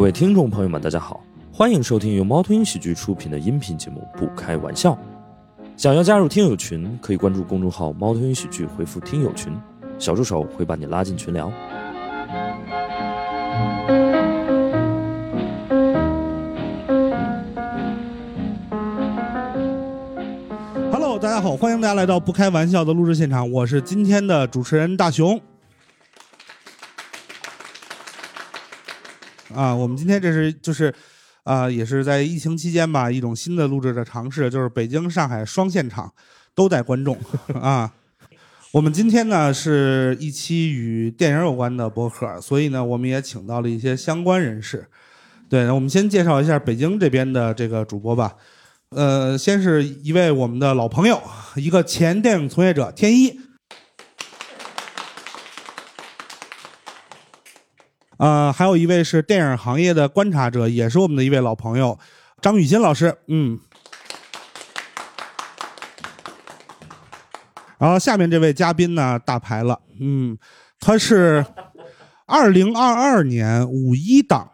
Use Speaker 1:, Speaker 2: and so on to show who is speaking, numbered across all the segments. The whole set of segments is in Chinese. Speaker 1: 位听众朋友们，大家好，欢迎收听由猫头鹰喜剧出品的音频节目《不开玩笑》。想要加入听友群，可以关注公众号“猫头鹰喜剧”，回复“听友群”，小助手会把你拉进群聊。
Speaker 2: Hello，大家好，欢迎大家来到不开玩笑的录制现场，我是今天的主持人大熊。啊，我们今天这是就是，啊、也是在疫情期间吧，一种新的录制的尝试，就是北京、上海双现场都带观众 啊。我们今天呢是一期与电影有关的播客，所以呢，我们也请到了一些相关人士。对，那我们先介绍一下北京这边的这个主播吧。呃，先是一位我们的老朋友，一个前电影从业者天一。呃，还有一位是电影行业的观察者，也是我们的一位老朋友张雨欣老师。嗯。然后下面这位嘉宾呢，大牌了，嗯，他是二零二二年五一档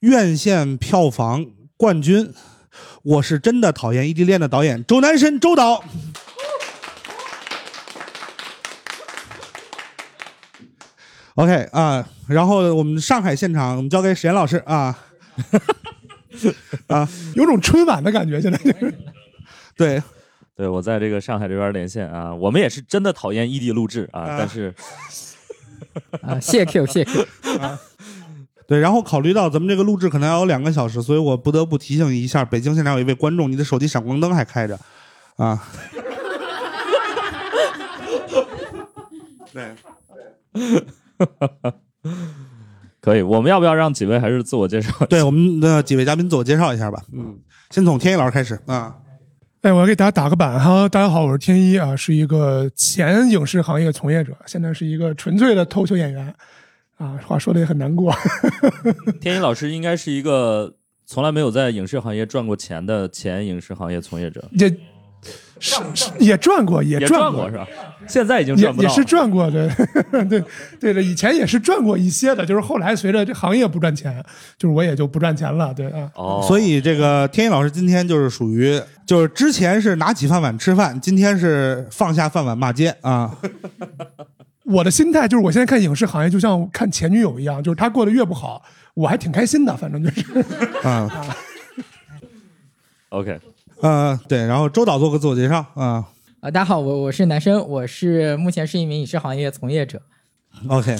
Speaker 2: 院线票房冠军，我是真的讨厌异地恋的导演周南申周导。OK 啊，然后我们上海现场，我们交给史岩老师 啊。啊，有种春晚的感觉，现在就是。对，
Speaker 3: 对我在这个上海这边连线啊，我们也是真的讨厌异地录制啊，但是
Speaker 4: 啊，谢 Q 谢 Q，
Speaker 2: 对，然后考虑到咱们这个录制可能要有两个小时，所以我不得不提醒一下北京现场有一位观众，你的手机闪光灯还开着，啊，对，
Speaker 3: 可以。我们要不要让几位还是自我介绍？
Speaker 2: 对我们的几位嘉宾自我介绍一下吧，嗯，先从天一老师开始啊，
Speaker 5: 哎，我给大家打个板哈，大家好，我是天一啊，是一个前影视行业从业者，现在是一个纯粹的脱口秀演员，啊，话说的也很难过，
Speaker 3: 天一老师应该是一个从来没有在影视行业赚过钱的前影视行业从业者，
Speaker 5: 也是是也赚过，也
Speaker 3: 也
Speaker 5: 赚
Speaker 3: 过是吧？现在已经
Speaker 5: 也
Speaker 3: 赚不
Speaker 5: 也
Speaker 3: 到
Speaker 5: 是
Speaker 3: 了。
Speaker 5: 赚过，对 对对的，以前也是赚过一些的，就是后来随着这行业不赚钱，就是我也就不赚钱了，对啊。
Speaker 3: 哦
Speaker 2: 所以这个天一老师今天就是属于就是之前是拿起饭碗吃饭，今天是放下饭碗骂街啊，
Speaker 5: 我的心态就是，我现在看影视行业就像看前女友一样，就是她过得越不好，我还挺开心的，反正就是。
Speaker 2: 啊，
Speaker 3: ，OK，
Speaker 2: 呃，对，然后周导做个自我介绍啊
Speaker 4: 啊，大家好，我我是男生，我是目前是一名影视行业从业者。
Speaker 2: ，OK，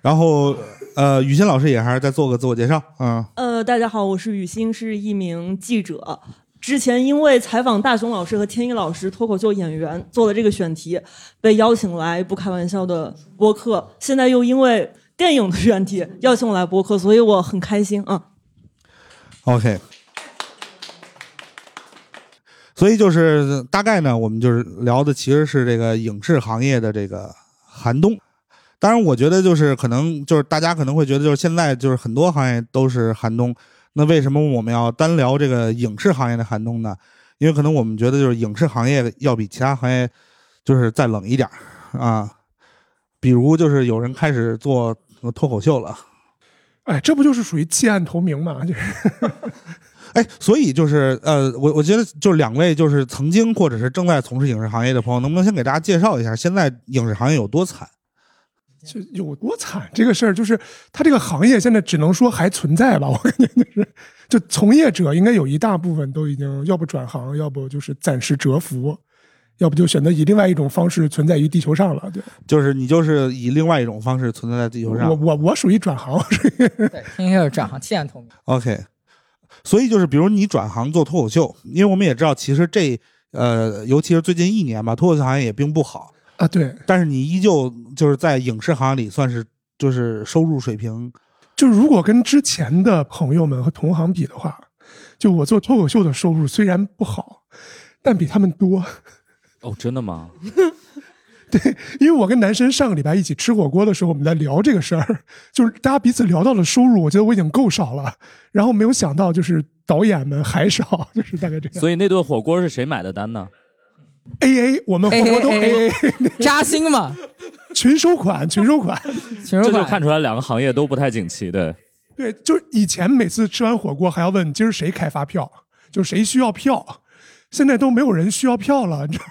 Speaker 2: 然后呃，雨欣老师也还是再做个自我介绍啊。
Speaker 6: 呃，大家好，我是雨欣，是一名记者。之前因为采访大熊老师和天一老师脱口秀演员做的这个选题，被邀请来不开玩笑的播客，现在又因为电影的选题邀请我来播客，所以我很开心啊。
Speaker 2: OK。所以就是大概呢，我们就是聊的其实是这个影视行业的这个寒冬。当然，我觉得就是可能就是大家可能会觉得就是现在就是很多行业都是寒冬，那为什么我们要单聊这个影视行业的寒冬呢？因为可能我们觉得就是影视行业要比其他行业就是再冷一点儿啊，比如就是有人开始做脱口秀了。
Speaker 5: 哎，这不就是属于弃暗投明嘛？就是
Speaker 2: 哎，所以就是呃，我我觉得就是两位就是曾经或者是正在从事影视行业的朋友，能不能先给大家介绍一下现在影视行业有多惨？
Speaker 5: 就有多惨这个事儿，就是它这个行业现在只能说还存在吧，我感觉就是，就从业者应该有一大部分都已经要不转行，要不就是暂时蛰伏，要不就选择以另外一种方式存在于地球上了。对，
Speaker 2: 就是你就是以另外一种方式存在在地球
Speaker 5: 我
Speaker 2: 上。
Speaker 5: 我我属于转行，
Speaker 4: 对，天天有转行弃暗投明。
Speaker 2: OK，所以就是比如你转行做脱口秀，因为我们也知道，其实这呃，尤其是最近一年吧，脱口秀行业也并不好，
Speaker 5: 啊，对，
Speaker 2: 但是你依旧就是在影视行业里算是就是收入水平
Speaker 5: 就如果跟之前的朋友们和同行比的话，就我做脱口秀的收入虽然不好，但比他们多。
Speaker 3: 哦，真的吗？
Speaker 5: 因为我跟男神上个礼拜一起吃火锅的时候，我们在聊这个事儿，就是大家彼此聊到了收入，我觉得我已经够少了，然后没有想到就是导演们还少， 就是大概这样。
Speaker 3: 所以那顿火锅是谁买的单呢？
Speaker 5: A A，我
Speaker 4: 哎
Speaker 5: 们火锅都 A A，
Speaker 4: 扎心嘛，
Speaker 5: 群收款，群收款。
Speaker 4: 群
Speaker 3: 这
Speaker 4: 收
Speaker 3: 就
Speaker 4: 款
Speaker 3: 看出来两个行业都不太景气。对，
Speaker 5: 对，就是以前每次吃完火锅还要问今儿谁开发票，就是谁需要票，现在都没有人需要票了。 你知道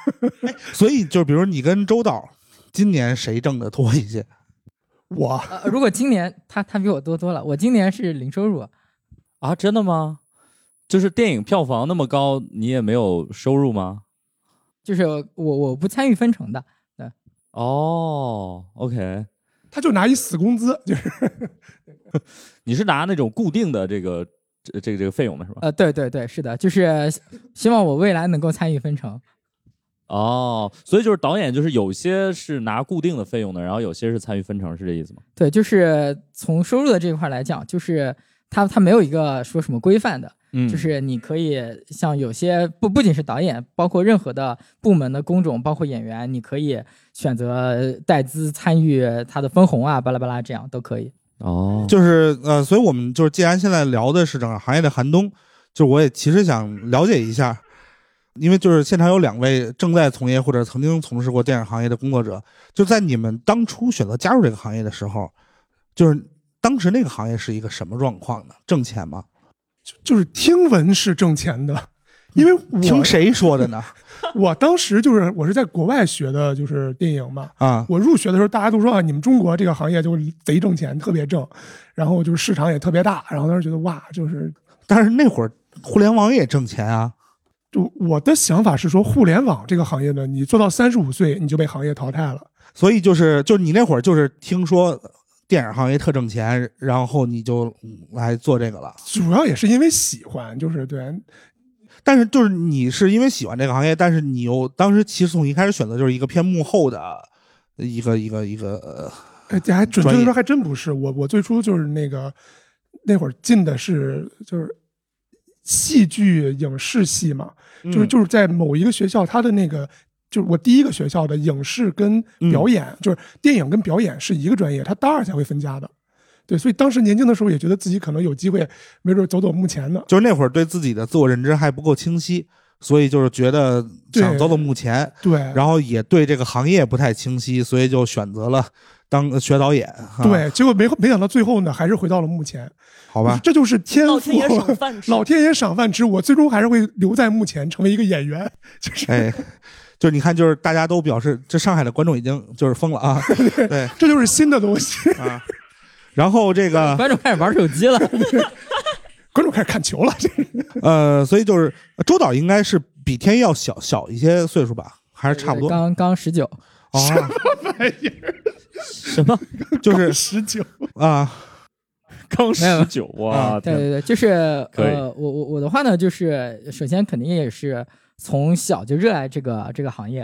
Speaker 5: 吗
Speaker 2: 所以就比如你跟周导，今年谁挣的多一些？
Speaker 5: 我
Speaker 4: 呃如果今年他他比我多多了，我今年是零收入，
Speaker 3: 啊，真的吗？就是电影票房那么高，你也没有收入吗？
Speaker 4: 就是我我不参与分成的，
Speaker 3: 哦，OK，
Speaker 5: 他就拿一死工资，就是
Speaker 3: 你是拿那种固定的这个这这个这个费用的是吧？
Speaker 4: 呃，对对对，是的，就是希希望我未来能够参与分成，
Speaker 3: 哦，所以就是导演就是有些是拿固定的费用的，然后有些是参与分成，是这意思吗？
Speaker 4: 对，就是从收入的这一块来讲，就是他他没有一个说什么规范的，
Speaker 3: 嗯
Speaker 4: 就是你可以像有些不不仅是导演，包括任何的部门的工种，包括演员，你可以选择带资参与他的分红啊，巴拉巴拉这样都可以。
Speaker 3: 哦，
Speaker 2: 就是呃，所以我们就是既然现在聊的是整个行业的寒冬，就是我也其实想了解一下，因为就是现场有两位正在从业或者曾经从事过电影行业的工作者，就在你们当初选择加入这个行业的时候，就是当时那个行业是一个什么状况呢？挣钱吗？
Speaker 5: 就是听闻是挣钱的，因为
Speaker 2: 听
Speaker 5: 我
Speaker 2: 谁说 的呢？
Speaker 5: 我当时就是我是在国外学的，就是电影嘛。
Speaker 2: 啊，
Speaker 5: 我入学的时候，大家都说啊，你们中国这个行业就贼挣钱，特别挣，然后就是市场也特别大，然后当时觉得哇，就是
Speaker 2: 但是那会儿互联网也挣钱啊，
Speaker 5: 就我的想法是说，互联网这个行业呢，你做到三十五岁你就被行业淘汰了。
Speaker 2: 所以就是就是你那会儿就是听说电影行业特挣钱，然后你就嗯来做这个了。
Speaker 5: 主要也是因为喜欢，就是对，
Speaker 2: 但是就是你是因为喜欢这个行业，但是你又当时其实从一开始选择就是一个偏幕后的一个一个一个，呃
Speaker 5: 哎，这还准确
Speaker 2: 专
Speaker 5: 的
Speaker 2: 业
Speaker 5: 说还真不是。我我最初就是那个那会儿进的是就是戏剧影视系嘛，
Speaker 2: 嗯
Speaker 5: 就是就是在某一个学校，它的那个就是我第一个学校的影视跟
Speaker 2: 嗯
Speaker 5: 表演，就是电影跟表演是一个专业，它大二才会分家的。对，所以当时年轻的时候也觉得自己可能有机会，没准走走幕前呢。
Speaker 2: 就是那会儿对自己的自我认知还不够清晰，所以就是觉得想
Speaker 5: 对
Speaker 2: 走走幕前，
Speaker 5: 对，
Speaker 2: 然后也对这个行业不太清晰，所以就选择了当呃学导演。哈，
Speaker 5: 对，结果没没想到最后呢，还是回到了幕前。
Speaker 2: 好 吧，
Speaker 5: 这就是天赋，
Speaker 6: 老天爷赏饭吃，
Speaker 5: 老天爷赏饭吃，我最终还是会留在幕前，成为一个演员。就是、
Speaker 2: 哎，就是你看，就是大家都表示这上海的观众已经就是疯 了啊，对
Speaker 5: 这就是新的东西。
Speaker 2: 啊， 然后这 个
Speaker 4: 观众开始玩手机了，
Speaker 5: 观众开始看球了，这
Speaker 2: 呃，所以就是呃周导应该是比天要小小一些岁数吧，还是差不多啊
Speaker 4: 刚刚十九，？
Speaker 3: 什么
Speaker 2: 就是
Speaker 5: 十九。
Speaker 2: 啊，
Speaker 3: 刚
Speaker 4: 没有
Speaker 3: 十九啊？
Speaker 4: 嗯对
Speaker 3: 天
Speaker 4: 对对，就是
Speaker 3: 可以
Speaker 4: 呃，我我我的话呢，就是首先肯定也是从小就热爱这个这个行业，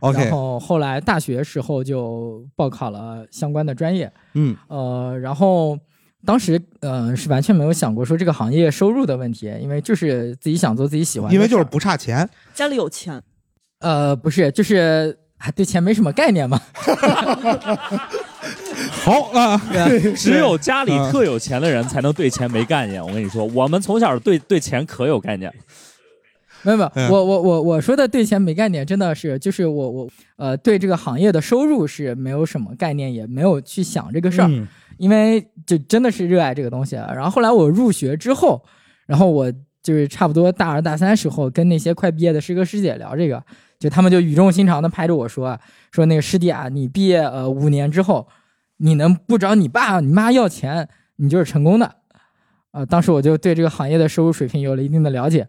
Speaker 4: 然
Speaker 2: OK，
Speaker 4: 后后来大学时候就报考了相关的专业，
Speaker 2: 嗯，
Speaker 4: 呃，然后当时呃是完全没有想过说这个行业收入的问题，因为就是自己想做自己喜欢的事
Speaker 2: 因
Speaker 4: 儿，
Speaker 2: 为就是不差钱，
Speaker 6: 家里有钱，
Speaker 4: 呃不是就是。还对钱没什么概念嘛？
Speaker 2: 好啊，
Speaker 3: 只有家里
Speaker 2: 嗯
Speaker 3: 特有钱的人才能对钱没概念。我跟你说，我们从小对对钱可有概念了。
Speaker 4: 没有没有，
Speaker 2: 嗯
Speaker 4: 我我我我说的对钱没概念，真的是就是我我呃对这个行业的收入是没有什么概念，也没有去想这个事儿。
Speaker 2: 嗯
Speaker 4: 因为就真的是热爱这个东西。啊然后后来我入学之后，然后我就是差不多大二大三时候，跟那些快毕业的师哥师姐聊这个，就他们就语重心长的拍着我说啊说那个师弟啊，你毕业呃五年之后，你能不找你爸你妈要钱，你就是成功的。呃，当时我就对这个行业的收入水平有了一定的了解。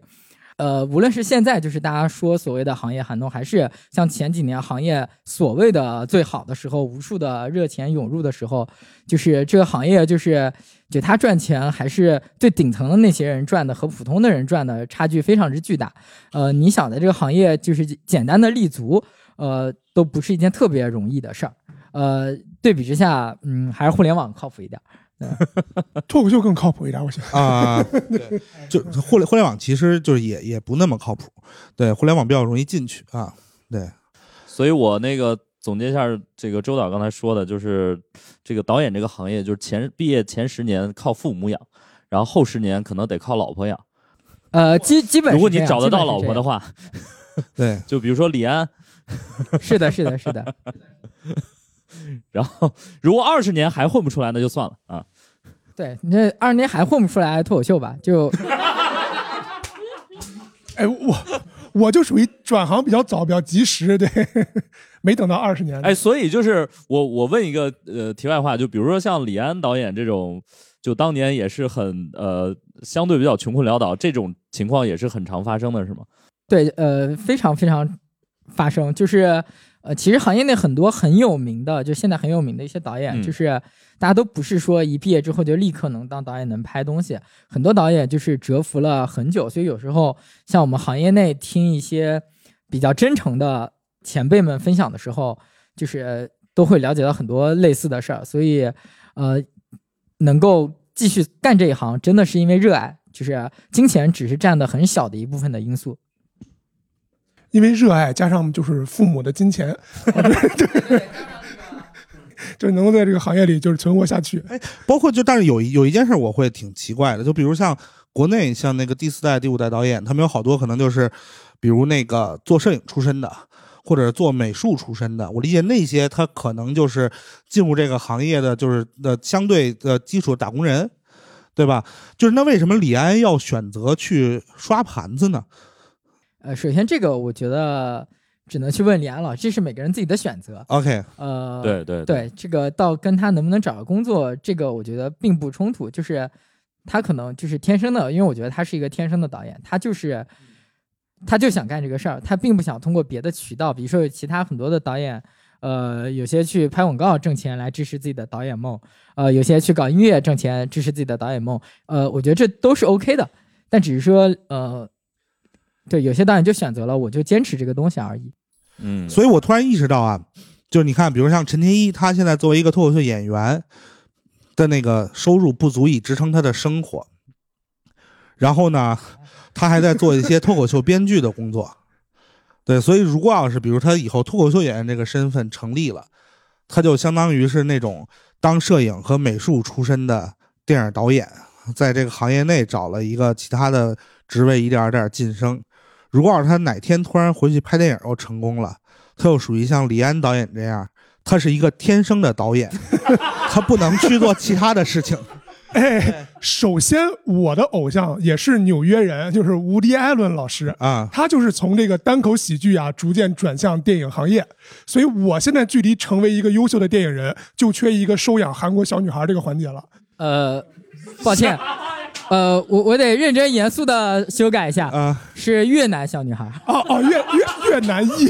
Speaker 4: 呃，无论是现在就是大家说所谓的行业寒冬，还是像前几年行业所谓的最好的时候，无数的热钱涌入的时候，就是这个行业，就是就他赚钱还是最顶层的那些人赚的和普通的人赚的差距非常之巨大。呃，你想在这个行业就是简单的立足，呃，都不是一件特别容易的事儿。呃，对比之下，嗯，还是互联网靠谱一点。
Speaker 5: 脱口秀更靠谱一点，我觉得。
Speaker 2: 啊， 对，就互联互联网其实就是也也不那么靠谱，对，互联网比较容易进去啊，
Speaker 3: 所以我那个总结一下，这个周导刚才说的，就是这个导演这个行业，就是前毕业前十年靠父母养，然后后十年可能得靠老婆养。
Speaker 4: 呃，基基本
Speaker 3: 如果
Speaker 4: 是这
Speaker 3: 你
Speaker 4: 样
Speaker 3: 找得到老
Speaker 4: 基
Speaker 3: 婆
Speaker 4: 本是
Speaker 3: 的话，
Speaker 2: 对，
Speaker 3: 就比如说李安，
Speaker 4: 这样是的，是的，是的。
Speaker 3: 然后如果二十年还混不出来，那就算了啊。
Speaker 4: 对你这二十年还混不出来脱口秀吧？就
Speaker 5: 哎，我我就属于转行比较早，比较及时，对， 没等到二十年。
Speaker 3: 哎，所以就是我我问一个呃题外话，就比如说像李安导演这种，就当年也是很呃相对比较穷困潦倒这种情况也是很常发生的，是吗？
Speaker 4: 对，呃，非常非常发生，就是呃，其实行业内很多很有名的，就现在很有名的一些导演，
Speaker 3: 嗯
Speaker 4: 就是大家都不是说一毕业之后就立刻能当导演能拍东西，很多导演就是蛰伏了很久，所以有时候像我们行业内听一些比较真诚的前辈们分享的时候，就是都会了解到很多类似的事儿，所以呃，能够继续干这一行，真的是因为热爱。就是金钱只是占的很小的一部分的因素，
Speaker 5: 因为热爱加上就是父母的金钱，对， 就是能够在这个行业里就是存活下去。
Speaker 2: 包括就，但是有一有一件事我会挺奇怪的，就比如像国内像那个第四代、第五代导演，他们有好多可能就是，比如那个做摄影出身的，或者做美术出身的，我理解那些他可能就是进入这个行业的就是的相对的基础打工人，对吧？就是那为什么李安要选择去刷盘子呢？
Speaker 4: 呃，首先这个我觉得只能去问李安老师，这是每个人自己的选择。
Speaker 2: OK，
Speaker 4: 呃，
Speaker 3: 对对
Speaker 4: 对，这个到跟他能不能找到工作，这个我觉得并不冲突，就是他可能就是天生的，因为我觉得他是一个天生的导演，他就是他就想干这个事儿，他并不想通过别的渠道，比如说有其他很多的导演。呃，有些去拍广告挣钱来支持自己的导演梦，呃，有些去搞音乐挣钱支持自己的导演梦，呃，我觉得这都是 OK 的，但只是说，呃，对，有些导演就选择了我就坚持这个东西而已。
Speaker 3: 嗯，
Speaker 2: 所以我突然意识到啊，就是你看，比如像陈天一，他现在作为一个脱口秀演员的那个收入不足以支撑他的生活，然后呢，他还在做一些脱口秀编剧的工作。对，所以如果要是比如他以后脱口秀演员这个身份成立了，他就相当于是那种当摄影和美术出身的电影导演，在这个行业内找了一个其他的职位，一点儿一点儿晋升。如果要是他哪天突然回去拍电影又成功了，他又属于像李安导演这样，他是一个天生的导演， 他不能去做其他的事情。
Speaker 5: 哎，首先我的偶像也是纽约人，就是伍迪·艾伦老师。
Speaker 2: 啊，
Speaker 5: 他就是从这个单口喜剧啊，逐渐转向电影行业，所以我现在距离成为一个优秀的电影人，就缺一个收养韩国小女孩这个环节了。
Speaker 4: 呃，抱歉，呃，我我得认真严肃的修改一下，
Speaker 2: 啊，
Speaker 4: 是越南小女孩。
Speaker 5: 哦哦，越越越南裔。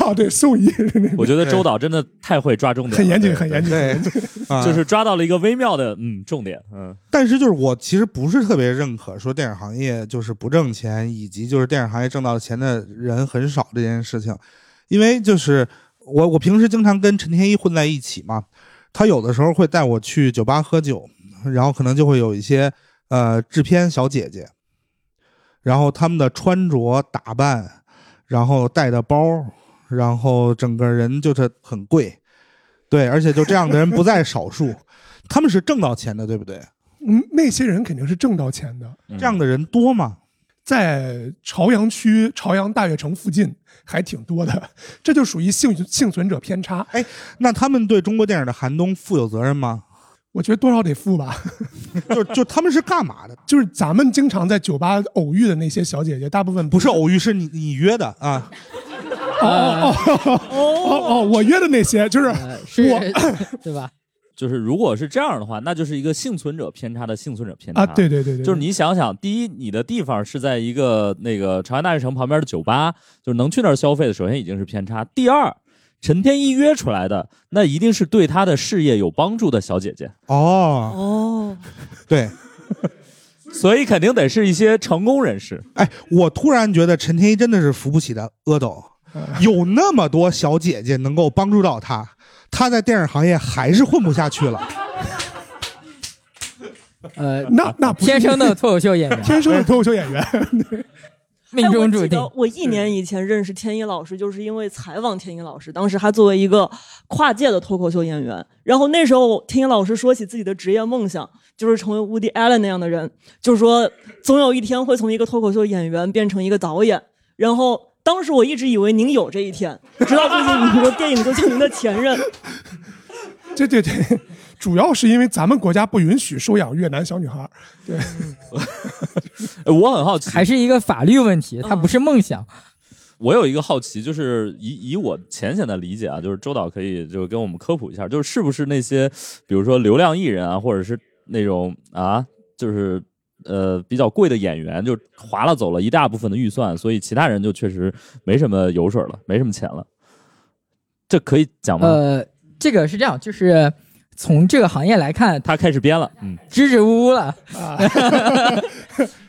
Speaker 5: 哦，对，宋裔，
Speaker 3: 我觉得周导真的太会抓重点了，
Speaker 5: 很严谨，
Speaker 3: 对
Speaker 5: 很严谨。
Speaker 2: 对，啊
Speaker 3: 就是抓到了一个微妙的嗯重点，嗯
Speaker 2: 但是就是我其实不是特别认可说电影行业就是不挣钱，以及就是电影行业挣到钱的人很少这件事情，因为就是我我平时经常跟陈天一混在一起嘛，他有的时候会带我去酒吧喝酒，然后可能就会有一些呃制片小姐姐，然后他们的穿着打扮，然后带的包，然后整个人就是很贵，对，而且就这样的人不在少数， 他们是挣到钱的，对不对？
Speaker 5: 嗯，那些人肯定是挣到钱的，
Speaker 2: 这样的人多吗？
Speaker 5: 在朝阳区朝阳大悦城附近还挺多的，这就属于幸幸存者偏差。
Speaker 2: 哎那他们对中国电影的寒冬负有责任吗？
Speaker 5: 我觉得多少得付吧。
Speaker 2: 就就他们是干嘛的？
Speaker 5: 就是咱们经常在酒吧偶遇的那些小姐姐，大部分
Speaker 2: 不是偶遇，是你你约的啊？
Speaker 5: 哦哦，我约的那些就是
Speaker 4: 呃，是，对吧？
Speaker 3: 就是如果是这样的话，那就是一个幸存者偏差的幸存者偏差
Speaker 5: 啊，对对对对，
Speaker 3: 就是你想想，第一，你的地方是在一个那个长安大悦城旁边的酒吧，就是能去那儿消费的，首先已经是偏差。第二，陈天一约出来的，那一定是对他的事业有帮助的小姐姐，
Speaker 2: 哦，
Speaker 6: 哦，
Speaker 2: 对，
Speaker 3: 所以肯定得是一些成功人士。
Speaker 2: 哎，我突然觉得陈天一真的是扶不起的阿斗，
Speaker 3: 嗯
Speaker 2: 有那么多小姐姐能够帮助到他，他在电影行业还是混不下去 了。
Speaker 4: 呃，
Speaker 5: 那那不是
Speaker 4: 天 生的脱口秀演员，
Speaker 5: 天生的脱口秀演员，
Speaker 4: 命
Speaker 6: 哎
Speaker 4: 中
Speaker 6: 我
Speaker 4: 注
Speaker 6: 记
Speaker 4: 定嗯
Speaker 6: 得。我一年以前认识天一老师，就是因为采访天一老师，当时他作为一个跨界的脱口秀演员，然后那时候天一老师说起自己的职业梦想，就是成为 Woody Allen 那样的人，就是说总有一天会从一个脱口秀演员变成一个导演，然后。当时我一直以为您有这一天，直到最近你说电影就像您的前任，
Speaker 5: 对对对，主要是因为咱们国家不允许收养越南小女孩，
Speaker 4: 嗯
Speaker 3: 哎我很好奇，
Speaker 4: 还是一个法律问题，它不是梦想。
Speaker 3: 嗯我有一个好奇，就是以以我浅显的理解啊，就是周导可以就跟我们科普一下，就是是不是那些比如说流量艺人啊，或者是那种啊，就是呃比较贵的演员，就划拉走了一大部分的预算，所以其他人就确实没什么油水了，没什么钱了。这可以讲吗？
Speaker 4: 呃，这个是这样，就是从这个行业来看，
Speaker 3: 他开始编了，嗯，
Speaker 4: 支支吾吾了。
Speaker 5: 啊，
Speaker 4: 就
Speaker 5: 对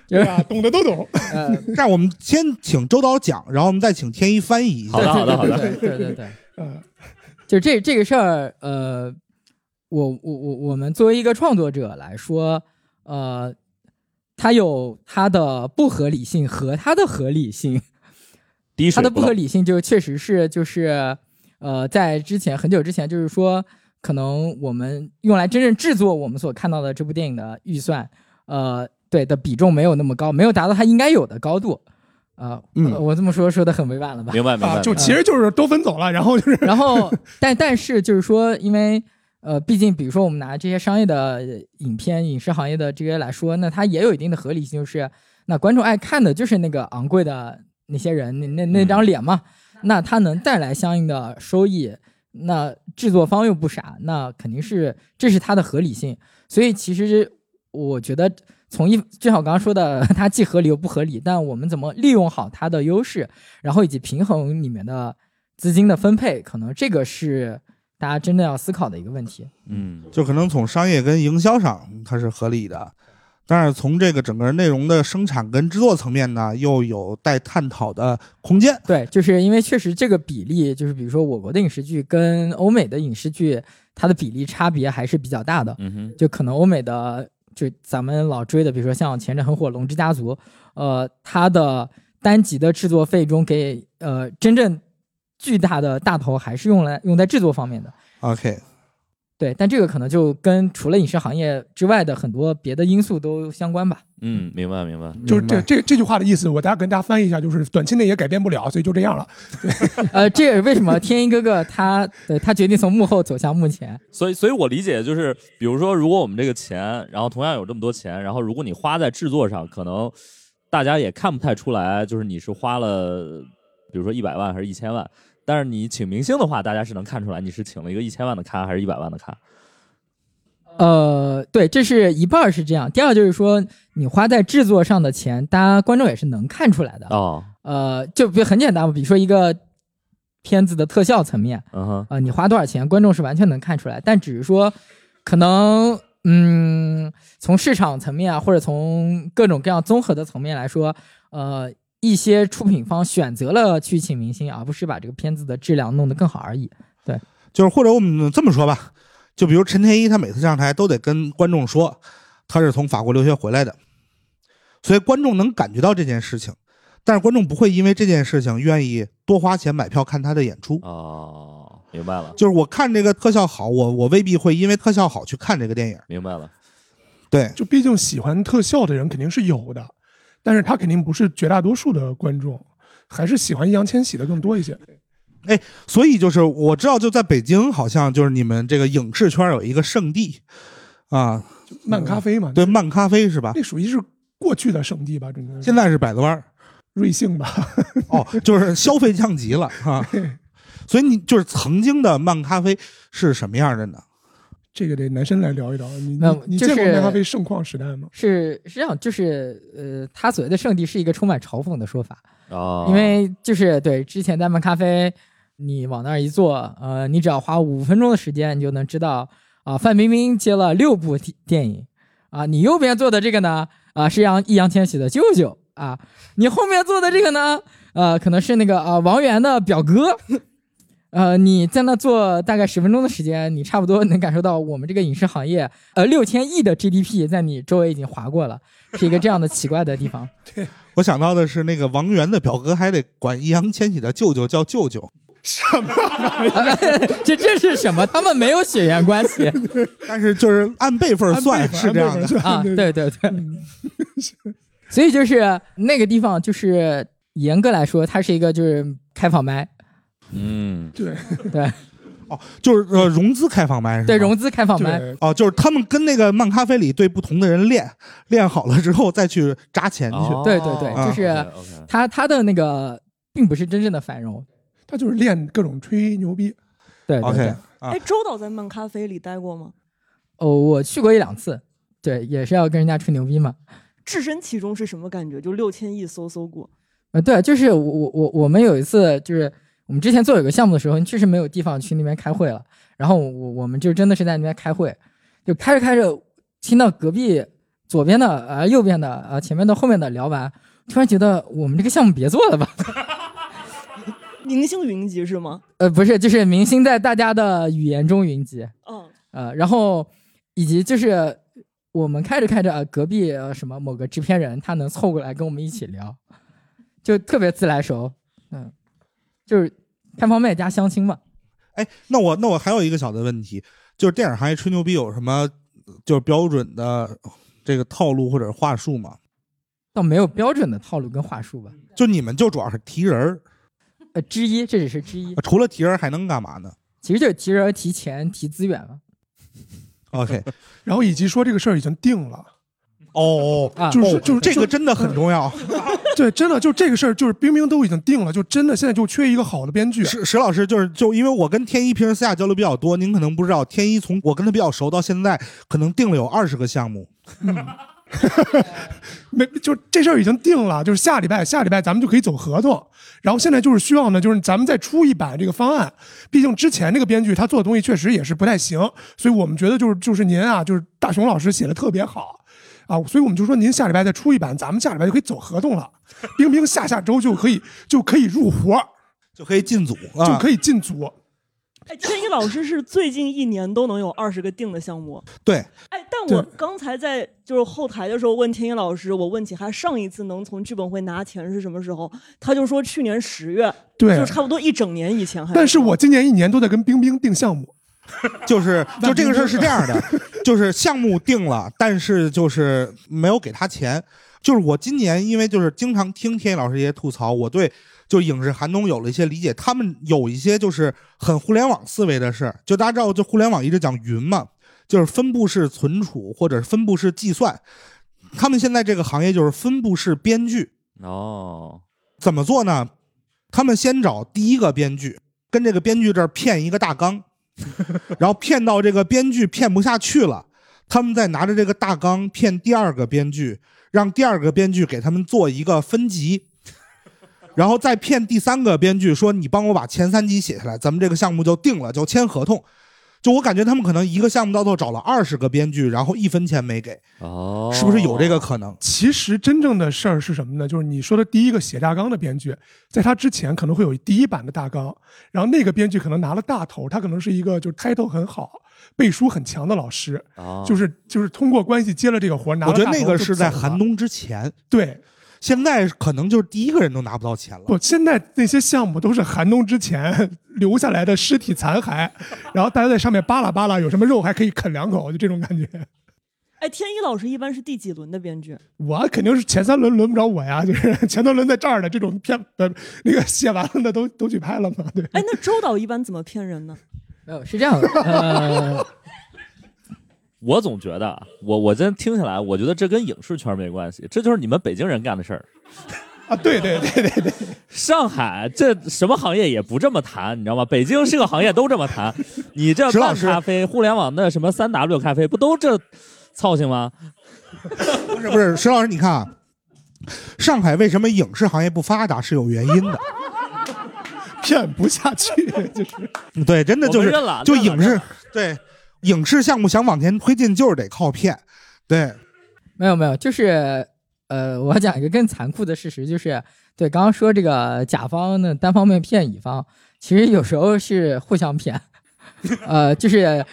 Speaker 4: 是
Speaker 5: 啊， 懂的都懂。
Speaker 4: 呃，
Speaker 2: 这样我们先请周导讲，然后我们再请天一翻译一
Speaker 3: 好
Speaker 2: 下。
Speaker 3: 的，好的，好的。
Speaker 4: 对对对对对，
Speaker 5: 嗯，
Speaker 4: 就这这个事儿，呃，我我我我们作为一个创作者来说，呃，它有它的不合理性和它的合理性。
Speaker 3: 滴
Speaker 4: 它
Speaker 3: 水
Speaker 4: 的不
Speaker 3: 漏
Speaker 4: 合理性就确实是就是呃，在之前很久之前，就是说可能我们用来真正制作我们所看到的这部电影的预算，呃，对的比重没有那么高，没有达到它应该有的高度。呃，
Speaker 2: 嗯
Speaker 4: 呃我这么说说的很委婉了吧？嗯
Speaker 3: 明白，明白。
Speaker 5: 啊，就
Speaker 3: 明白
Speaker 5: 其实就是都分走了，然后就是
Speaker 4: 然后，但但是就是说，因为呃，毕竟比如说我们拿这些商业的影片、影视行业的这些来说，那它也有一定的合理性，就是那观众爱看的就是那个昂贵的那些人那那那张脸嘛，那它能带来相应的收益，那制作方又不傻，那肯定是这是它的合理性。所以其实我觉得。从一，就像我刚刚说的，它既合理又不合理，但我们怎么利用好它的优势，然后以及平衡里面的资金的分配，可能这个是大家真的要思考的一个问题。
Speaker 3: 嗯，
Speaker 2: 就可能从商业跟营销上它是合理的，但是从这个整个内容的生产跟制作层面呢，又有待探讨的空间。
Speaker 4: 对，就是因为确实这个比例，就是比如说我国的影视剧跟欧美的影视剧，它的比例差别还是比较大的。
Speaker 3: 嗯哼，
Speaker 4: 就可能欧美的，就咱们老追的，比如说像前阵很火《龙之家族》，呃，它的单集的制作费中给呃真正巨大的大头还是用来用在制作方面的。
Speaker 2: OK，
Speaker 4: 对，但这个可能就跟除了影视行业之外的很多别的因素都相关吧。
Speaker 3: 嗯，明白，明白。
Speaker 5: 就是
Speaker 2: 明
Speaker 5: 这
Speaker 2: 白
Speaker 5: 这这句话的意思，我大家跟大家翻译一下，就是短期内也改变不了，所以就这样了。
Speaker 4: 呃，这也是为什么天一哥哥他对他决定从幕后走向幕前。
Speaker 3: 所以，所以我理解就是，比如说，如果我们这个钱，然后同样有这么多钱，然后如果你花在制作上，可能大家也看不太出来，就是你是花了，比如说一百万还是一千万。但是你请明星的话，大家是能看出来你是请了一个一千万的咖还是一百万的咖。
Speaker 4: 呃，对，这是一半儿是这样。第二就是说，你花在制作上的钱，大家观众也是能看出来的。
Speaker 3: 哦，
Speaker 4: 呃，就比如很简单嘛，比如说一个片子的特效层面，
Speaker 3: 嗯哼，
Speaker 4: 呃，你花多少钱，观众是完全能看出来。但只是说，可能嗯，从市场层面啊，或者从各种各样综合的层面来说，呃，一些出品方选择了去请明星，而不是把这个片子的质量弄得更好而已。
Speaker 2: 就是或者我们这么说吧，就比如陈天一，他每次上台都得跟观众说他是从法国留学回来的，所以观众能感觉到这件事情，但是观众不会因为这件事情愿意多花钱买票看他的演出。
Speaker 3: 哦，明白了，
Speaker 2: 就是我看这个特效好，我我未必会因为特效好去看这个电影。
Speaker 3: 明白了。
Speaker 2: 对，
Speaker 5: 就毕竟喜欢特效 的人肯定是有的，但是他肯定不是绝大多数的观众，还是喜欢易烊千玺的更多一些。
Speaker 2: 哎所以就是我知道，就在北京，好像就是你们这个影视圈有一个圣地啊，
Speaker 5: 漫咖啡嘛，
Speaker 2: 对，漫咖啡是吧？
Speaker 5: 那属于是过去的圣地吧，真的。
Speaker 2: 现在是百子湾儿
Speaker 5: 瑞幸吧，
Speaker 2: 哦，就是消费降级 了啊。所以你就是曾经的漫咖啡是什么样的呢？
Speaker 5: 这个得男生来聊一聊。你
Speaker 4: 那
Speaker 5: 你你
Speaker 4: 就是
Speaker 5: 见过漫咖啡盛况时代吗？
Speaker 4: 是是这样，就是呃，他所谓的圣地是一个充满嘲讽的说法，
Speaker 3: 哦，
Speaker 4: 因为就是对之前在漫咖啡，你往那儿一坐，呃，你只要花五分钟的时间，你就能知道啊、范冰冰接了六部电电影啊、你右边坐的这个呢，啊、是杨易烊千玺的舅舅啊、你后面坐的这个呢，呃，可能是那个啊、王源的表哥。 呃，你在那坐大概十分钟的时间，你差不多能感受到我们这个影视行业，呃，六千亿的 GDP 在你周围已经划过了，是一个这样的奇怪的地方。
Speaker 2: 我想到的是那个王源的表哥还得管易烊千玺的舅舅叫舅舅，
Speaker 4: 啊 这这是什么？他们没有血缘关系
Speaker 2: 但是就是按辈分算是这样的。
Speaker 5: 的
Speaker 4: 啊！对对对，所以就是那个地方，就是严格来说，它是一个就是开放麦，
Speaker 3: 嗯，
Speaker 5: 对，
Speaker 4: 对
Speaker 2: 哦， 就是呃融资开放麦是吗？
Speaker 4: 对，融资开放麦，
Speaker 5: 对，
Speaker 2: 哦，就是他们跟那个漫咖啡里对不同的人练，练好了之后再去扎钱去。
Speaker 3: 哦
Speaker 4: 对对对就是
Speaker 3: 啊 OK，OK
Speaker 4: 他他的那个并不是真正的繁荣。
Speaker 5: 他就是练各种吹牛逼，
Speaker 4: 对对
Speaker 2: OK，
Speaker 4: 对
Speaker 2: 啊
Speaker 6: 哎，周导在漫咖啡里待过吗？
Speaker 4: 哦，我去过一两次，对，也是要跟人家吹牛逼嘛。
Speaker 6: 置身其中是什么感觉？就六千亿搜搜过，
Speaker 4: 呃，对，就是我我我我们有一次就是我们之前做有个项目的时候，确实没有地方去那边开会了，然后我我我们就真的是在那边开会，就开着开着，听到隔壁左边的呃右边的呃前面的后面的聊完，突然觉得我们这个项目别做了吧。
Speaker 6: 明星云集是吗？
Speaker 4: 呃，不是，就是明星在大家的语言中云集，
Speaker 6: 嗯，
Speaker 4: 呃，然后以及就是我们开着开着，呃隔壁呃什么某个制片人他能凑过来跟我们一起聊，就特别自来熟，嗯，就是开放麦加相亲嘛，
Speaker 2: 哎，那我那我还有一个小的问题，就是电影行业吹牛逼有什么就是标准的这个套路或者话术吗？
Speaker 4: 倒没有标准的套路跟话术吧，
Speaker 2: 就你们就主要是提人儿，
Speaker 4: 呃，之一，这只是之一，
Speaker 2: 啊除了提人儿还能干嘛呢
Speaker 4: 其实就是提人、提钱、提资源嘛，
Speaker 2: ？OK，
Speaker 5: 然后以及说这个事儿已经定了，
Speaker 2: 哦，
Speaker 4: 啊，
Speaker 5: 就是
Speaker 2: 哦
Speaker 5: 就是嗯
Speaker 2: 这个真的很重 要。
Speaker 5: 对，真的就这个事儿，就是冰冰都已经定了，就真的现在就缺一个好的编剧。
Speaker 2: 石石老师就是就因为我跟天一平时私下交流比较多，您可能不知道，天一从我跟他比较熟到现在，可能定了有二十个项目。
Speaker 5: 没，就这事儿已经定了，就是下礼拜，下礼拜咱们就可以走合同。然后现在就是需要呢，就是咱们再出一版这个方案。毕竟之前那个编剧他做的东西确实也是不太行，所以我们觉得就是就是您啊，就是大熊老师写的特别好啊，所以我们就说您下礼拜再出一版，咱们下礼拜就可以走合同了。冰冰下下周就可以就可以入活，
Speaker 2: 就可以进组啊，
Speaker 5: 就可以进组。
Speaker 6: 哎，天一老师是最近一年都能有二十个定的项目，
Speaker 2: 对，
Speaker 6: 哎，但我
Speaker 5: 对
Speaker 6: 刚才在就是后台的时候问天一老师，我问起他上一次能从剧本会拿钱是什么时候，他就说去年十月，
Speaker 5: 对
Speaker 6: 就差不多一整年以前还。
Speaker 5: 但是我今年一年都在跟冰冰定项目，
Speaker 2: 就是就这个事儿是这样的， 就是项目定了，但是就是没有给他钱。就是我今年因为就是经常听天一老师爷吐槽，我对就影视寒冬有了一些理解。他们有一些就是很互联网思维的事儿，就大家知道，就互联网一直讲云嘛，就是分布式存储或者是分布式计算。他们现在这个行业就是分布式编剧，
Speaker 3: 哦，
Speaker 2: 怎么做呢？他们先找第一个编剧，跟这个编剧这儿骗一个大纲，然后骗到这个编剧骗不下去了，他们再拿着这个大纲骗第二个编剧，让第二个编剧给他们做一个分级，然后再骗第三个编剧说：“你帮我把前三集写下来，咱们这个项目就定了，就签合同。”就我感觉他们可能一个项目到头找了二十个编剧，然后一分钱没给，
Speaker 3: 哦，
Speaker 2: 是不是有这个？可 能？
Speaker 5: 其实真正的事儿是什么呢？就是你说的第一个写大纲的编剧，在他之前可能会有第一版的大纲，然后那个编剧可能拿了大头，他可能是一个就是 title 很好、背书很强的老师，
Speaker 3: 哦
Speaker 5: 就是就是通过关系接了这个活儿，拿
Speaker 2: 啊我
Speaker 5: 了
Speaker 2: 觉
Speaker 5: 大
Speaker 2: 得
Speaker 5: 头
Speaker 2: 那个是在
Speaker 5: 就走了
Speaker 2: 寒冬之前，
Speaker 5: 对
Speaker 2: 现在可能就是第一个人都拿不到钱了。
Speaker 5: 不，现在那些项目都是寒冬之前 留下来的尸体残骸，然后大家在上面扒拉扒拉，有什么肉还可以啃两口，就这种感觉。
Speaker 6: 哎，天一老师一般是第几轮的编剧？
Speaker 5: 我肯定是前三轮轮不着我呀，就是前三轮在这儿的这种片，呃，那个写完了的都都去拍了嘛，对。
Speaker 6: 哎，那周导一般怎么骗人 呢？
Speaker 4: 没哦有是这样的，呃，
Speaker 3: 我总觉得啊，我我今天听下来，我觉得这跟影视圈没关系，这就是你们北京人干的事儿。
Speaker 5: 啊，对对对对对，
Speaker 3: 上海这什么行业也不这么谈，你知道吗？北京是个行业都这么谈，你 这
Speaker 2: 石老
Speaker 3: 半
Speaker 2: 师
Speaker 3: 咖啡、互联网的什么三 W 咖啡，不都这操性吗？
Speaker 2: 不是不是，石老师，你看啊，上海为什么影视行业不发达是有原因 的。
Speaker 5: 骗不下去，就是
Speaker 2: 对，真的就是
Speaker 3: 我们认了
Speaker 2: 就
Speaker 3: 认了
Speaker 2: 影
Speaker 3: 认
Speaker 2: 视
Speaker 3: 了
Speaker 2: 对影视项目想往前推进，就是得靠骗。对，
Speaker 4: 没有没有，就是呃，我讲一个更残酷的事实，就是对刚刚说这个甲方呢单方面骗乙方，其实有时候是互相骗， 呃，就是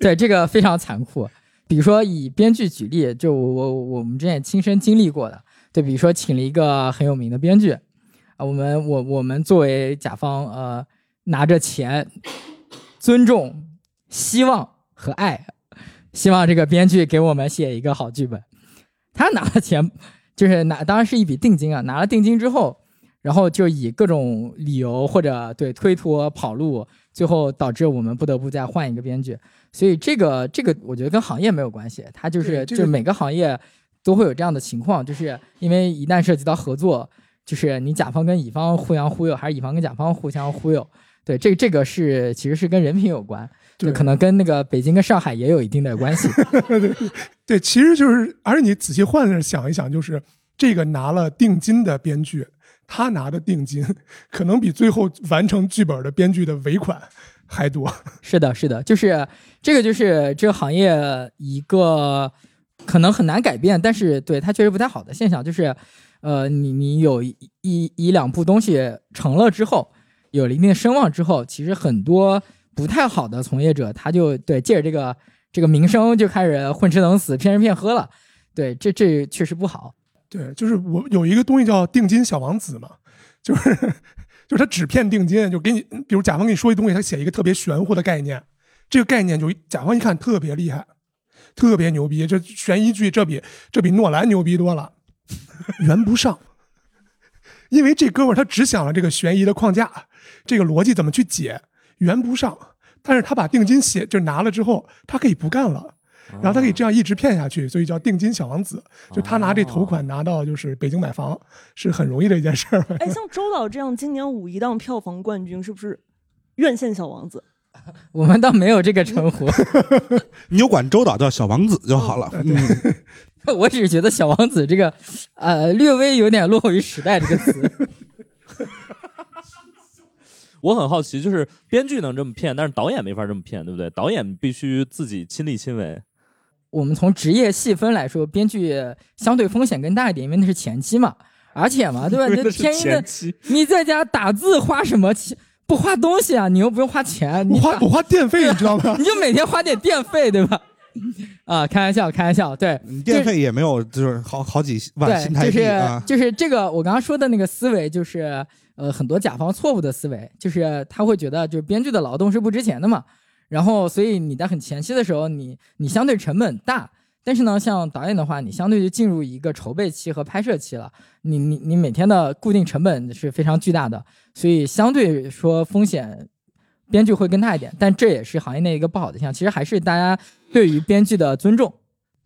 Speaker 4: 对这个非常残酷。比如说以编剧举例，就我我我们之前亲身经历过的，对，比如说请了一个很有名的编剧，啊、我们我我们作为甲方，呃，拿着钱、尊重、希望和爱，希望这个编剧给我们写一个好剧本。他拿了钱，就是拿，当然是一笔定金啊。拿了定金之后，然后就以各种理由或者对推脱、跑路、最后导致我们不得不再换一个编剧。所以这个这个我觉得跟行业没有关系，它就是
Speaker 5: 对这
Speaker 4: 就
Speaker 5: 个
Speaker 4: 每个行业都会有这样的情况，就是因为一旦涉及到合作，就是你甲方跟乙方互相忽悠，还是乙方跟甲方互相忽悠。对，这这个是其实是跟人品有关，
Speaker 5: 对
Speaker 4: 就可能跟那个北京跟上海也有一定的关系。
Speaker 5: 对，其实就是，而且你仔细换着想一想，就是这个拿了定金的编剧，他拿的定金可能比最后完成剧本的编剧的尾款还多。
Speaker 4: 是的，是的，就是这个，就是这个行业一个可能很难改变，但是对它确实不太好的现象，就是呃，你你有一一一两部东西成了之后，有了一定的声望之后，其实很多不太好的从业者，他就对借着这个这个名声就开始混吃等死、骗吃骗喝了。对，这这确实不好。
Speaker 5: 对，就是我有一个东西叫定金小王子嘛，就是就是他只骗定金，就给你，比如甲方给你说一东西，他写一个特别玄乎的概念，这个概念就甲方一看特别厉害，特别牛逼，这悬疑剧这比这比诺兰牛逼多了， 圆不上，因为这哥们儿他只想了这个悬疑的框架，这个逻辑怎么去解，圆不上，但是他把定金写就拿了之后，他可以不干了。然后他可以这样一直骗下去，所以叫定金小王子。就他拿这头款拿到就是北京买房是很容易的一件事儿。
Speaker 6: 哎，像周导这样今年五一档票房冠军，是不是院线小王子？
Speaker 4: 我们倒没有这个称呼，
Speaker 2: 你就管周导叫小王子就好 了。嗯，
Speaker 4: 我只是觉得“小王子”这个呃略微有点落后于时代这个词。
Speaker 3: 我很好奇，就是编剧能这么骗，但是导演没法这么骗，对不对？导演必须自己亲力亲为。
Speaker 4: 我们从职业细分来说，编剧相对风险更大一点，因为那是前期嘛，而且嘛，对吧？你这天一的，
Speaker 3: 期，
Speaker 4: 你在家打字花什么钱？不花东西啊，你又不用花钱，
Speaker 5: 我
Speaker 4: 你
Speaker 5: 花
Speaker 4: 打
Speaker 5: 我花电费，你知道吗？
Speaker 4: 你就每天花点电费，对吧？啊，开玩笑，开玩笑，对，
Speaker 2: 你嗯电费也没有，就是好好几万新台
Speaker 4: 对，
Speaker 2: 币啊。
Speaker 4: 就是就是这个，我刚刚说的那个思维，就是呃，很多甲方错误的思维，就是他会觉得就是编剧的劳动是不值钱的嘛，然后所以你在很前期的时候，你你相对成本大。但是呢，像导演的话，你相对就进入一个筹备期和拍摄期了，你你你每天的固定成本是非常巨大的，所以相对说风险，编剧会更大一点，但这也是行业内一个不好的现象。其实还是大家对于编剧的尊重，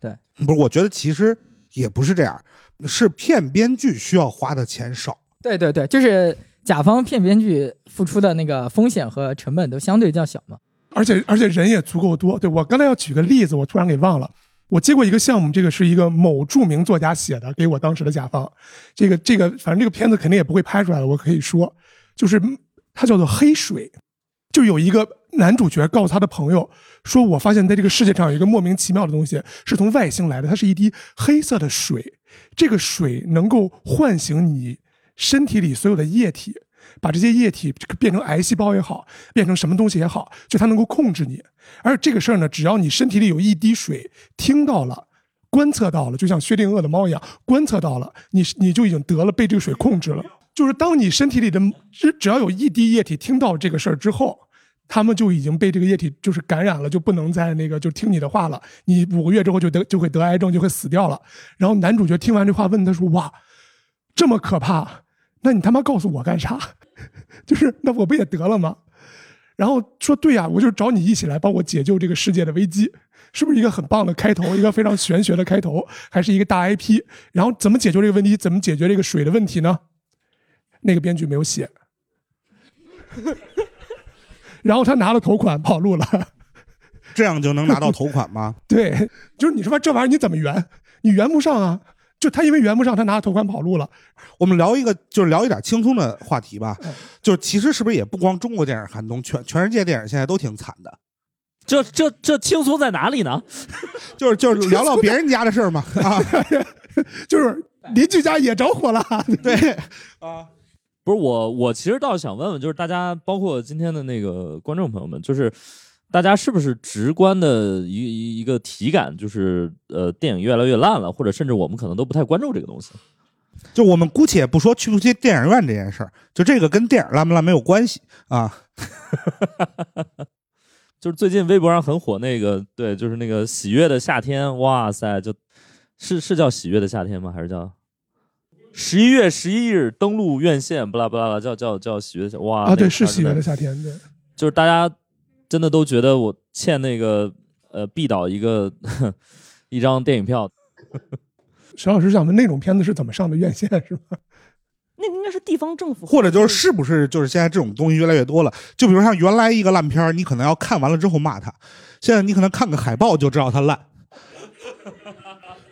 Speaker 2: 不是，我觉得其实也不是这样，是骗编剧需要花的钱少。
Speaker 4: 对对对，就是甲方骗编剧付出的那个风险和成本都相对较小嘛。
Speaker 5: 而且而且人也足够多。对我刚才要举个例子，我突然给忘了。我接过一个项目，这个是一个某著名作家写的，给我当时的甲方。这个这个，反正这个片子肯定也不会拍出来了，我可以说，就是它叫做《黑水》，就有一个男主角告诉他的朋友说：“我发现在这个世界上有一个莫名其妙的东西是从外星来的，它是一滴黑色的水，这个水能够唤醒你身体里所有的液体。”把这些液体变成癌细胞也好，变成什么东西也好，就它能够控制你。而这个事儿呢，只要你身体里有一滴水，听到了。观测到了，就像薛定谔的猫一样，观测到了，你你就已经得了被这个水控制了。就是当你身体里的只只要有一滴液体听到这个事儿之后，他们就已经被这个液体就是感染了，就不能再那个就听你的话了。你五个月之后就得就会得癌症，就会死掉了。然后男主角听完这话问他说：“哇，这么可怕？那你他妈告诉我干啥？ 就是那我不也得了吗？”然后说：“对呀、我就找你一起来帮我解救这个世界的危机，是不是一个很棒的开头？一个非常玄学的开头，还是一个大 IP？然后怎么解决这个问题？怎么解决这个水的问题呢？那个编剧没有写，然后他拿了头款跑路了。
Speaker 2: 这样就能拿到头款吗？
Speaker 5: 对，就是你说这玩意儿你怎么圆？你圆不上啊！就他因为圆不上，他 拿了头款跑路了。
Speaker 2: 我们聊一个，就是聊一点轻松的话题吧
Speaker 5: 嗯。
Speaker 2: 就是其实是不是也不光中国电影寒冬，全全世界电影现在都挺惨的。
Speaker 3: 这这这轻松在哪里呢？
Speaker 2: 就是就是聊聊别人家的事 儿嘛啊，
Speaker 5: 就是邻居家也着火了，
Speaker 2: 对，
Speaker 3: 不是我，我其实倒是想问问，就是大家，包括今天的那个观众朋友们，就是大家是不是直观的一一一个体感，就是呃，电影越来越烂了，或者甚至我们可能都不太关注这个东西。
Speaker 2: 就我们姑且不说去不去电影院这件事儿，就这个跟电影烂不烂没有关系啊。
Speaker 3: 就是最近微博上很火那个，对，就是那个《喜悦的夏天》，哇塞，就是是叫《喜悦的夏天》吗？还是叫十一月十一日登陆院线？不啦不啦啦，叫叫叫《喜悦的夏》哇
Speaker 5: 啊！对，
Speaker 3: 那个
Speaker 5: 是
Speaker 3: 片儿
Speaker 5: 喜
Speaker 3: 真
Speaker 5: 悦
Speaker 3: 的
Speaker 5: 的夏天，对，
Speaker 3: 就是大家真的都觉得我欠那个呃毕导一个一张电影票。
Speaker 5: 石老师想问，那种片子是怎么上的院线是吧？
Speaker 6: 那应该是地方政府，
Speaker 2: 或者就是是不是就是现在这种东西越来越多了？就比如像原来一个烂片儿，你可能要看完了之后骂它，现在你可能看个海报就知道它烂。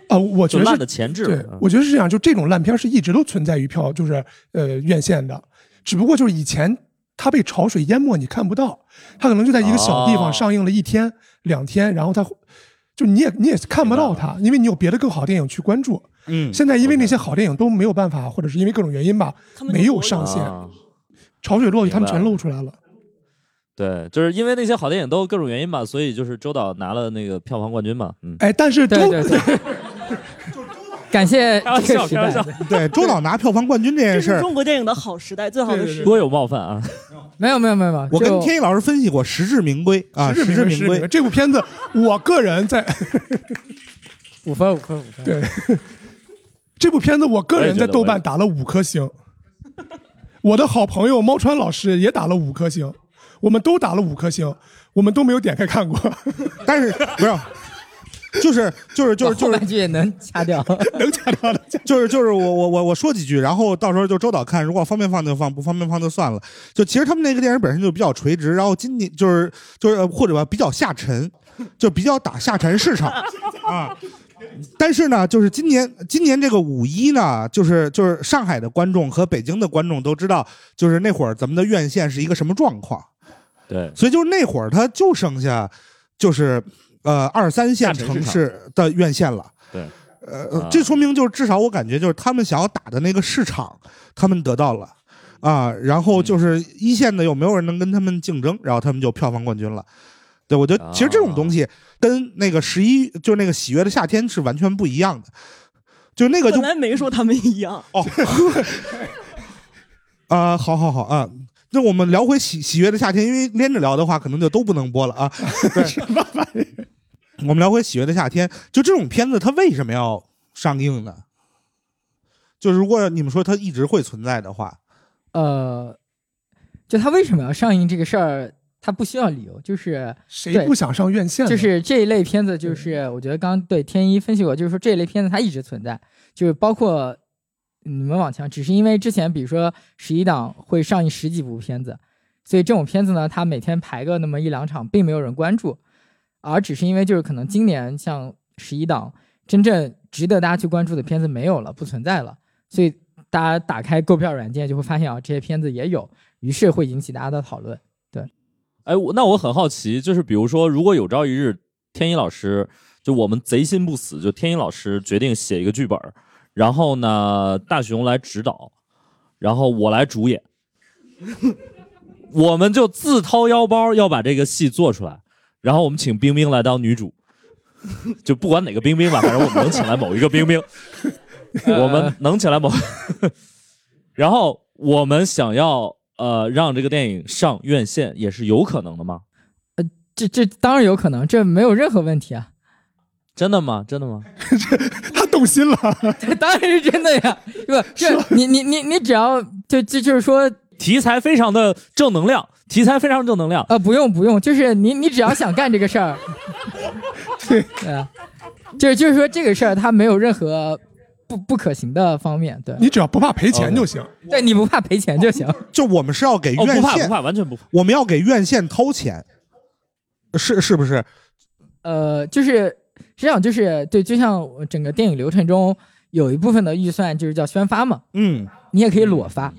Speaker 5: 啊，我觉得
Speaker 3: 就烂
Speaker 5: 是
Speaker 3: 的前置
Speaker 5: 对
Speaker 3: 了，，嗯
Speaker 5: 我觉得是这样，就这种烂片是一直都存在于票，就是呃院线的，只不过就是以前它被潮水淹没，你看不到，它可能就在一个小地
Speaker 3: 哦
Speaker 5: 方上映了一天、两天，然后它就你也你也看不到它，因为你有别的更好电影去关注。
Speaker 2: 嗯
Speaker 5: 现在因为那些好电影都没有办法，或者是因为各种原因吧，
Speaker 6: 他们就
Speaker 5: 没有
Speaker 6: 活跃
Speaker 5: 上线，
Speaker 3: 啊
Speaker 5: 潮水落去，他们
Speaker 3: 明白
Speaker 5: 全露出来了。
Speaker 3: 对，就是因为那些好电影都有各种原因吧，所以就是周导拿了那个票房冠军嘛。嗯，
Speaker 5: 哎，但是
Speaker 4: 对
Speaker 5: 周
Speaker 4: 对对，感谢
Speaker 3: 开玩
Speaker 4: 这
Speaker 3: 笑，
Speaker 4: 个时
Speaker 3: 开玩笑
Speaker 4: 代，，
Speaker 2: 对，周导拿票房冠军这
Speaker 6: 这
Speaker 2: 件事
Speaker 6: 是
Speaker 2: 儿，
Speaker 6: 中国电影的好时代，最好的
Speaker 5: 对对
Speaker 6: 时代。
Speaker 5: 对
Speaker 3: 多有冒犯啊！
Speaker 4: 没有没有没有没有，
Speaker 2: 我跟
Speaker 4: 就
Speaker 2: 天一老师分析过，实至名归啊，
Speaker 5: 实
Speaker 2: 实
Speaker 5: 至名
Speaker 2: 至
Speaker 5: 归
Speaker 2: 名
Speaker 5: 实至名归
Speaker 2: 归。
Speaker 5: 这部片子，我个人在
Speaker 4: 五分五分五分，
Speaker 5: 对 这部片子，我个人在豆
Speaker 3: 我也觉得我也
Speaker 5: 瓣打了五颗星。我的好朋友猫川老师也打了五颗星，我们都打了五颗星，我们都没有点开看过，
Speaker 2: 但是不是，就是就是就是
Speaker 4: 把后
Speaker 2: 就是
Speaker 4: 半句也能掐掉。
Speaker 5: 能假掉的。
Speaker 2: 就是就是我我我我说几句，然后到时候就周导看，如果方便放就放，不方便放就算了。就其实他们那个电影本身就比较垂直，然后今年就是就是呃或者吧比较下沉，就比较打下沉市场 啊。但是呢，就是今年今年这个五一呢，就是就是上海的观众和北京的观众都知道，就是那会儿咱们的院线是一个什么状况，
Speaker 3: 对，
Speaker 2: 所以就是那会儿它就剩下就是呃二三线
Speaker 3: 下沉市
Speaker 2: 城
Speaker 3: 场
Speaker 2: 市的院线了。
Speaker 3: 对，
Speaker 2: 呃
Speaker 3: 啊，
Speaker 2: 这说明就是至少我感觉就是他们想要打的那个市场，他们得到了。啊，然后就是一线的有没有人能跟他们竞争，然后他们就票房冠军了。对，我觉得其实这种东西跟那个十一，就是那个喜悦的夏天是完全不一样的，就那个就哦
Speaker 6: 本来没说他们一样，
Speaker 2: 啊、好好好啊。那我们聊回喜喜悦的夏天，因为连着聊的话，可能就都不能播了啊。 对，我们聊回喜悦的夏天，就这种片子它为什么要上映呢？就是如果你们说它一直会存在的话，
Speaker 4: 呃，就他为什么要上映这个事儿，他不需要理由，就是
Speaker 5: 谁不想上院线呢？
Speaker 4: 就是这一类片子，就是我觉得刚刚对天一分析过，就是说这一类片子它一直存在，就是包括你们往前，只是因为之前比如说十一档会上映十几部片子，所以这种片子呢，它每天排个那么一两场，并没有人关注，而只是因为就是可能今年像十一档真正值得大家去关注的片子没有了，不存在了，所以大家打开购票软件就会发现啊，这些片子也有，于是会引起大家的讨论。
Speaker 3: 哎，我那我很好奇，就是比如说，如果有朝一日天一老师，就我们贼心不死，就天一老师决定写一个剧本儿，然后呢，大熊来指导，然后我来主演， 我们就自掏腰包要把这个戏做出来，然后我们请冰冰来当女主， 就不管哪个冰冰吧，反正我们能请来某一个冰冰，我们能请来某， 然后我们想要呃让这个电影上院线也是有可能的吗？
Speaker 4: 这这当然有可能，这没有任何问题啊，
Speaker 3: 真的吗？真的吗？
Speaker 5: 他动 心了，
Speaker 4: 这当然是真的 呀，不是你你你你只要就就就是说
Speaker 3: 题材非常的正能量，题材非常正能量。
Speaker 4: 呃不用不用，就是你你只要想干这个事儿，
Speaker 5: 对
Speaker 4: 对啊，就是就是说这个事儿它没有任何不不可行的方面，对啊
Speaker 5: 你只要不怕赔钱就行。
Speaker 4: 对，你不怕赔钱就行，
Speaker 2: 哦就我们是要给
Speaker 3: 哦，不
Speaker 2: 院
Speaker 3: 怕不
Speaker 2: 线，
Speaker 3: 怕，完全不怕。
Speaker 2: 我们要给院线掏钱，是是不是？
Speaker 4: 呃，就是实际上就是对，就像我整个电影流程中有一部分的预算就是叫宣发嘛，
Speaker 2: 嗯，
Speaker 4: 你也可以裸发，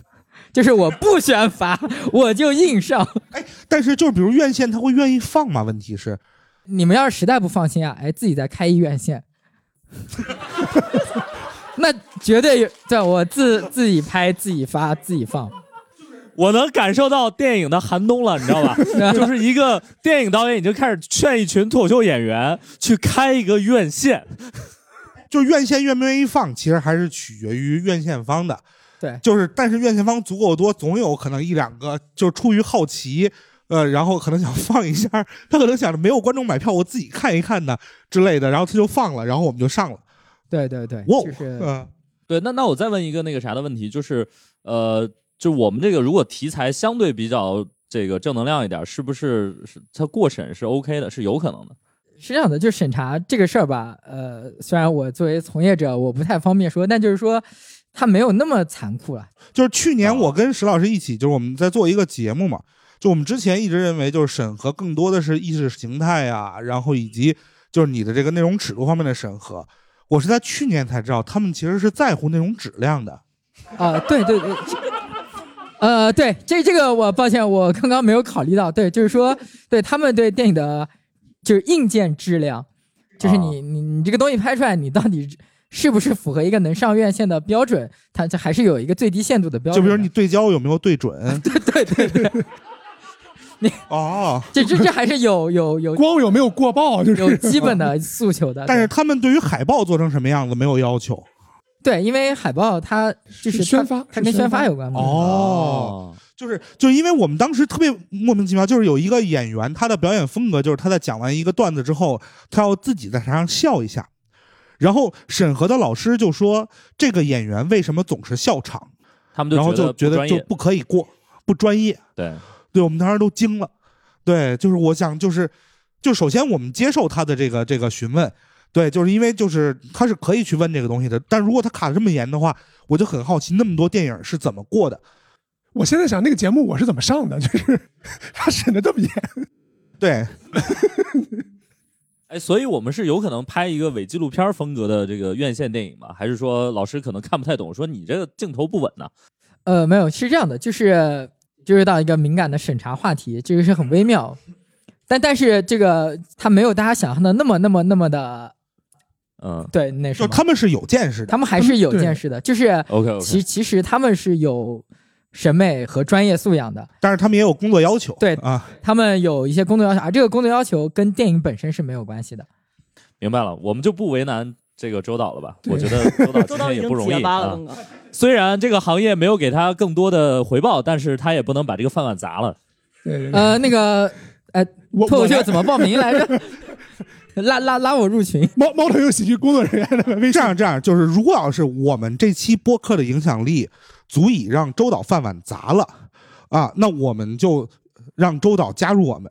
Speaker 4: 就是我不宣发，我就硬上。
Speaker 2: 哎但是就是比如院线他会愿意放吗？问题是，
Speaker 4: 你们要是实在不放心啊，哎，自己再开一院线， 那绝对有。对我自自己拍、自己发、自己放，
Speaker 3: 我能感受到电影的寒冬了，你知道吧？就是一个电影导演已经开始劝一群脱口秀演员去开一个院线。
Speaker 2: 就是院线愿不愿意放，其实还是取决于院线方的。
Speaker 4: 对
Speaker 2: 就是但是院线方足够多，总有可能一两个就是出于好奇，呃，然后可能想放一下，他可能想着没有观众买票，我自己看一看呢之类的，然后他就放了，然后我们就上了。
Speaker 4: 对对对，
Speaker 2: 哇、
Speaker 4: 就是
Speaker 2: 呃
Speaker 3: 对，那那我再问一个那个啥的问题，就是呃，就我们这个如果题材相对比较这个正能量一点，是不是是他过审是 OK 的，是有可能的。
Speaker 4: 是这样的，就是审查这个事儿吧，呃，虽然我作为从业者我不太方便说，但就是说它没有那么残酷了。
Speaker 2: 就是去
Speaker 4: 啊
Speaker 2: 年我跟石老师一起，就是我们在做一个节目嘛，就我们之前一直认为，就是审核更多的是意识形态啊，然后以及就是你的这个内容尺度方面的审核。我是在去年才知道，他们其实是在乎内容质量的。
Speaker 4: 啊、对对对，这呃，对这这个我抱歉，我刚刚没有考虑到，对，就是说对他们对电影的，就是硬件质量，就是
Speaker 5: 啊
Speaker 4: 你、你你这个东西拍出来，你到底是不是符合一个能上院线的标准，它它还是有一个最低限度的标
Speaker 2: 就
Speaker 4: 准
Speaker 2: 比
Speaker 4: 的。
Speaker 2: 如你对焦有没有 对准？对对对
Speaker 4: 你
Speaker 2: 哦，
Speaker 4: 这这这还是有有有
Speaker 5: 光有没有过曝，就是
Speaker 4: 有基本的诉求的。
Speaker 2: 但是他们对于海报做成什么样子没有要求。
Speaker 4: 对，因为海报它就是
Speaker 5: 是宣发
Speaker 4: 它它
Speaker 5: 是
Speaker 4: 跟
Speaker 5: 宣
Speaker 4: 宣发
Speaker 5: 发
Speaker 4: 有关嘛。
Speaker 2: 哦，就是就是因为我们当时特别莫名其妙，就是有一个演员，他的表演风格就是他在讲完一个段子之后，他要自己在台上笑一下，然后审核的老师就说这个演员为什么总是笑场，
Speaker 3: 他们就
Speaker 2: 然后就觉
Speaker 3: 不
Speaker 2: 得
Speaker 3: 专
Speaker 2: 就
Speaker 3: 业，
Speaker 2: 不可以过，不专业。
Speaker 3: 对，
Speaker 2: 对我们当时都惊了，对，就是我想就是就首先我们接受他的这个这个询问。对，就是因为就是他是可以去问这个东西的，但如果他卡的这么严的话，我就很好奇那么多电影是怎么过的。
Speaker 5: 我现在想那个节目我是怎么上的，就是 他审的这么严，
Speaker 2: 对，
Speaker 3: 哎，所以我们是有可能拍一个伪纪录片风格的这个院线电影吗？还是说老师可能看不太懂，说你这个镜头不稳呢、
Speaker 4: 呃，没有，是这样的，就是就是到一个敏感的审查话题，这个是很微妙，但但是这个它没有大家想象的那么那么那么的
Speaker 3: 嗯
Speaker 4: 对那什
Speaker 2: 就
Speaker 4: 么，
Speaker 2: 他们是有见识的。
Speaker 4: 他们还是有
Speaker 5: 嗯对
Speaker 4: 见识的，就是
Speaker 3: ，OK OK，
Speaker 4: 其其实他们是有审美和专业素养的，
Speaker 2: 但是他们也有工作要求。
Speaker 4: 对
Speaker 2: 啊，
Speaker 4: 他们有一些工作要求，而这个工作要求跟电影本身是没有关系的。
Speaker 3: 明白了，我们就不为难这个周导了吧？
Speaker 5: 对
Speaker 3: 我觉得周 导
Speaker 6: 周
Speaker 3: 今
Speaker 6: 导
Speaker 3: 天
Speaker 6: 已
Speaker 3: 也
Speaker 6: 经
Speaker 3: 不容
Speaker 6: 结
Speaker 3: 易
Speaker 6: 巴了，
Speaker 3: 啊
Speaker 6: 刚。刚。
Speaker 3: 虽然这个行业没有给他更多的回报，但是他也不能把这个饭碗砸了。
Speaker 5: 对对对
Speaker 4: 呃，那个呃
Speaker 5: 我
Speaker 4: 脱口
Speaker 5: 我
Speaker 4: 秀
Speaker 5: 来
Speaker 4: 怎么报名来 着？ 拉拉拉我入群。
Speaker 5: 猫猫头鹰喜剧工作人员的微
Speaker 2: 这
Speaker 5: 信，
Speaker 2: 样这样，就是如果要是我们这期播客的影响力足以让周导饭碗砸了啊，那我们就让周导加入我们。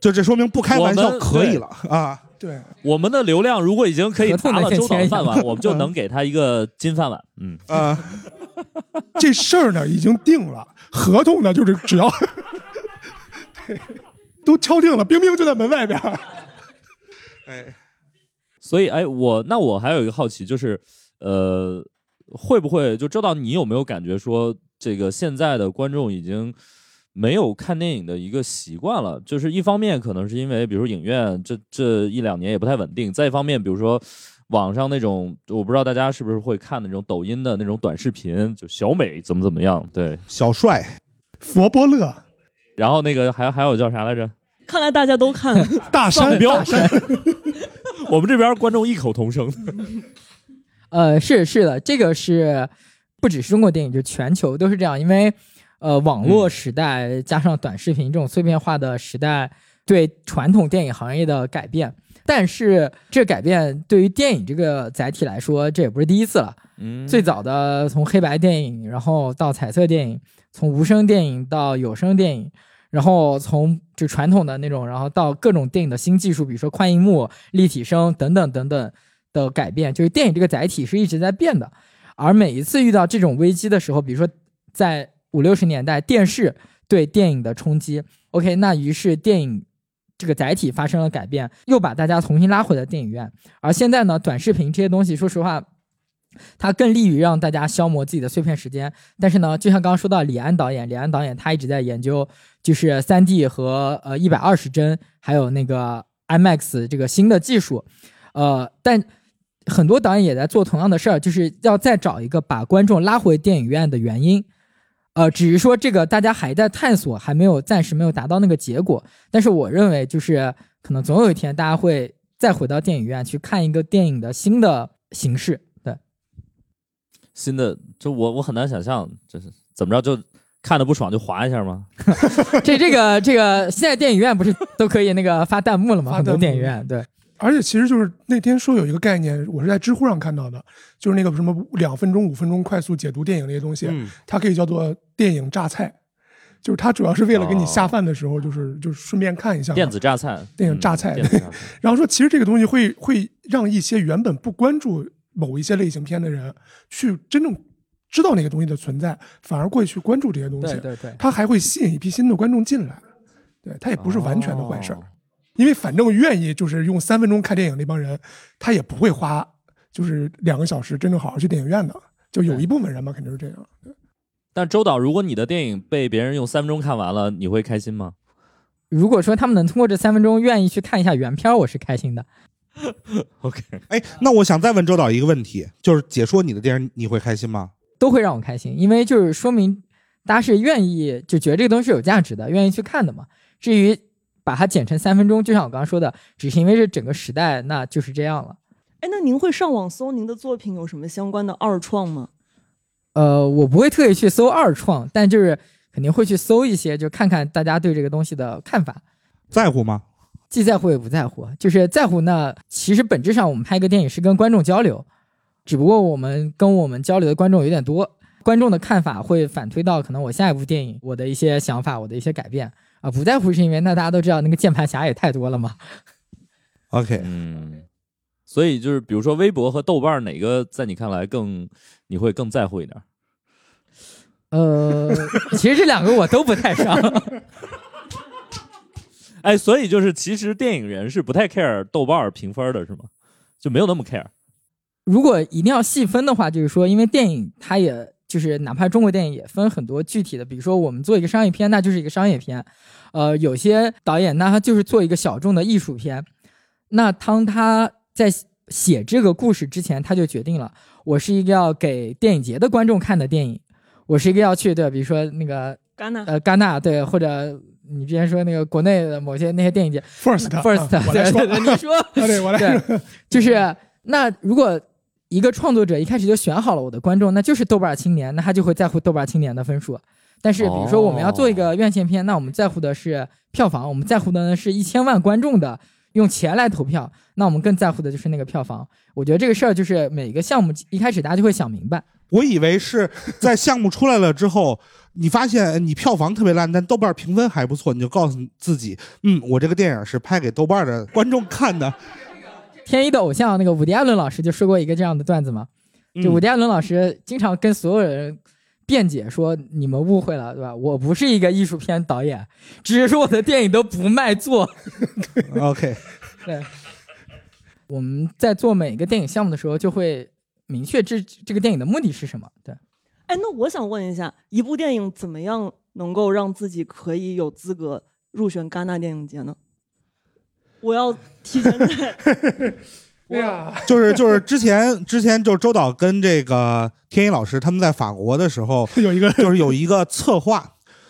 Speaker 2: 就这说明不开玩
Speaker 3: 我
Speaker 2: 笑
Speaker 3: 们
Speaker 2: 可以了 啊！
Speaker 5: 对
Speaker 3: 我们的流量如果已经可以砸了周导的饭碗，我们就能给他一个 金饭碗。嗯，
Speaker 2: 呃，
Speaker 5: 这事儿呢已经定了，合同呢就是只要 对都敲定了，冰冰就在门外边儿。
Speaker 2: 哎，
Speaker 3: 所以哎，我那我还有一个好奇就是，呃，会不会就周导你有没有感觉说，这个现在的观众已经没有看电影的一个习惯了？就是一方面可能是因为，比如说影院这这一两年也不太稳定，再一方面，比如说。网上那种，我不知道大家是不是会看那种抖音的那种短视频，就小美怎么怎么样，对，
Speaker 2: 小帅，
Speaker 5: 佛波勒、
Speaker 3: 然后那个还还有叫啥来着？
Speaker 6: 看来大家都看了，
Speaker 5: 大山
Speaker 3: 标，我们这边观众异口同声。
Speaker 4: 呃，是是的，这个是不只是中国电影，就全球都是这样，因为呃，网络时代加上短视频这种碎片化的时代，对传统电影行业的改变。但是这改变对于电影这个载体来说，这也不是第一次了。
Speaker 3: 嗯
Speaker 4: 最早的从黑白电影，然后到彩色电影，从无声电影到有声电影，然后从就传统的那种，然后到各种电影的新技术，比如说宽银幕、立体声等等等等的改变，就是电影这个载体是一直在变的。而每一次遇到这种危机的时候，比如说在五六十年代电视对电影的冲击，OK，那于是电影这个载体发生了改变，又把大家重新拉回了电影院。而现在呢，短视频这些东西，说实话，它更利于让大家消磨自己的碎片时间。但是呢，就像刚刚说到李安导演，李安导演他一直在研究就是三 D 和呃一百二十帧，还有那个 IMAX 这个新的技术，呃，但。很多导演也在做同样的事儿，就是要再找一个把观众拉回电影院的原因。呃，只是说这个大家还在探索，还没有暂时没有达到那个结果。但是我认为，就是可能总有一天大家会再回到电影院去看一个电影的新的形式。对，
Speaker 3: 新的，就我我很难想象，这是怎么着就看的不爽就划一下吗？
Speaker 4: 这这个这个现在电影院不是都可以那个发弹幕了吗？
Speaker 5: 发
Speaker 4: 很多
Speaker 5: 弹幕
Speaker 4: 电影院对，
Speaker 5: 而且其实就是那天说有一个概念，我是在知乎上看到的，就是那个
Speaker 3: 嗯
Speaker 5: 什么两分钟、五分钟快速解读电影那些东西，它可以叫做电影榨菜。就是它主要是为了给你
Speaker 3: 哦
Speaker 5: 下饭的时候，就是就是顺便看一下嘛
Speaker 3: 电子榨菜，
Speaker 5: 电子
Speaker 3: 嗯
Speaker 5: 榨菜
Speaker 3: 电子榨菜，
Speaker 5: 然后说，其实这个东西会会让一些原本不关注某一些类型片的人，去真正知道那个东西的存在，反而会去关注这些东
Speaker 7: 啊
Speaker 4: 对
Speaker 5: 西。
Speaker 4: 对对，
Speaker 5: 它还会吸引一批新的观众进来，对，它也不是完全的坏事儿。
Speaker 3: 哦
Speaker 5: 因为反正愿意就是用三分钟看电影那帮人，他也不会花就是两个小时真正好好去电影院的。就有一部分人嘛，肯定是这样。啊
Speaker 3: 但周导，如果你的电影被别人用三分钟看完了，你会开心吗？
Speaker 4: 如果说他们能通过这三分钟愿意去看一下原片儿，我是开心的。
Speaker 2: 哎，那我想再问周导一个问题，就是解说你的电影，你会开心吗？
Speaker 4: 都会让我开心，因为就是说明大家是愿意就觉得这个东西是有价值的，愿意去看的嘛。至于把它剪成三分钟，就像我刚刚说的，只是因为这整个时代那就是这样了。
Speaker 6: 哎，那您会上网搜您的作品有什么相关的二创吗？
Speaker 4: 呃，我不会特意去搜二创，但就是肯定会去搜一些，就看看大家对这个东西的看法，
Speaker 2: 在乎吗？
Speaker 4: 既在乎也不在乎。就是在乎那其实本质上我们拍一个电影是跟观众交流，只不过我们跟我们交流的观众有点多，观众的看法会反推到可能我下一部电影我的一些想法，我的一些改变啊，不在乎是因为那大家都知道那个键盘侠也太多了嘛，
Speaker 2: OK，
Speaker 3: 嗯，所以就是比如说微博和豆瓣儿哪个在你看来更你会更在乎一点儿？
Speaker 4: 呃， 其实这两个我都不太上，
Speaker 3: 哎，所以就是其实电影人是不太 care 豆瓣儿评分的，是吗？就没有那么 care。
Speaker 4: 如果一定要细分的话，就是说，因为电影它也就是哪怕中国电影也分很多具体的，比如说我们做一个商业片，那就是一个商业片，呃，有些导演那他就是做一个小众的艺术片，那当他在写这个故事之前，他就决定了，我是一个要给电影节的观众看的电影，我是一个要去对，比如说那个
Speaker 6: 戛
Speaker 8: 嗯
Speaker 6: 纳，
Speaker 4: 呃戛纳对，或者你之前说那个国内的某些那些电影节
Speaker 5: First，
Speaker 4: first，
Speaker 5: 啊我来
Speaker 4: 对
Speaker 5: 说，
Speaker 4: 对对，你说。
Speaker 5: 啊，对我来说，
Speaker 4: 对，就是那如果一个创作者一开始就选好了我的观众，那就是豆瓣儿青年，那他就会在乎豆瓣儿青年的分数。但是比如说我们要做一
Speaker 5: 哦
Speaker 4: 个院线片，那我们在乎的是票房，我们在乎的呢是一千万观众的用钱来投票，那我们更在乎的就是那个票房。我觉得这个事儿就是每个项目一开始大家就会想明白，
Speaker 2: 我以为是在项目出来了之后，你发现呃你票房特别烂，但豆瓣评分还不错，你就告诉自己，嗯，我这个电影是拍给豆瓣的观众看的。
Speaker 4: 天一的偶像那个伍迪·艾伦老师就说过一个这样的段子嘛，就伍
Speaker 2: 嗯
Speaker 4: 迪·艾伦老师经常跟所有人辩解说：“你们误会了，对吧？我不是一个艺术片导演，只是我的电影都不卖座。
Speaker 2: OK，”
Speaker 4: 我们在做每个电影项目的时候，就会明确这这个电影的目的是什么。对，
Speaker 6: 哎，那我想问一下，一部电影怎么样能够让自己可以有资格入选戛纳电影节呢？我要提 前在
Speaker 5: 哎呀，
Speaker 2: 就是就是之前之前就是周导跟这个天一老师他们在法国的时候，
Speaker 5: 有一个
Speaker 2: 就是有一个策划，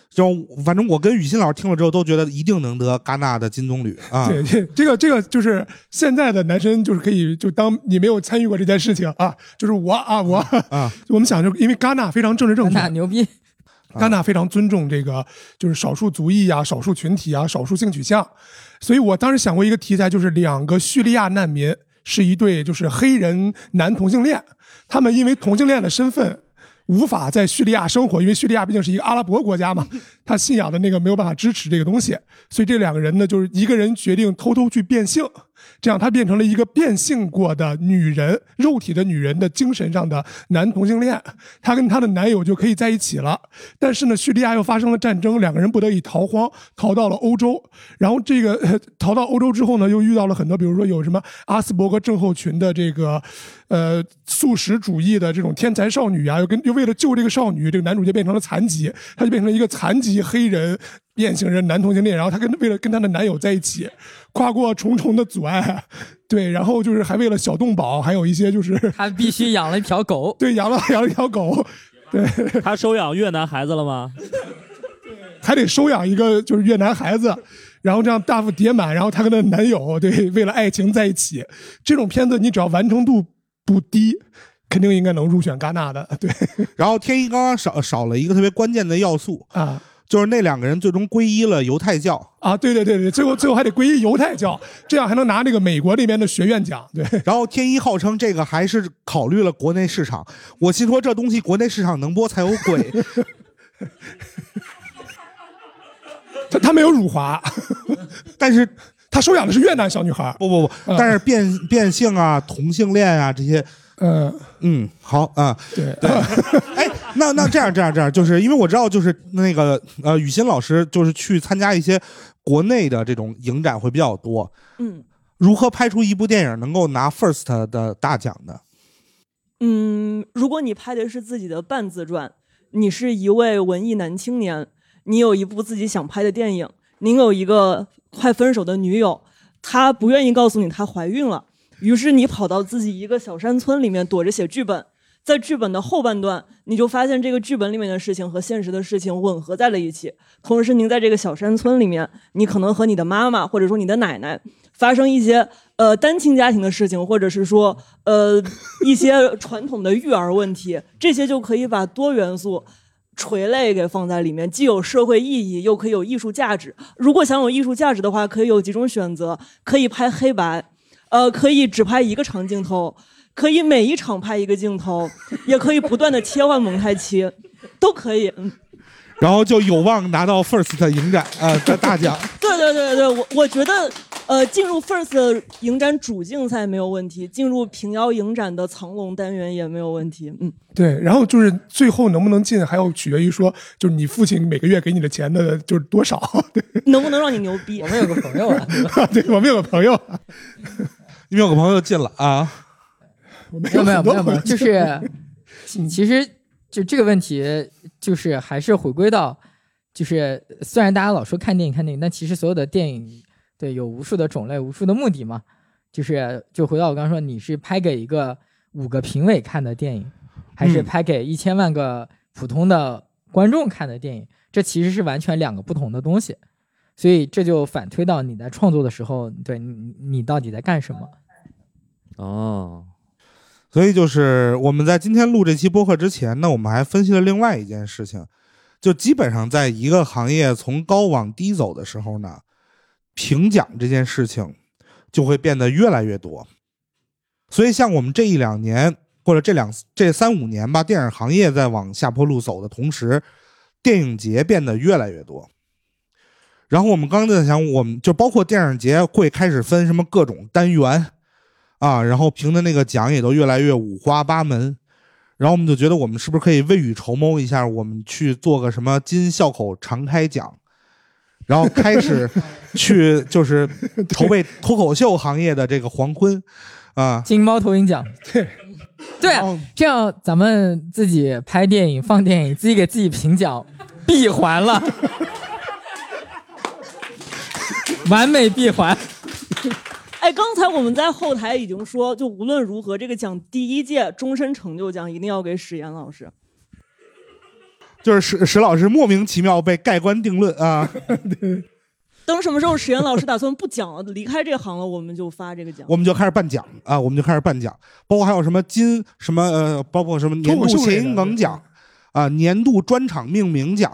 Speaker 2: 就反正我跟雨欣老师听了之后都觉得一定能得戛纳的金棕榈啊。
Speaker 5: 对，这这个这个就是现在的男生，就是可以就当你没有参与过这件事情啊，就是我啊我
Speaker 2: 啊，
Speaker 5: 我们 想就因为戛纳非常政治正确，
Speaker 4: 那牛逼，
Speaker 5: 戛纳非常尊重这个就是少数族裔啊、少数群体啊、少数性取向，所以我当时想过一个题材，就是两个叙利亚难民是一对就是黑人男同性恋，他们因为同性恋的身份。无法在叙利亚生活，因为叙利亚毕竟是一个阿拉伯国家嘛，他信仰的那个没有办法支持这个东西，所以这两个人呢，就是一个人决定偷偷去变性，这样他变成了一个变性过的女人，肉体的女人的精神上的男同性恋，她跟她的男友就可以在一起了。但是呢，叙利亚又发生了战争，两个人不得已逃荒，逃到了欧洲。然后这个、 呃逃到欧洲之后呢，又遇到了很多，比如说有什么阿斯伯格症候群的这个，呃，素食主义的这种天才少女啊，又跟又为了救这个少女，这个男主角变成了残疾，他就变成了一个残疾黑人变性人男同性恋，然后他跟为了跟她的男友在一起，跨过重重的阻碍， 对，然后就是还为了小动保，还有一些就是。
Speaker 4: 他必须养了一条狗
Speaker 5: 对养了养了一条狗，
Speaker 3: 他收养越南孩子了吗？
Speaker 5: 还得收养一个就是越南孩子，然后这样大腹叠满，然后她跟她的男友对为了爱情在一起，这种片子你只要完成度不低，肯定应该能入选戛纳的。 对
Speaker 2: 然后天一刚刚少少了一个特别关键的要素，
Speaker 5: 啊
Speaker 2: 就是那两个人最终皈依了犹太教，
Speaker 5: 啊，对对对对，最后最后还得皈依犹太教，这样还能拿那个美国那边的学院奖。对，
Speaker 2: 然后天一号称这个还是考虑了国内市场， 我心说这东西国内市场能播才有鬼。
Speaker 5: 她她没有辱华，
Speaker 2: 但是
Speaker 5: 她收养的是越南小女孩。
Speaker 2: 不不不，
Speaker 5: 嗯
Speaker 2: 但是变变性啊、同性恋啊这些，
Speaker 5: 嗯，
Speaker 2: 嗯，好啊，
Speaker 5: 对，
Speaker 2: 哎，那那这样这样这样，就是因为我知道，就是那个呃，雨欣老师就是去参加一些国内的这种影展会比较多。
Speaker 6: 嗯
Speaker 2: 如何拍出一部电影能够拿 First 的大奖的？
Speaker 6: 嗯，如果你拍的是自己的半自传，你是一位文艺男青年，你有一部自己想拍的电影，您有一个快分手的女友，她不愿意告诉你她怀孕了，于是你跑到自己一个小山村里面躲着写剧本。在剧本的后半段，你就发现这个剧本里面的事情和现实的事情吻合在了一起。同时，您在这个小山村里面，你可能和你的妈妈或者说你的奶奶发生一些呃单亲家庭的事情，或者是说呃一些传统的育儿问题，这些就可以把多元素。垂类给放在里面，既有社会意义，又可以有艺术价值。如果想有艺术价值的话，可以有几种选择：可以拍黑白，呃，可以只拍一个长镜头，可以每一场拍一个镜头， 也可以不断的切换蒙太奇，都可以。嗯，
Speaker 2: 然后就有望拿到 First 的影展呃的大奖。
Speaker 6: 对对对对，我我觉得，呃，进入 First 影展主竞赛没有问题，进入平遥影展的藏龙单元也没有问题。嗯，
Speaker 5: 对，然后就是最后能不能进，还要取决于说，就是你父亲每个月给你的钱的，就是多少。
Speaker 6: 能不能让你牛逼
Speaker 4: 我？们有个朋友啊，
Speaker 5: 对 我们有个朋友，
Speaker 2: 因为有个朋友进了啊，
Speaker 5: 我们
Speaker 4: 没有没有
Speaker 5: 很
Speaker 4: 没
Speaker 5: 多
Speaker 4: 有没
Speaker 5: 朋
Speaker 4: 有，
Speaker 5: 友
Speaker 4: 就是其实就这个问题，就是还是回归到，就是虽然大家老说看电影看电影，但其实所有的电影对有无数的种类、无数的目的嘛。就是就回到我刚刚说，你是拍给一个五个评委看的电影，还是
Speaker 2: 嗯
Speaker 4: 拍给一千万个普通的观众看的电影？这其实是完全两个不同的东西。所以这就反推到你在创作的时候，对你你你到底在干什么？
Speaker 1: 哦，
Speaker 2: 所以就是我们在今天录这期播客之前呢，我们还分析了另外一件事情，就基本上在一个行业从高往低走的时候呢，评奖这件事情就会变得越来越多。所以像我们这一两年或者这两这三五年吧，电影行业在往下坡路走的同时，电影节变得越来越多。然后我们刚刚在想，我们就包括电影节会开始分什么各种单元，啊，然后评的那个奖也都越来越五花八门，然后我们就觉得我们是不是可以未雨绸缪一下，我们去做个什么金笑口常开奖，然后开始去就是筹备脱口秀行业的这个黄昏啊，
Speaker 4: 金猫投影奖，对啊，这样咱们自己拍电影、放电影，自己给自己评奖，闭环 了，完美闭环。
Speaker 6: 哎，刚才我们在后台已经说，就无论如何，这个奖第一届终身成就奖一定要给史岩老师。
Speaker 2: 就是史史老师莫名其妙被盖棺定论啊，
Speaker 6: 等什么时候史岩老师打算不讲了，离开这行了，我们就发这个奖。
Speaker 2: 我们就开始办奖啊，我们就开始办奖，包括还有什么金什么呃，包括什么年
Speaker 5: 脱口
Speaker 2: 度
Speaker 5: 秀类
Speaker 2: 谐
Speaker 5: 的
Speaker 2: 音梗奖啊、年度专场命名奖、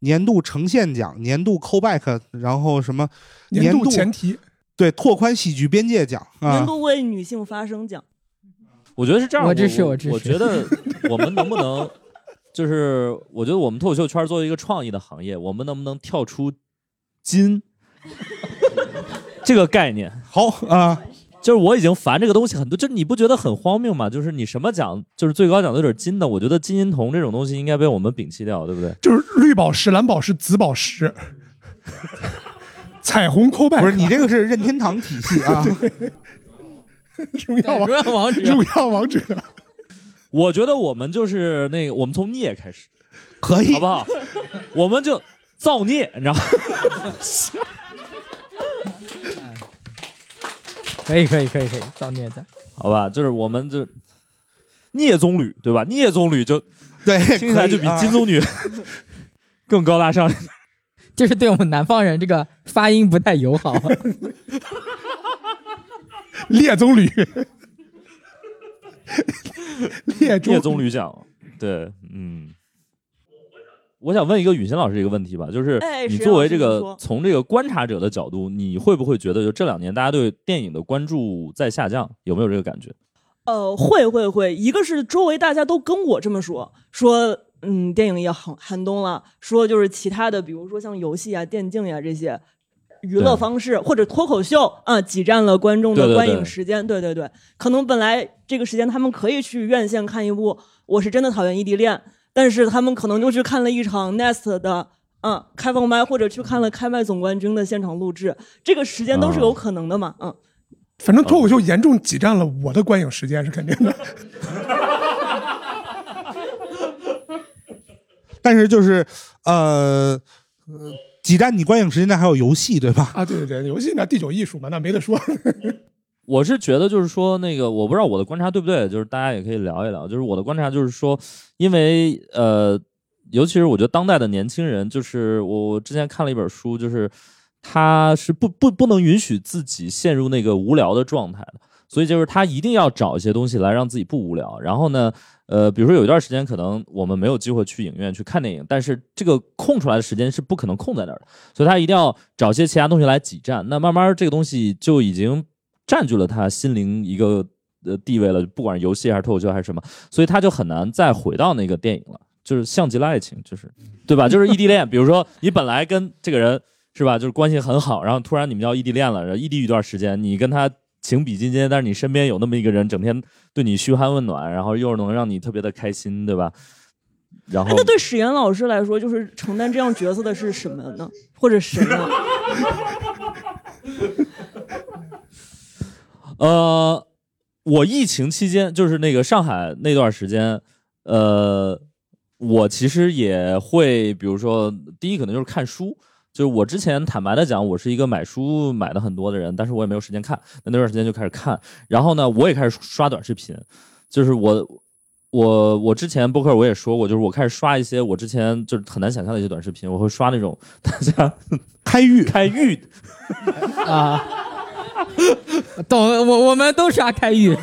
Speaker 2: 年度呈现奖、年度 callback，然后什么
Speaker 5: 年
Speaker 2: 年
Speaker 5: 度
Speaker 2: 度
Speaker 5: 前提，
Speaker 2: 对拓宽喜剧边界奖
Speaker 6: 年
Speaker 2: 啊，
Speaker 6: 度为女性发声奖，
Speaker 3: 我觉得是这样，
Speaker 4: 我
Speaker 3: 我
Speaker 4: 支持我
Speaker 3: 我
Speaker 4: 支持
Speaker 3: 我觉得我们能不能，就是我觉得我们脱口秀圈作为一个创意的行业，我们能不能跳出“金” 这个概念？
Speaker 2: 好啊，
Speaker 3: 就是我已经烦这个东西很多，就是你不觉得很荒谬吗？就是你什么奖，就是最高奖都有点金的，我觉得金银铜这种东西应该被我们摒弃掉，对不对？
Speaker 5: 就是绿宝石、蓝宝石、紫宝石，彩虹扣拜，
Speaker 2: 不是你这个是任天堂体系 啊，
Speaker 5: 荣耀王
Speaker 4: 主任王者
Speaker 5: 荣耀王者，
Speaker 3: 我觉得我们就是那个，我们从孽开始，
Speaker 2: 可以
Speaker 3: 好不好？我们就造孽，你知道吗？
Speaker 4: 可以可以可以可以，造孽的。
Speaker 3: 好吧，就是我们就聂棕榈，对吧？聂棕榈就
Speaker 2: 对，
Speaker 3: 听起来就比
Speaker 2: 可以啊
Speaker 3: 金棕榈 更高大上。
Speaker 4: 就是对我们南方人这个发音不太友 好，
Speaker 5: 列棕榈，列
Speaker 3: 聂
Speaker 5: 棕
Speaker 3: 棕榈奖，对，嗯。我想问一个雨欣老师一个问题吧，就是
Speaker 6: 哎
Speaker 3: 你
Speaker 6: 石
Speaker 3: 作为
Speaker 6: 老师
Speaker 3: 这
Speaker 6: 你说
Speaker 3: 个从这个观察者的角度，你会不会觉得就这两年大家对电影的关注在下降，有没有这个感觉？
Speaker 6: 呃，会会会，一个是周围大家都跟我这么说，说嗯，电影也寒寒冬了，说就是其他的，比如说像游戏啊、电竞呀、这些娱乐
Speaker 3: 对
Speaker 6: 方式，或者脱口秀啊，挤占了观众
Speaker 3: 对
Speaker 6: 的
Speaker 3: 对
Speaker 6: 观
Speaker 3: 对
Speaker 6: 影时间。对对对可能本来这个时间他们可以去院线看一部《我是真的讨厌异地恋》，但是他们可能就去看了一场 Nest 的。嗯，开放麦或者去看了开麦总冠军的现场录制，这个时间都是
Speaker 3: 啊
Speaker 6: 有可能的嘛？嗯，
Speaker 5: 反正脱口秀严重挤占了我的观影时间是肯定的。
Speaker 2: 但是就是呃，呃挤占你观影时间的还有游戏，对 吧？
Speaker 5: 啊，对对对，游戏那第九艺术嘛，那没得说。
Speaker 3: 我是觉得就是说，那个我不知道我的观察对不对，就是大家也可以聊一聊。就是我的观察就是说，因为呃，尤其是我觉得当代的年轻人，就是我之前看了一本书，就是他是不不不能允许自己陷入那个无聊的状态的，所以就是他一定要找一些东西来让自己不无聊。然后呢，呃，比如说有一段时间可能我们没有机会去影院去看电影，但是这个空出来的时间是不可能空在那儿的，所以他一定要找些其他东西来挤占。那慢慢这个东西就已经占据了他心灵一个呃地位了，不管是游戏还是脱口秀还是什么，所以他就很难再回到那个电影了，就是像极了爱情，就是对吧？就是异地恋，比如说你本来跟这个人是吧，就是关系很好，然后突然你们要异地恋了，然后异地一段时间，你跟他。情比金坚，但是你身边有那么一个人，整天对你嘘寒问暖，然后又能让你特别的开心，对吧？然后
Speaker 6: 哎那对史岩老师来说，就是承担这样角色的是什么呢？或者谁呢？
Speaker 3: 呃，我疫情期间就是那个上海那段时间，呃，我其实也会，比如说第一可能就是看书。就是我之前坦白的讲，我是一个买书买的很多的人，但是我也没有时间看。那那段时间就开始看，然后呢，我也开始刷短视频。就是我，我，我之前播客我也说过，就是我开始刷一些我之前就是很难想象的一些短视频，我会刷那种 大家
Speaker 2: 开狱
Speaker 3: 开狱
Speaker 4: 啊。懂，我我们都刷开 浴，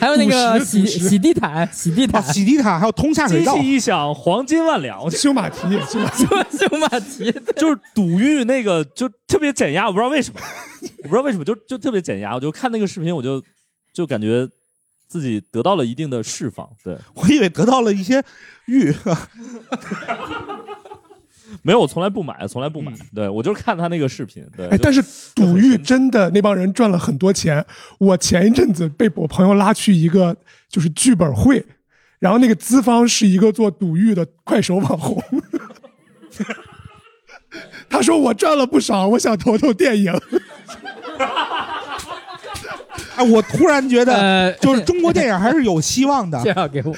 Speaker 4: 还有那个洗洗地毯、洗地
Speaker 2: 啊，
Speaker 4: 毯、
Speaker 2: 洗地毯还有通下水
Speaker 3: 机
Speaker 2: 道，
Speaker 3: 器一响，黄金万两，
Speaker 5: 修马蹄，修马蹄，
Speaker 4: 修 修马蹄，
Speaker 3: 就是赌玉那个就特别减压，我不知道为什么，我不知道为什么就就特别减压，我就看那个视频，我就就感觉自己得到了一定的释放。对，
Speaker 2: 我以为得到了一些玉，
Speaker 3: 没有，我从来不买，从来不买。对我就是看他那个视频。
Speaker 2: 呃
Speaker 3: 对，
Speaker 5: 哎，
Speaker 3: 就
Speaker 5: 但是赌玉真的那帮人赚了很多钱。我前一阵子被我朋友拉去一个就是剧本会，然后那个资方是一个做赌玉的快手网红， 他说我赚了不少，我想投投电影。
Speaker 2: 哎，我突然觉
Speaker 4: 呃
Speaker 2: 得就是中国电影还是有希望 的
Speaker 4: 介。绍给我。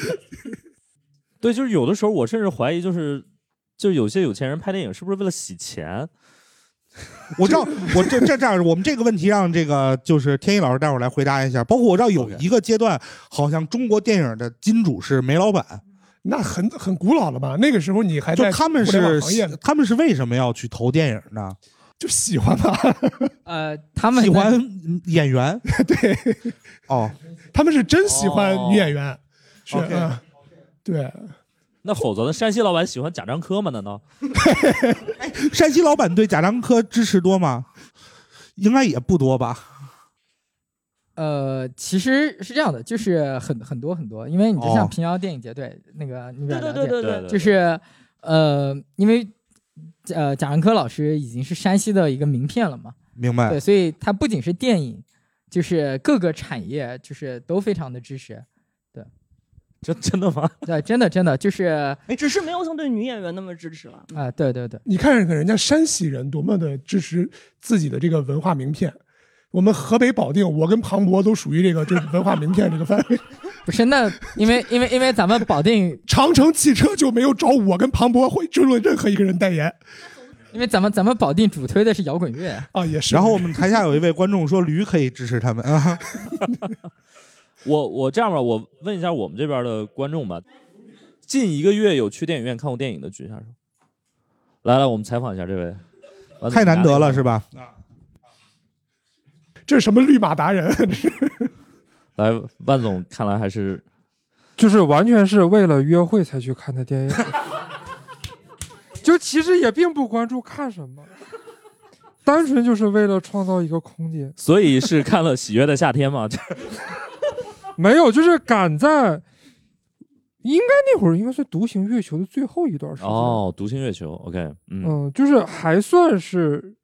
Speaker 3: 对，就是有的时候我甚至怀疑，就是就有些有钱人拍电影是不是为了洗钱？
Speaker 2: 我知道，我这这这样，我们这个问题让这个就是天一老师待会儿来回答一下。包括我知道有一个阶段，好像中国电影的金主是煤老板，
Speaker 5: 那很很古老了吧？那个时候你还
Speaker 2: 就
Speaker 5: 在
Speaker 2: 他们
Speaker 5: 互联网
Speaker 2: 是
Speaker 5: 行业呢，
Speaker 2: 他们是为什么要去投电影呢？
Speaker 5: 就喜欢吧。
Speaker 4: 呃， 他们
Speaker 2: 喜欢 演员，对，哦，
Speaker 5: 他们是真喜欢
Speaker 4: 哦
Speaker 5: 女演员，是
Speaker 2: OK
Speaker 5: 嗯，对，
Speaker 3: 那否则呢？山西老板喜欢贾樟柯吗？难道
Speaker 2: 山西老板对贾樟柯支持多吗？应该也不多吧。
Speaker 4: 呃，其实是这样的，就是很很多很多，因为你就
Speaker 2: 哦
Speaker 4: 像平遥电影节，对，那个你比较
Speaker 6: 对
Speaker 4: 了
Speaker 6: 对
Speaker 4: 解，
Speaker 6: 对对对
Speaker 3: 对对，
Speaker 4: 就是呃，因为呃贾樟柯老师已经是山西的一个名片了嘛，
Speaker 2: 明白
Speaker 4: 对，，所以他不仅是电影，就是各个产业就是都非常的支持，
Speaker 3: 真真的吗？
Speaker 4: 对，真的真的就是啊、
Speaker 5: 哎
Speaker 6: 只是没有像对女演员那么支持了。
Speaker 4: 哎对对对，
Speaker 5: 你看看人家山西人多么的支持自己的这个文化名片，我们河北保定，我跟庞博都属于这个这文化名片这个范围。
Speaker 4: 不是那因为因为因为咱们保定，
Speaker 5: 长城汽车就没有找我跟庞博会争论任何一个人代言
Speaker 4: 因为咱们咱们保定主推的是摇滚乐，
Speaker 5: 啊，也是。
Speaker 2: 然后我们台下 有一位观众说驴可以支持他们啊，
Speaker 3: 我我这样吧，我问一下我们这边的观众吧，近一个月有去电影院看过电影的举一下手。来来，我们采访一下这位，完了
Speaker 2: 太难得了是吧？
Speaker 5: 这是什么绿码达人？啊这是
Speaker 3: 来，万总看来还是
Speaker 7: 就是完全是为了约会才去看的电影， 就其实也并不关注看什么，单纯就是为了创造一个空间。
Speaker 3: 所以是看 了《喜悦的夏天》嘛？
Speaker 7: 没有，就是赶在应该那会儿应该是《独行月球》的最后一段时间。
Speaker 3: 哦，独行月球，OK，嗯
Speaker 7: 嗯，就是还算是，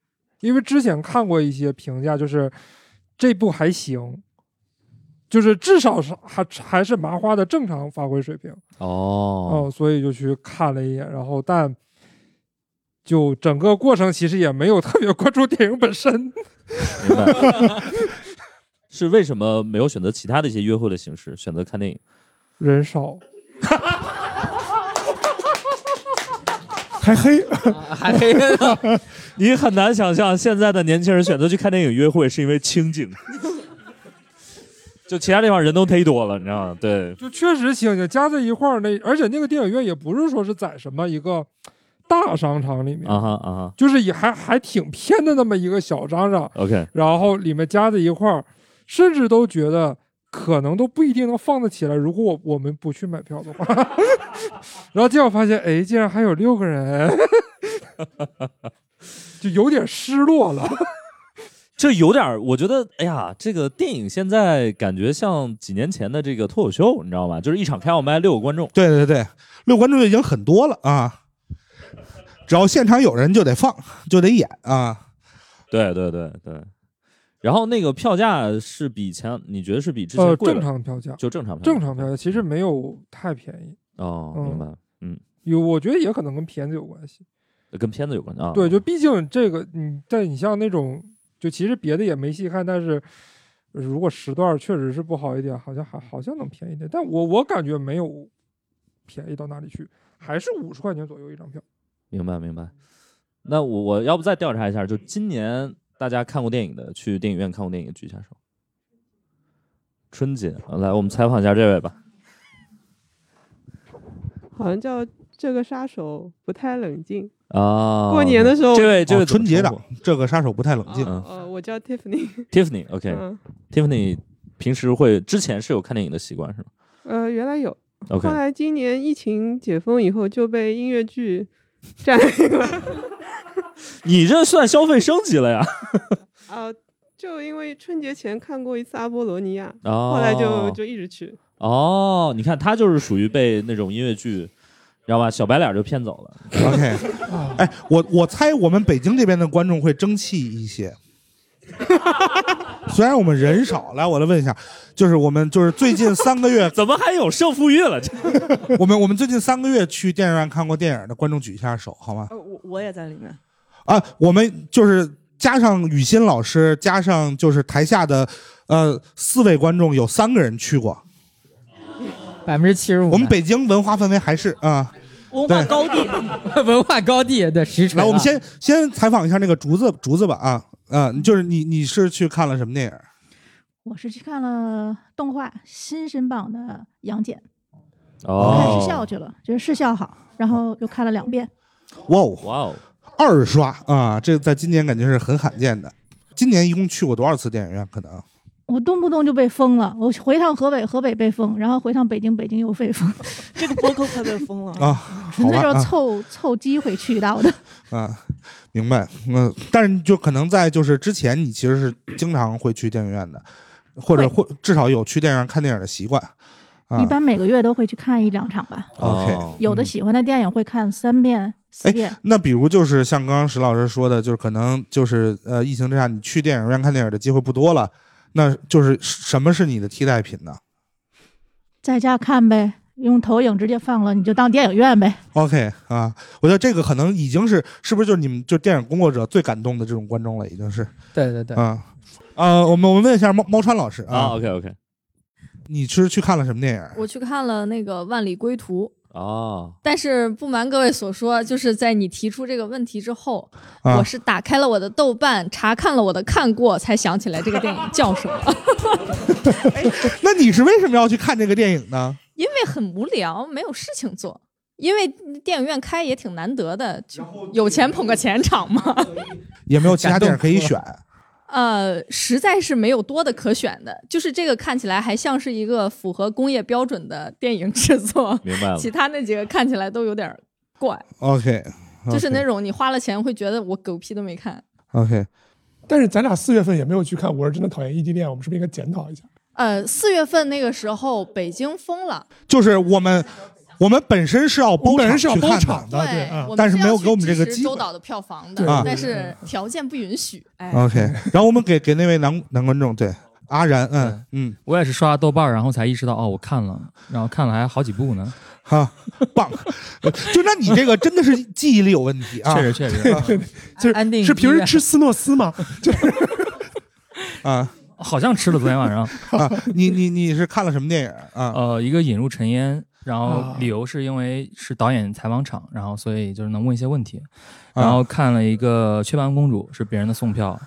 Speaker 7: 因为之前看过一些评价，就是这部还行，就是至少是还还是麻花的正常发挥水平
Speaker 3: 哦，
Speaker 7: 嗯所以就去看了一眼，然后但就整个过程其实也没有特别关注电影本身，
Speaker 3: 明白。是为什么没有选择其他的一些约会的形式，选择看电影？
Speaker 7: 人少，
Speaker 5: 还黑，
Speaker 4: 还黑呢，
Speaker 3: 你很难想象现在的年轻人选择去看电影约会是因为清静， 就其他地方人都忒多了，你知道吗？对，
Speaker 7: 就确实清静，加在一块儿那，而且那个电影院也不是说是在什么一个大商场里面，
Speaker 3: 啊哈啊哈
Speaker 7: 就是也还还挺偏的那么一个小商场。
Speaker 3: ，OK，
Speaker 7: 然后里面加在一块儿，甚至都觉得可能都不一定能放得起来。如果我我们不去买票的话， 然后结果发现，哎，竟然还有六个人， 就有点失落了。
Speaker 3: 这有点儿，我觉得，哎呀，这个电影现在感觉像几年前的这个脱口秀，你知道吗？就是一场开放麦六个观众，
Speaker 2: 对对对，六观众就已经很多了啊，只要现场有人就得放，就得演啊。
Speaker 3: 对对对对。然后那个票价是比前，你觉得是比之前
Speaker 7: 呃，
Speaker 3: 贵了？
Speaker 7: 正常票价，
Speaker 3: 就正常票价
Speaker 7: 正常票价其实没有太便宜，
Speaker 3: 哦，
Speaker 7: 嗯
Speaker 3: 明白，
Speaker 7: 有我觉得也可能跟片子有关系。
Speaker 3: 跟片子有关啊。
Speaker 7: 对，就毕竟这个你，但你像那种，就其实别的也没细看，但是如果时段确实是不好一点，好像还好像能便宜点，但我我感觉没有便宜到哪里去，还是五十块钱左右一张票。
Speaker 3: 明白明白。那我我要不再调查一下，就今年大家看过电影的，去电影院看过电影的举一下手。春节，啊来，我们采访一下这位吧。
Speaker 9: 好像叫这个杀手不太冷静。
Speaker 3: 啊，
Speaker 9: 过年的时候，
Speaker 3: 这位这位
Speaker 2: 哦
Speaker 3: 怎
Speaker 2: 春
Speaker 3: 么
Speaker 2: 节
Speaker 3: 称
Speaker 2: 档
Speaker 3: 呼
Speaker 2: 这个杀手不太冷
Speaker 9: 哦
Speaker 2: 静，
Speaker 3: 嗯
Speaker 9: 哦我叫 Tiffany。
Speaker 3: Tiffany，OK，Tiffany
Speaker 9: 嗯，
Speaker 3: 平时会之前是有看电影的习惯是吗
Speaker 9: 呃，原来有，
Speaker 3: ？OK，
Speaker 9: 后来今年疫情解封以后就被音乐剧占领了。
Speaker 3: 你这算消费升级了呀？
Speaker 9: 啊，就因为春节前看过一次阿波罗尼亚，
Speaker 3: 哦，
Speaker 9: 后来就就一直去。
Speaker 3: 哦，你看他就是属于被那种音乐剧，知道吧？小白脸就骗走了。，
Speaker 2: OK，哎， 我我猜我们北京这边的观众会争气一些。 虽然我们人少，来，我来问一下，就是我们就是最近三个月
Speaker 3: 怎么还有胜负欲了？这
Speaker 2: 我们我们最近三个月去电影院看过电影的观众举一下手好吗？
Speaker 6: 呃，我我也在里面。
Speaker 2: 啊，我们就是加上雨欣老师，加上就是台下的呃四位观众，有三个人去过。
Speaker 4: 百分之七十五。
Speaker 2: 我们北京文化氛围还是啊、
Speaker 6: 文化高地，
Speaker 4: 文化高地的实锤啊。
Speaker 2: 来，我们先先采访一下那个竹子竹子吧啊啊、就是你你是去看了什么电影？
Speaker 10: 我是去看了动画《新神榜》的杨戬，我看
Speaker 3: 哦
Speaker 10: 视，效去了，就是视效好，然后又看了两遍。
Speaker 2: 哇哦！
Speaker 3: 哇哦，
Speaker 2: 二刷啊，这在今年感觉是很罕见的。今年一共去过多少次电影院？可能啊
Speaker 10: 我动不动就被封了，我回趟河北，河北被封，然后回趟北京，北京又被封，
Speaker 6: 这个播客快被封了。
Speaker 2: 啊，
Speaker 10: 纯粹
Speaker 2: 好吧
Speaker 10: 就是凑、凑机会去到的。
Speaker 2: 啊啊，明白。嗯、但是就可能在就是之前，你其实是经常会去电影院的，或者或至少有去电影院看电影的习惯啊 嗯
Speaker 10: 一。般每个月都会去看一两场吧，
Speaker 2: OK
Speaker 3: 哦
Speaker 10: 有的喜欢的电影会看三遍、四遍。
Speaker 2: 那比如就是像刚刚石老师说的，就是可能就是呃，疫情之下你去电影院看电影的机会不多了，那就是什么是你的替代品呢
Speaker 10: 在家看呗，用投影直接放了，你就当电影院呗。
Speaker 2: ？OK 啊，我觉得这个可能已经是是不是就是你们就电影工作者最感动的这种观众了，已经是。
Speaker 4: 对对对，
Speaker 2: 啊，呃，我们我们问一下猫猫川老师
Speaker 3: 啊
Speaker 2: 啊，
Speaker 3: ，OK OK，
Speaker 2: 你是去看了什么电影？
Speaker 8: 我去看了那个《万里归途》，
Speaker 3: 哦，
Speaker 8: 但是不瞒各位所说，就是在你提出这个问题之后，
Speaker 2: 啊
Speaker 8: 我，是打开了我的豆瓣，查看了我的看过，才想起来这个电影叫什么，
Speaker 2: 哦那你是为什么要去看这个电影呢？
Speaker 8: 因为很无聊，没有事情做。因为电影院开也挺难得的，就有钱捧个钱场嘛。
Speaker 2: 也没有其他电影可以选
Speaker 8: 呃，实在是没有多的可选的，就是这个看起来还像是一个符合工业标准的电影制作，
Speaker 3: 明白了。
Speaker 8: 其他那几个看起来都有点儿怪。
Speaker 2: ，OK，
Speaker 8: 就是那种你花了钱会觉得我狗屁都没看。
Speaker 2: OK，
Speaker 5: 但是咱俩四月份也没有去看《我是真的讨厌异地恋》，我们是不是应该检讨一下？
Speaker 8: 呃，四月份那个时候北京封了，
Speaker 2: 就是我们我们本身是要包
Speaker 5: 我们本身
Speaker 2: 场去
Speaker 5: 是要包
Speaker 2: 看
Speaker 5: 场
Speaker 2: 的，
Speaker 5: 的对嗯
Speaker 8: 哎我们
Speaker 2: 啊但是
Speaker 8: 要
Speaker 2: 没有
Speaker 8: 去
Speaker 2: 给我们
Speaker 8: 支
Speaker 2: 这个
Speaker 8: 持
Speaker 2: 机
Speaker 8: 周
Speaker 2: 会
Speaker 8: 导的票房的
Speaker 2: 对啊，
Speaker 8: 但是条件不允许。哎，
Speaker 2: OK，然后我们给给那位男男观众，对阿然，嗯嗯，
Speaker 11: 我也是刷豆瓣儿，然后才意识到哦，我看了，然后看了还好几部呢。
Speaker 2: 哈，棒！ 就那你这个真的是记忆力有问题啊，
Speaker 11: 确实确实啊
Speaker 5: 就是是平时吃斯诺斯吗？
Speaker 2: 啊，
Speaker 11: 好像吃了昨天晚上。
Speaker 2: 啊，你你你是看了什么电影啊？
Speaker 11: 呃，一个引入尘烟，然后
Speaker 2: 啊
Speaker 11: 理由是因为是导演采访场，然后所以就是能问一些问题，
Speaker 2: 啊
Speaker 11: 然后看了一个《雀斑公主》是别人的 送票，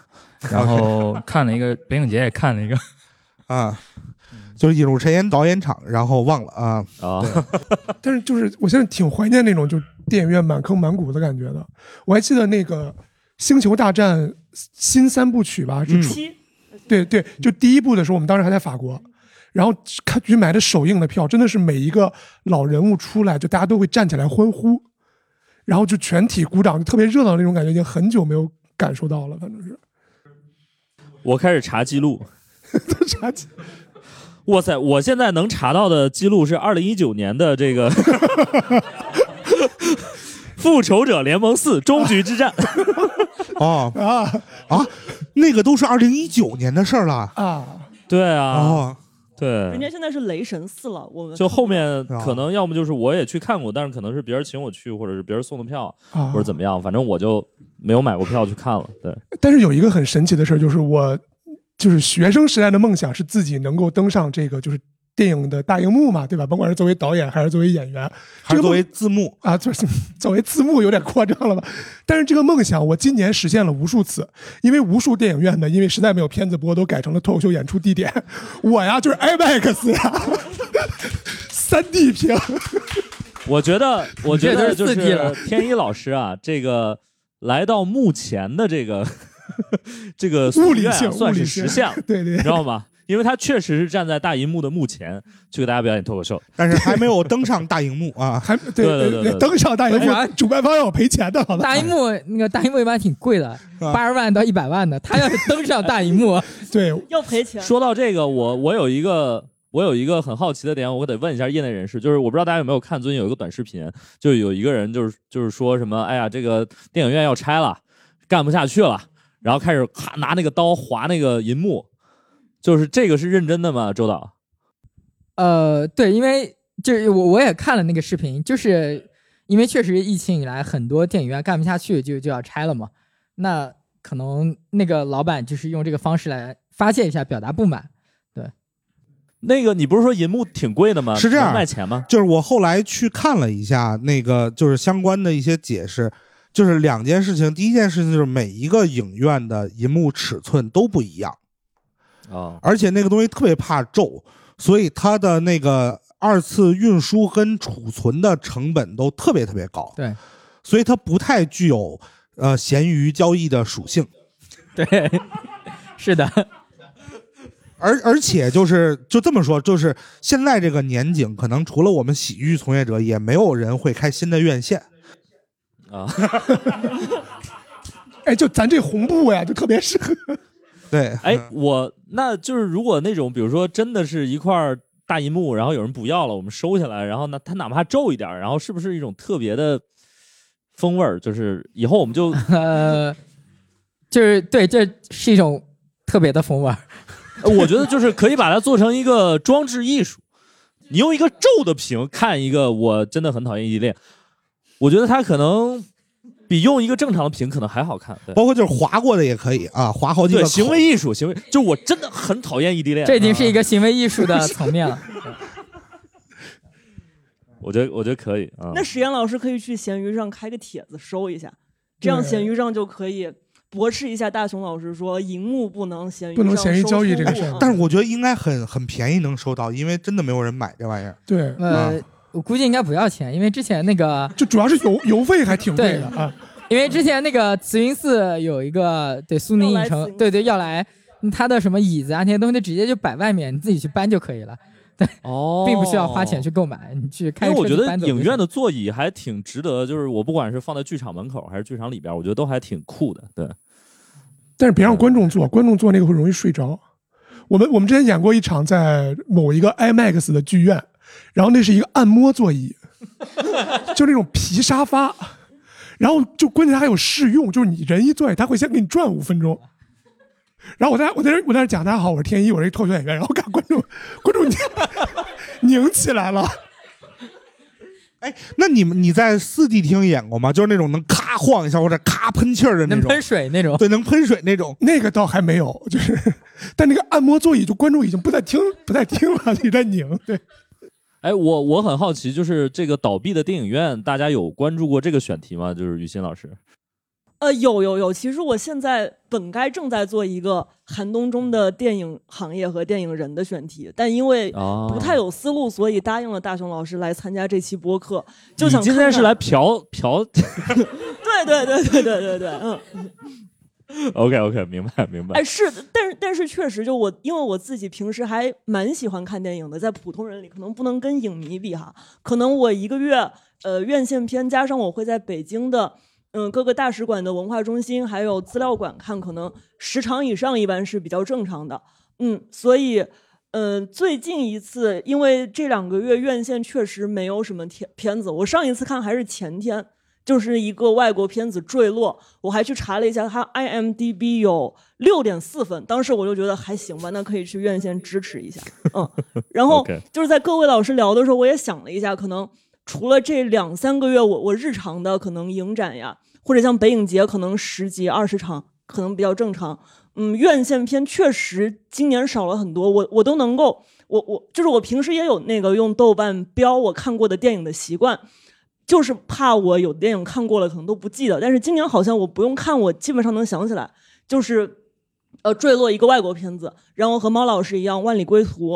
Speaker 11: 然后看了一个北影节也看了一个，
Speaker 2: 啊，就是引入陈岩导演场，然后忘了啊
Speaker 3: 啊，
Speaker 5: 但是就是我现在挺怀念那种就电影院满坑满谷的感觉的。我还记得那个《星球大战》新三部曲吧，
Speaker 7: 嗯
Speaker 5: 是出、对对，就第一部的时候，我们当时还在法国，然后看去买的首映的票，真的是每一个老人物出来，就大家都会站起来欢呼，然后就全体鼓掌，就特别热闹的那种感觉，已经很久没有感受到了，反正是。
Speaker 3: 我开始查记录，
Speaker 5: 查记。
Speaker 3: 哇塞！我现在能查到的记录是二零一九年的这个《复仇者联盟四：终局之战》
Speaker 2: 哦
Speaker 5: 啊
Speaker 2: 啊，那个都是二零一九年的事儿了
Speaker 5: 啊，
Speaker 3: 对啊，
Speaker 5: 嗯
Speaker 2: 哦
Speaker 6: 人
Speaker 3: 对，
Speaker 6: 家现在是雷神四了，我们
Speaker 3: 就后面可能要么就是我也去看过，但是可能是别人请我去，或者是别人送的票，
Speaker 5: 啊
Speaker 3: 或者怎么样，反正我就没有买过票去看了。对，
Speaker 5: 但是有一个很神奇的事儿，就是我就是学生时代的梦想是自己能够登上这个就是电影的大荧幕嘛，对吧？甭管是作为导演还是作为演员，
Speaker 2: 还是作为
Speaker 5: 字幕啊，就是作为字幕有点夸张了吧？但是这个梦想我今年实现了无数次，因为无数电影院呢，因为实在没有片子播，都改成了脱口秀演出地点。 我呀，就是 IMAX 呀，三 D 屏。
Speaker 3: 我觉得，我觉得就
Speaker 5: 你这就是刺激了
Speaker 3: 是天一老师啊，这个来到目前的这个 这个
Speaker 5: 物理
Speaker 3: 夙愿啊
Speaker 5: 性
Speaker 3: 算
Speaker 5: 物
Speaker 3: 是
Speaker 5: 理性
Speaker 3: 实现了，
Speaker 5: 对对
Speaker 3: 你知道吗？因为他确实是站在大荧幕的幕前去给大家表演脱口秀，
Speaker 2: 但是还没有登上大荧幕啊，
Speaker 5: 还
Speaker 3: 对对对对对
Speaker 5: 登上大荧幕
Speaker 4: 哎，
Speaker 5: 主办方要赔钱的，好吧？
Speaker 4: 大荧幕那个大荧幕一般挺贵的，
Speaker 5: 啊
Speaker 4: 八十万到一百万的。他要是 登上大荧 幕，
Speaker 5: 对，
Speaker 6: 要赔钱。
Speaker 3: 说到这个，我我有一个我有一个很好奇的点，我得问一下业内人士，就是我不知道大家有没有看最近有一个短视频，就有一个人就是就是说什么，哎呀，这个电影院要拆了，干不下去了，然后开始咔拿那个刀划那个银幕，就是这个是认真的吗？周导？
Speaker 4: 呃，对，因为就是我我也看了那个视频，就是因为确实疫情以来，很多电影院干不下去就就要拆了嘛。那可能那个老板就是用这个方式来发泄一下，表达不满。对，
Speaker 3: 那个你不是说银幕挺贵的吗？
Speaker 2: 是这样
Speaker 3: 能卖钱吗？
Speaker 2: 就是我后来去看了一下那个就是相关的一些解释，就是两件事情。第一件事情就是每一个影院的银幕尺寸都不一样，
Speaker 3: 哦，
Speaker 2: 而且那个东西特别怕皱，所以它的那个二次运输跟储存的成本都特别特别高。
Speaker 4: 对，
Speaker 2: 所以它不太具有呃闲鱼交易的属性。
Speaker 4: 对， 是的。
Speaker 2: 而而且就是就这么说，就是现在这个年景，可能除了我们喜剧从业者，也没有人会开新的院线。
Speaker 3: 啊，
Speaker 5: 哎，就咱这红布呀，就特别适合。
Speaker 2: 对，嗯
Speaker 3: 哎，我那就是如果那种比如说真的是一块儿大银幕，然后有人不要了，我们收下来，然后呢，它哪怕皱一点儿，然后是不是一种特别的风味儿？就是以后我们 就
Speaker 4: 呃，就是对，这是一种特别的风 味儿。
Speaker 3: 呃我觉得就是可以把它做成一个装置艺术。你用一个皱的屏看一个，我真的很讨厌异地恋。我觉得它可能比用一个正常的屏可能还好看。对
Speaker 2: 包括就是划过的也可以啊，划好几个
Speaker 3: 对
Speaker 2: 口。
Speaker 3: 行为艺术，行为就我真的很讨厌异地恋。啊
Speaker 4: 这已经是一个行为艺术的层 面了。
Speaker 3: 我觉得我觉得可以
Speaker 5: 嗯
Speaker 3: 啊。
Speaker 6: 那史岩老师可以去闲鱼上开个帖子收一下，这样
Speaker 5: 对
Speaker 6: 闲鱼上就可以驳斥一下大雄老师说荧幕不能闲鱼
Speaker 5: 不能闲鱼
Speaker 6: 上
Speaker 5: 交易
Speaker 6: 收
Speaker 5: 这个
Speaker 6: 购
Speaker 5: 事儿
Speaker 6: 啊
Speaker 2: 但是我觉得应该很很便宜能收到，因为真的没有人买这玩意儿。啊
Speaker 5: 对，
Speaker 4: 呃，我估计应该不要钱，因为之前那个
Speaker 5: 就主要是邮邮费还挺贵的啊。
Speaker 4: 因为之前那个慈云寺有一个对苏宁影城，对对要来，嗯他的什么椅子啊那些东西就直接就摆外面，你自己去搬就可以了。对，
Speaker 3: 哦
Speaker 4: 并不需要花钱去购买，你去开
Speaker 3: 因为我
Speaker 4: 车
Speaker 3: 觉
Speaker 4: 去
Speaker 3: 得
Speaker 4: 搬走就行。
Speaker 3: 影院的座椅还挺值得，就是我不管是放在剧场门口还是剧场里边，我觉得都还挺酷的。对，
Speaker 5: 但是别让观众坐，观众坐那个会容易睡着。我们我们之前演过一场在某一个 IMAX 的剧院，然后那是一个按摩座椅，就那种皮沙发，然后就关键它还有试用，就是你人一坐下，他会先给你转五分钟。然后我在我在那我在那讲大家好，我是天一，我是一个脱口秀演员。然后看观众观众拧拧起来 了，
Speaker 2: 哎那你们你在四 D 厅演过吗？就是那种能咔晃一下或者咔喷气儿的那种，
Speaker 5: 能喷
Speaker 4: 水那种，
Speaker 2: 对，能喷水那种。
Speaker 5: 那个倒还没有，就是但那个按摩座椅就观众已经不再听不再听了，你在拧对。
Speaker 3: 哎，我我很好奇，就是这个倒闭的电影院，大家有关注过这个选题吗？就是于新老师，
Speaker 6: 呃，有有有，其实我现在本该正在做一个寒冬中的电影行业和电影人的选题，但因为
Speaker 3: 哦
Speaker 6: 不太有思路，所以答应了大熊老师来参加这期播客，就
Speaker 3: 你
Speaker 6: 想
Speaker 3: 今
Speaker 6: 看
Speaker 3: 天是
Speaker 6: 看
Speaker 3: 来嫖嫖
Speaker 6: 对对对对对对对，嗯。
Speaker 3: ？OK OK，明白明白。
Speaker 6: 哎，是的，但是但是确实，就我因为我自己平时还蛮喜欢看电影的，在普通人里可能不能跟影迷比哈，可能我一个月呃院线片加上我会在北京的嗯、各个大使馆的文化中心还有资料馆看，可能十场以上一般是比较正常的，嗯，所以。嗯，最近一次，因为这两个月院线确实没有什么片片子，我上一次看还是前天，就是一个外国片子《坠落》，我还去查了一下，它 IMDB 有六点四分，当时我就觉得还行吧，那可以去院线支持一下。嗯， 然后
Speaker 3: OK
Speaker 6: 就是在各位老师聊的时候，我也想了一下，可能除了这两三个月我我日常的可能影展呀，或者像北影节可能十集二十场，可能比较正常。嗯，院线片确实今年少了很多，我我都能够，我我就是我平时也有那个用豆瓣标我看过的电影的习惯，就是怕我有电影看过了可能都不记得，但是今年好像我不用看，我基本上能想起来，就是呃坠落一个外国片子，然后和猫老师一样《万里归途》。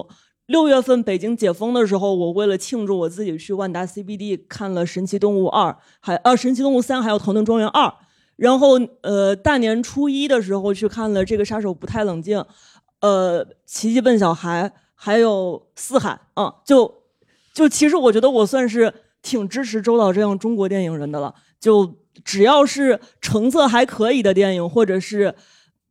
Speaker 6: 六月份北京解封的时候，我为了庆祝，我自己去万达 CBD 看了《神奇动物二》，还呃《神奇动物三》，还有《唐顿庄园二》。然后呃大年初一的时候去看了《这个杀手不太冷静》，呃《奇迹笨小孩》，还有《四海》啊，就就其实我觉得我算是挺支持周导这样中国电影人的了。就只要是成色还可以的电影，或者是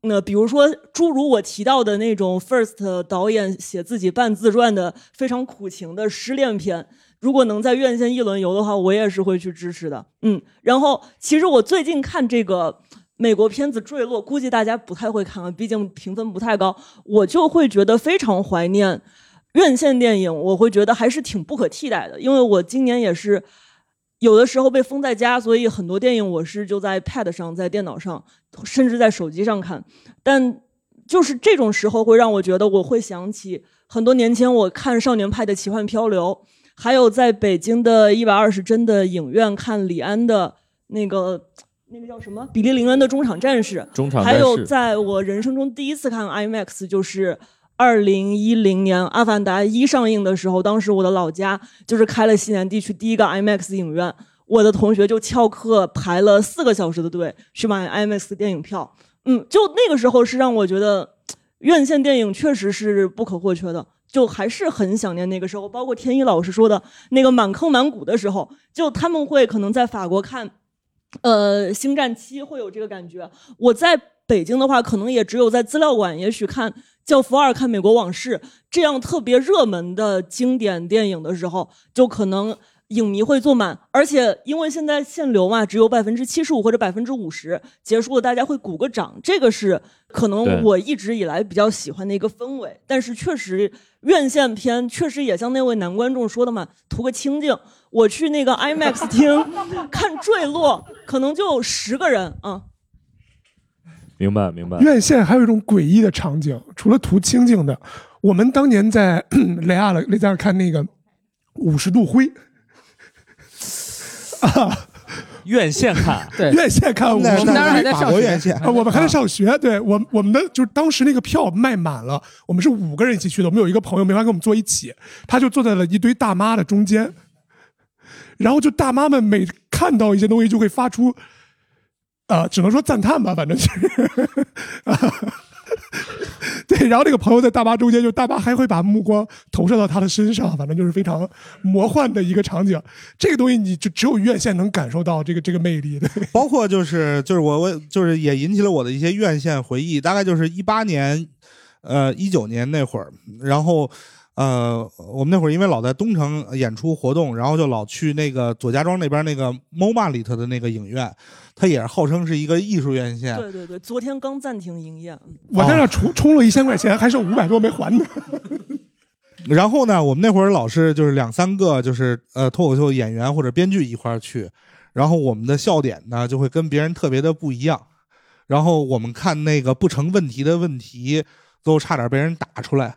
Speaker 6: 那、比如说诸如我提到的那种 first 导演写自己半自传的非常苦情的失恋片，如果能在院线一轮游的话，我也是会去支持的。嗯，然后其实我最近看这个美国片子《坠落》，估计大家不太会看啊，毕竟评分不太高，我就会觉得非常怀念院线电影，我会觉得还是挺不可替代的，因为我今年也是。有的时候被封在家，所以很多电影我是就在 Pad 上、在电脑上，甚至在手机上看。但就是这种时候，会让我觉得我会想起很多年前我看《少年派的奇幻漂流》，还有在北京的一百二十帧的影院看李安的那个那个叫什么《比利林恩的中场战士》，
Speaker 3: 中场战
Speaker 6: 还
Speaker 3: 士
Speaker 6: 有在我人生中第一次看 IMAX 就是。二零一零年《阿凡达一》上映的时候，当时我的老家就是开了西南地区第一个 IMAX 影院，我的同学就翘课排了四个小时的队去买 IMAX 电影票。嗯，就那个时候是让我觉得院线电影确实是不可或缺的，就还是很想念那个时候。包括天一老师说的那个满坑满谷的时候，就他们会可能在法国看呃，《星战七》会有这个感 觉。我在北京的话，可能也只有在资料馆，也许看《教父二》、看《美国往事》这样特别热门的经典电影的时候，就可能影迷会坐满。而且因为现在限流嘛，只有百分之七十五或者百分之五十结束了，大家会鼓个掌，这个是可
Speaker 12: 对
Speaker 6: 能我一直以来比较喜欢的一个氛围。但是确实，院线片确实也像那位男观众说的嘛，图个清静。我去那个 IMAX 厅 看《坠落》，可能就十个人啊。
Speaker 3: 明白明白。
Speaker 5: 院线还有一种诡异的场景，除了图清静的，我们当年在 雷亚了雷亚尔看那个《五十度灰》 啊，
Speaker 3: 院线看，
Speaker 5: 院线看五十度灰， 啊我们还在上学。对我我们的就是当时那个票卖满了，我们是五个人一起去的，我们有一个朋友没法跟我们坐一起，他就坐在了一堆大妈的中间，然后就大妈们每看到一些东西就会发出。啊、只能说赞叹吧，反正就是， 对，然后那个朋友在大巴中间，就大巴还会把目光投射到他的身上，反正就是非常魔幻的一个场景。这个东西你就只有院线能感受到这个这个魅力。对，
Speaker 2: 包括就是就是我我就是也引起了我的一些院线回忆，大概就是一八年。呃，一九年那会儿，然后呃，我们那会儿因为老在东城演出活动，然后就老去那个左家庄那边那个 MOMA 里头的那个影院，它也是号称是一个艺术院线。
Speaker 6: 对对对，昨天刚暂停营业。嗯
Speaker 2: 我在那充充了一千块钱，还剩五百多没还呢。 然后呢，我们那会儿老是就是两三个就是呃脱口秀演员或者编剧一块儿去，然后我们的笑点呢就会跟别人特别的不一样。然后我们看那个不成问题的问题，最后差点被人打出来，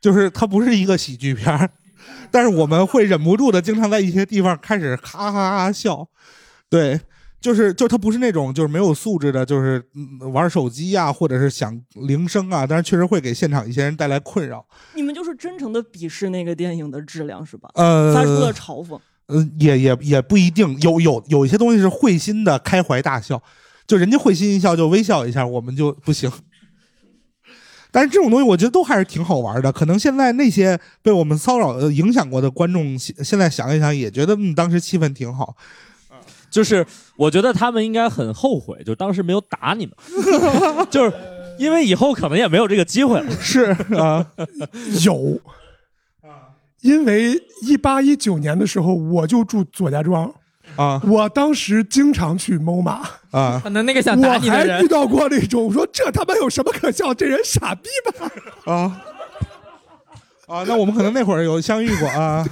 Speaker 2: 就是它不是一个喜剧片儿， 但是我们会忍不住的经常在一些地方开始哈哈哈笑，对。就是就他不是那种就是没有素质的，就是嗯玩手机呀、或者是响铃声啊，但是确实会给现场一些人带来困扰。
Speaker 6: 你们就是真诚的鄙视那个电影的质量是吧？
Speaker 2: 呃
Speaker 6: 发出了嘲讽。
Speaker 2: 嗯，也也也不一定，有有有一些东西是会心的开怀大笑，就人家会心一笑就微笑一下，我们就不行。但是这种东西我觉得都还是挺好玩的，可能现在那些被我们骚扰、呃影响过的观众，现现在想一想也觉得嗯当时气氛挺好。
Speaker 3: 就是我觉得他们应该很后悔，就当时没有打 你们，就是因为以后可能也没有这个机会了。
Speaker 2: 是啊，
Speaker 5: 有因为一八一九年的时候，我就住左家庄
Speaker 2: 啊，
Speaker 5: 我当时经常去 MOMA
Speaker 2: 啊
Speaker 4: 可能那个想打你的
Speaker 5: 我
Speaker 4: 人
Speaker 5: 还遇到过那种我说这他妈有什么可笑，这人傻逼吧？
Speaker 2: 啊啊，那我们可能那会儿有相遇 过啊。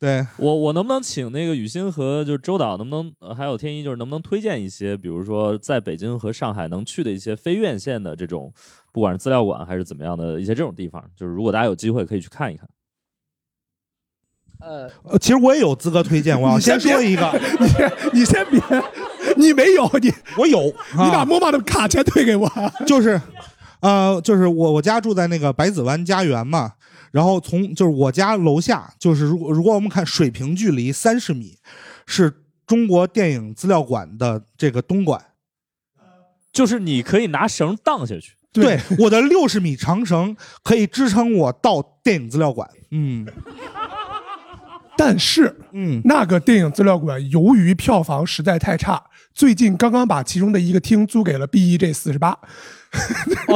Speaker 2: 对
Speaker 3: 我，我能不能请那个雨欣和就是周导，能不能呃还有天一，就是能不能推荐一些，比如说在北京和上海能去的一些非院线的这种，不管是资料馆还是怎么样的一些这种地方，就是如果大家有机会可以去看一看。
Speaker 4: 呃，
Speaker 2: 呃其实我也有资格推荐，我要
Speaker 5: 你
Speaker 2: 先
Speaker 5: 先
Speaker 2: 说一个，
Speaker 5: 你先你先别，你没有你，
Speaker 2: 我有，啊
Speaker 5: 你把 MOMA 的卡钱退给我。
Speaker 2: 就是，呃，就是我我家住在那个百子湾家园嘛，然后从就是我家楼下，就是如果如果我们看水平距离三十米，是中国电影资料馆的这个东馆，
Speaker 3: 就是 你可以拿绳荡下去，
Speaker 2: 对，我的六十米长绳可以支撑我到电影资料馆，嗯，
Speaker 5: 但是，
Speaker 2: 嗯，
Speaker 5: 那个电影资料馆由于票房实在太差，最近刚刚把其中的一个厅租给了 BEG 四十八。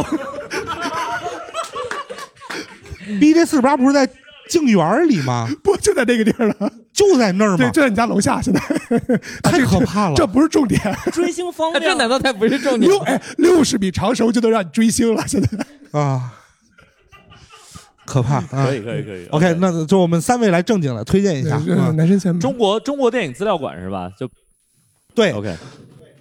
Speaker 2: B J 四十八不是在静园里吗？
Speaker 5: 不，就在那个地儿了，
Speaker 2: 就在那儿吗？
Speaker 5: 对，就在你家楼下。现在太
Speaker 2: 可怕了
Speaker 5: 啊这不是重点。
Speaker 6: 追星 方面，这
Speaker 4: 难道他不是重
Speaker 5: 点？六哎，六十米长绳就能让你追星了。现在
Speaker 2: 啊， 可怕！啊、
Speaker 3: 可以可以可以
Speaker 2: OK，那就我们三位来正经的推荐一下。啊
Speaker 5: 男生先
Speaker 3: 中国中国电影资料馆是吧？就
Speaker 2: 对
Speaker 3: ，OK，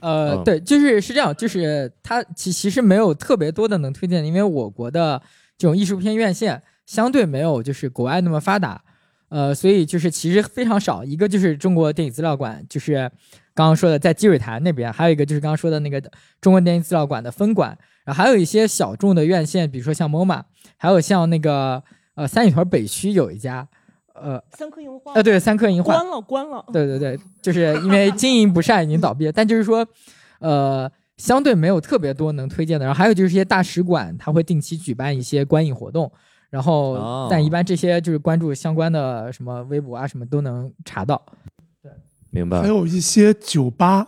Speaker 4: 呃
Speaker 3: 嗯，
Speaker 4: 对，就是是这样，就是它其其实没有特别多的能推荐的，因为我国的这种艺术片院线相对没有就是国外那么发达，呃，所以就是其实非常少。一个就是中国电影资料馆，就是刚刚说的在积水潭那边，还有一个就是刚刚说的那个中国电影资料馆的分馆，然后还有一些小众的院线，比如说像 MoMA，还有像那个呃三里屯北区有一家，呃
Speaker 6: 三颗银花。
Speaker 4: 呃对，三克银画
Speaker 6: 关了，关了。
Speaker 4: 对对对，就是因为经营不善已经倒闭了，但就是说，呃，相对没有特别多能推荐的。然后还有就是一些大使馆，它会定期举办一些观影活动，然后、
Speaker 3: 哦
Speaker 4: 但一般这些就是关注相关的什么微博啊什么都能查到。
Speaker 3: 明白
Speaker 5: 还。有一些酒吧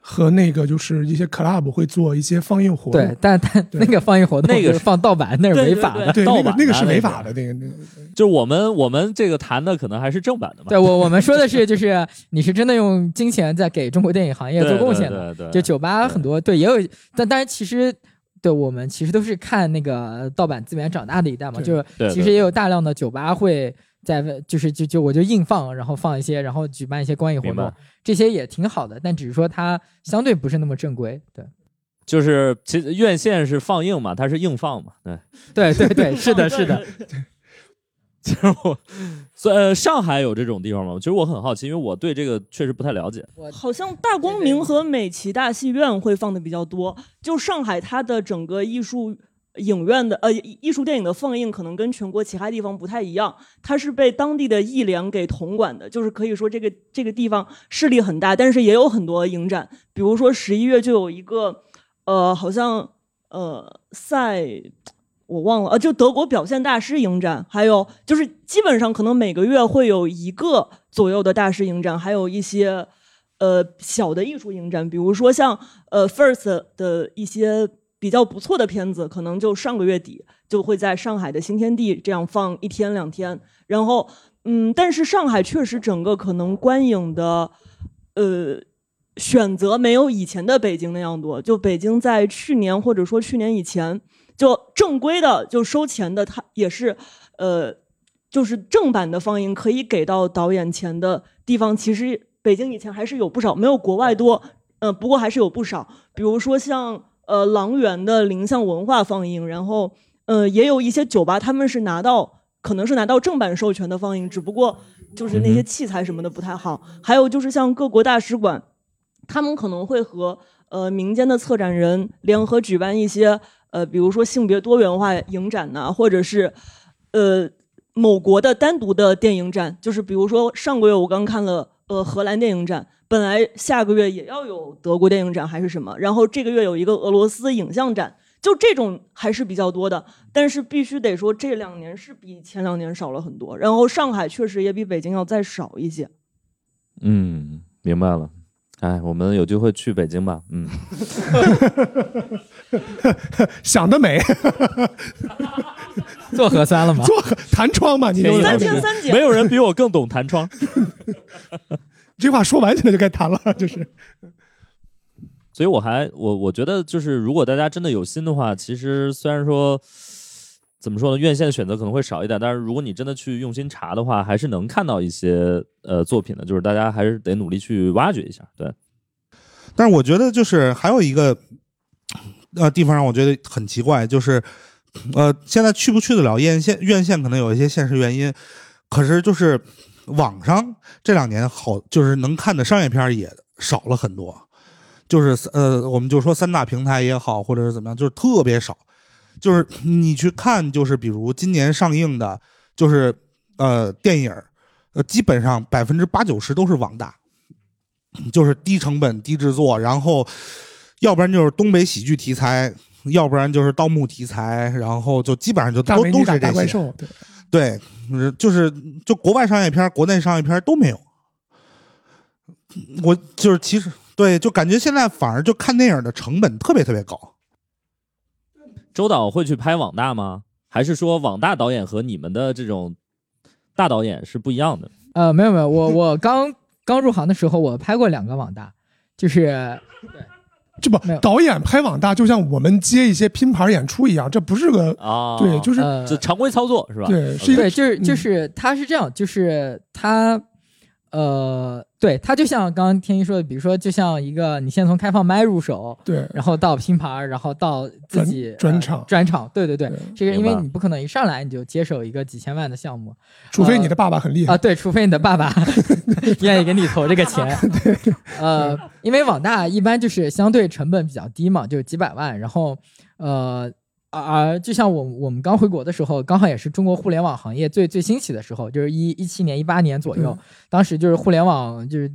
Speaker 5: 和那个就是一些 club 会做一些放映活动。
Speaker 4: 对，但但那个放映活动
Speaker 3: 那个
Speaker 4: 就是
Speaker 3: 是
Speaker 4: 放盗版，那是
Speaker 3: 对
Speaker 4: 违
Speaker 3: 对
Speaker 4: 法的。
Speaker 5: 对，那个
Speaker 3: 盗版
Speaker 5: 那个
Speaker 3: 啊
Speaker 5: 是
Speaker 3: 那
Speaker 5: 违
Speaker 3: 个
Speaker 5: 法的，那个那个。
Speaker 3: 就是我们我们这个谈的可能还是正版的嘛。
Speaker 4: 对我我们说的是，就是你是真的用金钱在给中国电影行业做
Speaker 3: 对
Speaker 4: 贡
Speaker 3: 对
Speaker 4: 献的。
Speaker 3: 对对
Speaker 4: 就酒吧很多，对，也有，但当然其实。对我们其实都是看那个盗版资源长大的一代嘛，
Speaker 5: 对
Speaker 4: 就是
Speaker 3: 对
Speaker 4: 其实
Speaker 3: 对
Speaker 4: 也有大量的酒吧会在就是就就我就硬放，然后放一些，然后举办一些观影活
Speaker 3: 明
Speaker 4: 动
Speaker 3: 白，
Speaker 4: 这些也挺好的，但只是说它相对不是那么正规，对，
Speaker 3: 就是其实院线是放映嘛，它是硬放嘛，对。
Speaker 4: 对对对，是的，是的，
Speaker 3: 就是我，所以呃，上海有这种地方吗？其实我很好奇，因为我对这个确实不太了解。
Speaker 6: 好像大光明和美琪大戏院会放的比较多。就上海，它的整个艺术影院的呃艺艺术电影的放映，可能跟全国其他地方不太一样。它是被当地的艺联给统管的，就是可以说这个这个地方势力很大，但是也有很多影展。比如说十一月就有一个，呃，好像呃赛我忘了，呃，就德国表现大师影展，还有就是基本上可能每个月会有一个左右的大师影展，还有一些呃小的艺术影展，比如说像呃 First 的一些比较不错的片子，可能就上个月底就会在上海的新天地这样放一天两天。然后，嗯，但是上海确实整个可能观影的，呃，选择没有以前的北京那样多。就北京在去年或者说去年以前，就正规的就收钱的，它也是，呃，就是正版的放映可以给到导演钱的地方，其实北京以前还是有不少，没有国外多，嗯、不过还是有不少。比如说像呃狼园的林像文化放映，然后呃也有一些酒吧，他们是拿到可能是拿到正版授权的放映，只不过就是那些器材什么的不太好。还有就是像各国大使馆，他们可能会和呃民间的策展人联合举办一些呃，比如说性别多元化影展呐、或者是呃某国的单独的电影展，就是比如说上个月我刚看了呃荷兰电影展，本来下个月也要有德国电影展还是什么，然后这个月有一个俄罗斯影像展，就这种还是比较多的，但是必须得说这两年是比前两年少了很多，然后上海确实也比北京要再少一些。
Speaker 1: 嗯，明白了。哎，我们有机会去北京吧。 嗯，
Speaker 5: 想得美，
Speaker 4: 做核酸了吗？
Speaker 5: 做核弹窗嘛，你就是
Speaker 6: 三天三检
Speaker 3: 没有人比我更懂弹窗。
Speaker 5: 这话说完现在就该谈了， 就是
Speaker 3: 所以我还我我觉得就是，如果大家真的有心的话，其实虽然说怎么说呢，院线选择可能会少一点，但是如果你真的去用心查的话，还是能看到一些呃作品的，就是大家还是得努力去挖掘一下。对，
Speaker 2: 但是我觉得就是还有一个呃地方让我觉得很奇怪，就是呃现在去不去得了院线，院线可能有一些现实原因，可是就是网上这两年好就是能看的商业片儿也少了很多，就是呃我们就说三大平台也好，或者是怎么样，就是特别少。就是你去看，就是比如今年上映的，就是呃电影儿，呃基本上百分之八九十都是网大，就是低成本、低制作，然后要不然就是东北喜剧题材，要不然就是盗墓题材，然后就基本上就
Speaker 5: 大
Speaker 2: 都
Speaker 5: 美
Speaker 2: 都
Speaker 5: 女
Speaker 2: 是
Speaker 5: 打
Speaker 2: 这
Speaker 5: 大
Speaker 2: 些。
Speaker 5: 怪兽，对，
Speaker 2: 对，嗯就是就国外商业片儿、国内商业片儿都没有。我就是其实对，就感觉现在反而就看电影的成本特别特别高。
Speaker 3: 周导会去拍网大吗？还是说网大导演和你们的这种大导演是不一样的？
Speaker 4: 呃，没有没有，我我刚刚入行的时候，我拍过两个网大，就是
Speaker 5: 这不导演拍网大，就像我们接一些拼盘演出一样，这不是个
Speaker 2: 哦
Speaker 3: 啊，
Speaker 5: 对就是
Speaker 4: 呃
Speaker 3: 就常规操作是吧？
Speaker 5: 对是一个
Speaker 4: 对，就是就
Speaker 5: 嗯
Speaker 4: 是他是这样，就是他，呃，对他就像刚刚天一说的，比如说就像一个你先从开放麦入手，
Speaker 5: 对
Speaker 4: 然后到拼盘儿，然后到自己
Speaker 5: 专
Speaker 4: 呃
Speaker 5: 专场
Speaker 4: 专场，对对对，这个因
Speaker 3: 明
Speaker 4: 为
Speaker 3: 白
Speaker 4: 你不可能一上来你就接手一个几千万的项目
Speaker 5: 除非你的爸爸很厉害
Speaker 4: 啊，对，除非你的爸 爸愿意给你投这 个钱，呃，因为网大一般就是相对成本比较低嘛，就是几百万，然后呃。而而就像我我们刚回国的时候，刚好也是中国互联网行业最最兴起的时候，就是一一七年、一八年左右
Speaker 5: 嗯，
Speaker 4: 当时就是互联网就是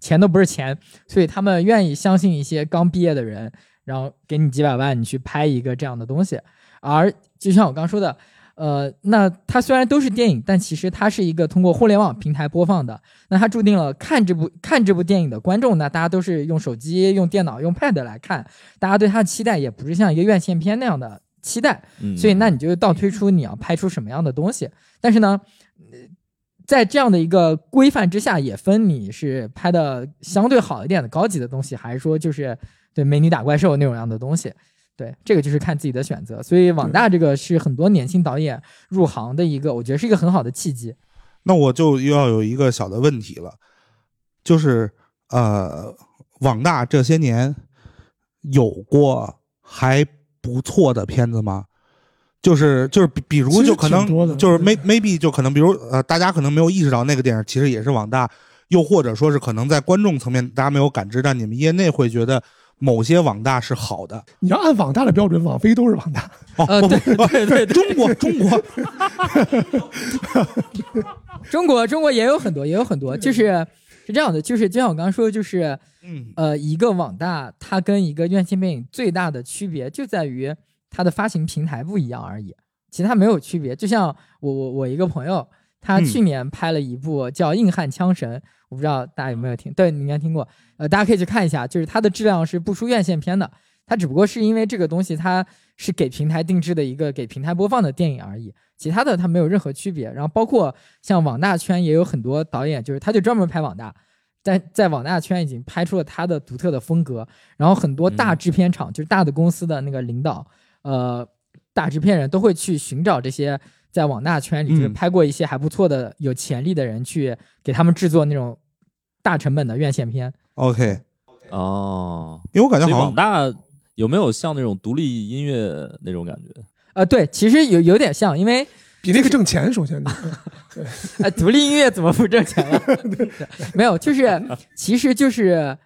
Speaker 4: 钱都不是钱，所以他们愿意相信一些刚毕业的人，然后给你几百万，你去拍一个这样的东西。而就像我刚说的，呃，那它虽然都是电影，但其实它是一个通过互联网平台播放的，那它注定了看这部看这部电影的观众，那大家都是用手机、用电脑、用 Pad 来看，大家对它的期待也不是像一个院线片那样的期待，
Speaker 3: 嗯
Speaker 4: 所以那你就倒推出你要拍出什么样的东西。但是呢，呃在这样的一个规范之下，也分你是拍的相对好一点的高级的东西，还是说就是对美女打怪兽那种样的东西。对，这个就是看自己的选择。所以网大这个是很多年轻导演入行的一个，我觉得是一个很好的契机。
Speaker 2: 那我就又要有一个小的问题了，就是呃，网大这些年有过还不错的片子吗？就是就是比比
Speaker 5: 其
Speaker 2: 如
Speaker 5: 实
Speaker 2: 就可能
Speaker 5: 挺多的
Speaker 2: 就是 may
Speaker 5: 对
Speaker 2: maybe 就可能比如呃，大家可能没有意识到那个电影其实也是网大，又或者说是可能在观众层面大家没有感知，但你们业内会觉得某些网大是好的
Speaker 5: 你要按网大的标准，网飞都是网大，
Speaker 2: 哦，
Speaker 4: 呃
Speaker 2: 不
Speaker 4: 对
Speaker 2: 不不
Speaker 3: 对 对对，
Speaker 2: 中国中国
Speaker 4: 中国中国也有很多，也有很多，就是是这样的，就是就像我刚刚说的，就是
Speaker 2: 嗯
Speaker 4: 呃，一个网大它跟一个院线电影最大的区别就在于它的发行平台不一样而已，其他没有区别。就像我我我一个朋友，他
Speaker 2: 嗯
Speaker 4: 去年拍了一部叫《硬汉枪神》，我不知道大家有没有听，对，你应该听过，呃，大家可以去看一下，就是它的质量是不输院线片的。它只不过是因为这个东西它是给平台定制的一个给平台播放的电影而已，其他的它没有任何区别。然后包括像网大圈也有很多导演，就是他就专门拍网大。但在网大圈已经拍出了他的独特的风格，然后很多
Speaker 5: 嗯
Speaker 4: 大制片厂、就是大的公司的那个领导，呃，大制片人都会去寻找这些在网大圈里就是
Speaker 12: 嗯
Speaker 4: 拍过一些还不错的、有潜力的人，去给他们制作那种大成本的院线片。
Speaker 2: OK，
Speaker 3: 哦，
Speaker 2: 因为我感觉好像
Speaker 3: 网大有没有像那种独立音乐那种感觉？
Speaker 4: 呃，对，其实有有点像，因为
Speaker 5: 比那个挣钱，首先，
Speaker 4: 哎，独立音乐怎么不 挣钱了？ 没有，就是其实就是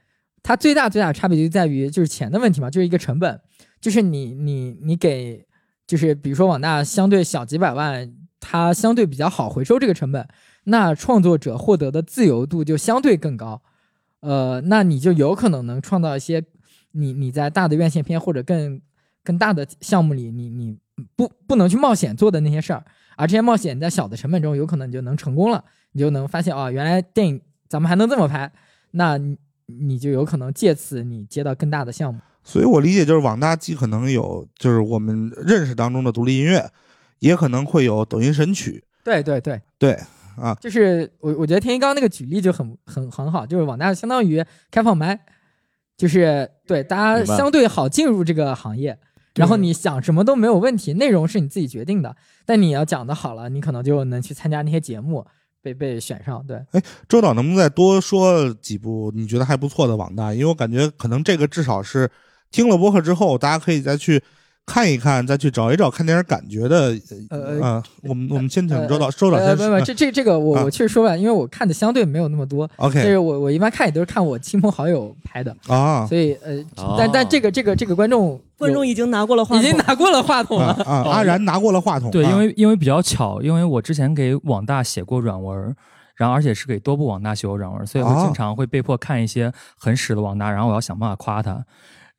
Speaker 4: 它最大最大的差别就在于就是钱的问题嘛，就是一个成本，就是你你你给就是比如说网大相对小几百万，它相对比较好回收这个成本，那创作者获得的自由度就相对更高，呃，那你就有可能能创造一些你你在大的院线片或者更更大的项目里，你你不不能去冒险做的那些事儿，而这些冒险在小的成本中，有可能你就能成功了，你就能发现啊、原来电影咱们还能这么拍，那你你就有可能借此你接到更大的项目。
Speaker 2: 所以我理解就是网大既可能有就是我们认识当中的独立音乐，也可能会有抖音神曲，
Speaker 4: 对对对，
Speaker 2: 对啊，
Speaker 4: 就是我我觉得天一刚刚那个举例就很很很好，就是网大相当于开放麦，就是对大家
Speaker 12: 明白
Speaker 4: 相对好进入这个行业，然后你想什么都没有问题，内容是你自己决定的，但你要讲的好了，你可能就能去参加那些节目，被被选上。对，
Speaker 2: 哎，周导能不能再多说几部你觉得还不错的网大？因为我感觉可能这个至少是听了播客之后，大家可以再去看一看，再去找一找看电影感觉的。呃，啊我们我们先请周导，周导
Speaker 4: 呃
Speaker 2: 先啊
Speaker 4: 不
Speaker 2: 说。
Speaker 4: 不，这这这个我我确实说吧，因为我看的相对没有那么多。
Speaker 2: OK
Speaker 4: 就是我我一般看也都是看我亲朋好友拍的
Speaker 2: 啊
Speaker 4: 所以呃
Speaker 2: 哦，
Speaker 4: 但但这个这个这个观众
Speaker 6: 观众已经拿过了话筒，
Speaker 4: 已经拿过了话筒
Speaker 2: 啊啊，阿然拿过了话筒。
Speaker 11: 对，
Speaker 2: 啊
Speaker 11: 因为因为比较巧，因为我之前给网大写过软文儿，然后而且是给多部网大写过软文儿，所以我
Speaker 2: 哦
Speaker 11: 经常会被迫看一些很屎的网大，然后我要想办法夸他。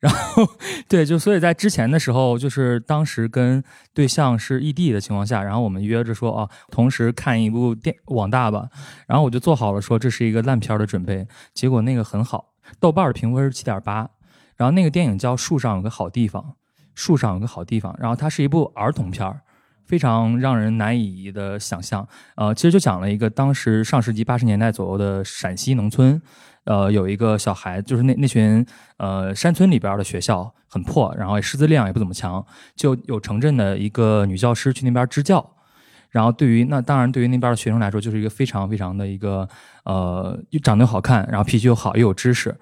Speaker 11: 然后，对，就所以在之前的时候，就是当时跟对象是异地的情况下，然后我们约着说，哦、同时看一部电网大吧。然后我就做好了说这是一个烂片儿的准备，结果那个很好，豆瓣儿的评分是七点八，然后那个电影叫《树上有个好地方》，树上有个好地方，然后它是一部儿童片儿，非常让人难以的想象。呃，其实就讲了一个当时上世纪八十年代左右的陕西农村，呃，有一个小孩，就是那那群呃山村里边的学校很破，然后也师资力量也不怎么强，就有城镇的一个女教师去那边支教。然后对于那当然对于那边的学生来说，就是一个非常非常的一个呃，又长得又好看，然后脾气又好，又有知识，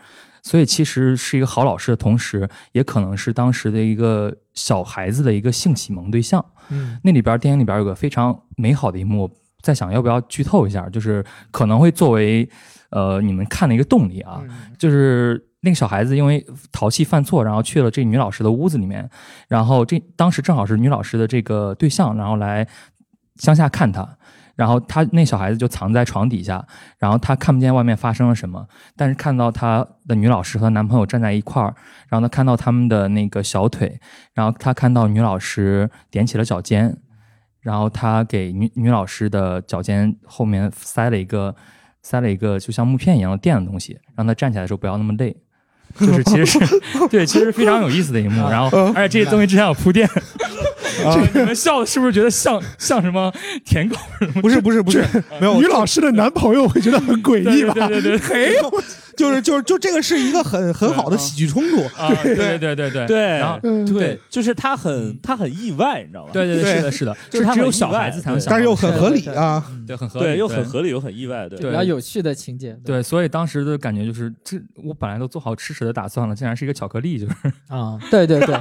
Speaker 11: 所以其实是一个好老师的同时，也可能是当时的一个小孩子的一个性启蒙对象。
Speaker 4: 嗯，
Speaker 11: 那里边电影里边有个非常美好的一幕，在想要不要剧透一下，就是可能会作为呃你们看的一个动力啊，就是那个小孩子因为淘气犯错，然后去了这女老师的屋子里面，然后这当时正好是女老师的这个对象，然后来乡下看他。然后他那小孩子就藏在床底下，然后他看不见外面发生了什么，但是看到他的女老师和男朋友站在一块儿，然后他看到他们的那个小腿，然后他看到女老师踮起了脚尖，然后他给女女老师的脚尖后面塞了一个塞了一个就像木片一样的垫的东西，让她站起来的时候不要那么累。就是其实是对，其实非常有意 思的一幕。
Speaker 2: 啊
Speaker 11: 然后，而且这些东西之前有铺垫。 这你们笑的是不是觉得像像什么舔狗什么？嗯
Speaker 2: 不是不是不是，没有
Speaker 5: 女老师的男朋友会觉得很诡异吧？
Speaker 11: 对对 对对
Speaker 5: 嘿，
Speaker 2: 就是就是就这个是一个很很好的喜剧冲突。
Speaker 11: 啊，对对对对对
Speaker 3: 对，
Speaker 11: 然后
Speaker 5: 嗯
Speaker 3: 对，就是他很他很意外，你知道吧？
Speaker 11: 对对对，是的，是的，
Speaker 3: 就是他
Speaker 11: 只有
Speaker 3: 很意
Speaker 11: 小
Speaker 3: 外
Speaker 11: 孩子才能想到的
Speaker 3: 对
Speaker 11: 事，
Speaker 2: 但是又很合理啊
Speaker 11: 嗯对，很合理，
Speaker 3: 对，又很合理，又很意外，对
Speaker 11: 对
Speaker 4: 比较有趣的情节。
Speaker 11: 对，所以当时的感觉就是，这我本来都做好吃屎的打算了，竟然是一个巧克力，就是
Speaker 4: 啊， 对对对，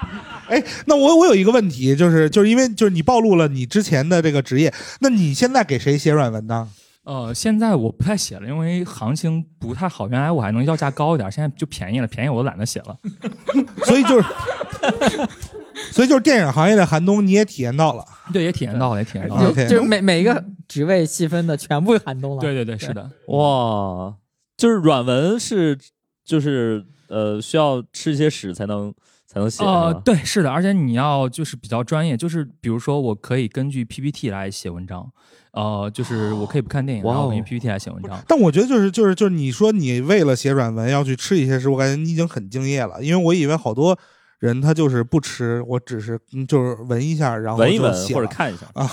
Speaker 2: 哎，那我我有一个问题，就是就是因为就是你暴露了你之前的这个职业，那你现在给谁写软文呢？
Speaker 11: 呃，现在我不太写了，因为行情不太好。原来我还能要价高一点，现在就便宜了，便宜我都懒得写了。
Speaker 2: 所以 就是，所以就是电影行业的寒冬，你也体验到了。
Speaker 11: 对，也体验到了，也体 验到
Speaker 4: 就
Speaker 11: 了。
Speaker 4: 就是每每一个职位细分的全部寒冬了。
Speaker 11: 对对对，是的。
Speaker 3: 哇，就是软文是就是呃需要吃一些屎才能才能写。
Speaker 11: 呃
Speaker 3: 是吧，
Speaker 11: 对，是的，而且你要就是比较专业，就是比如说，我可以根据 PPT 来写文章，呃，就是我可以不看电影，然后我根据 PPT 来写文章。
Speaker 2: 但我觉得就是就是就是你说你为了写软文要去吃一些食，我感觉你已经很敬业了，因为我以为好多人他就是不吃，我只是嗯就是闻一下，然后
Speaker 3: 闻一闻
Speaker 2: 就写
Speaker 3: 或者
Speaker 2: 了
Speaker 3: 看一下
Speaker 2: 啊。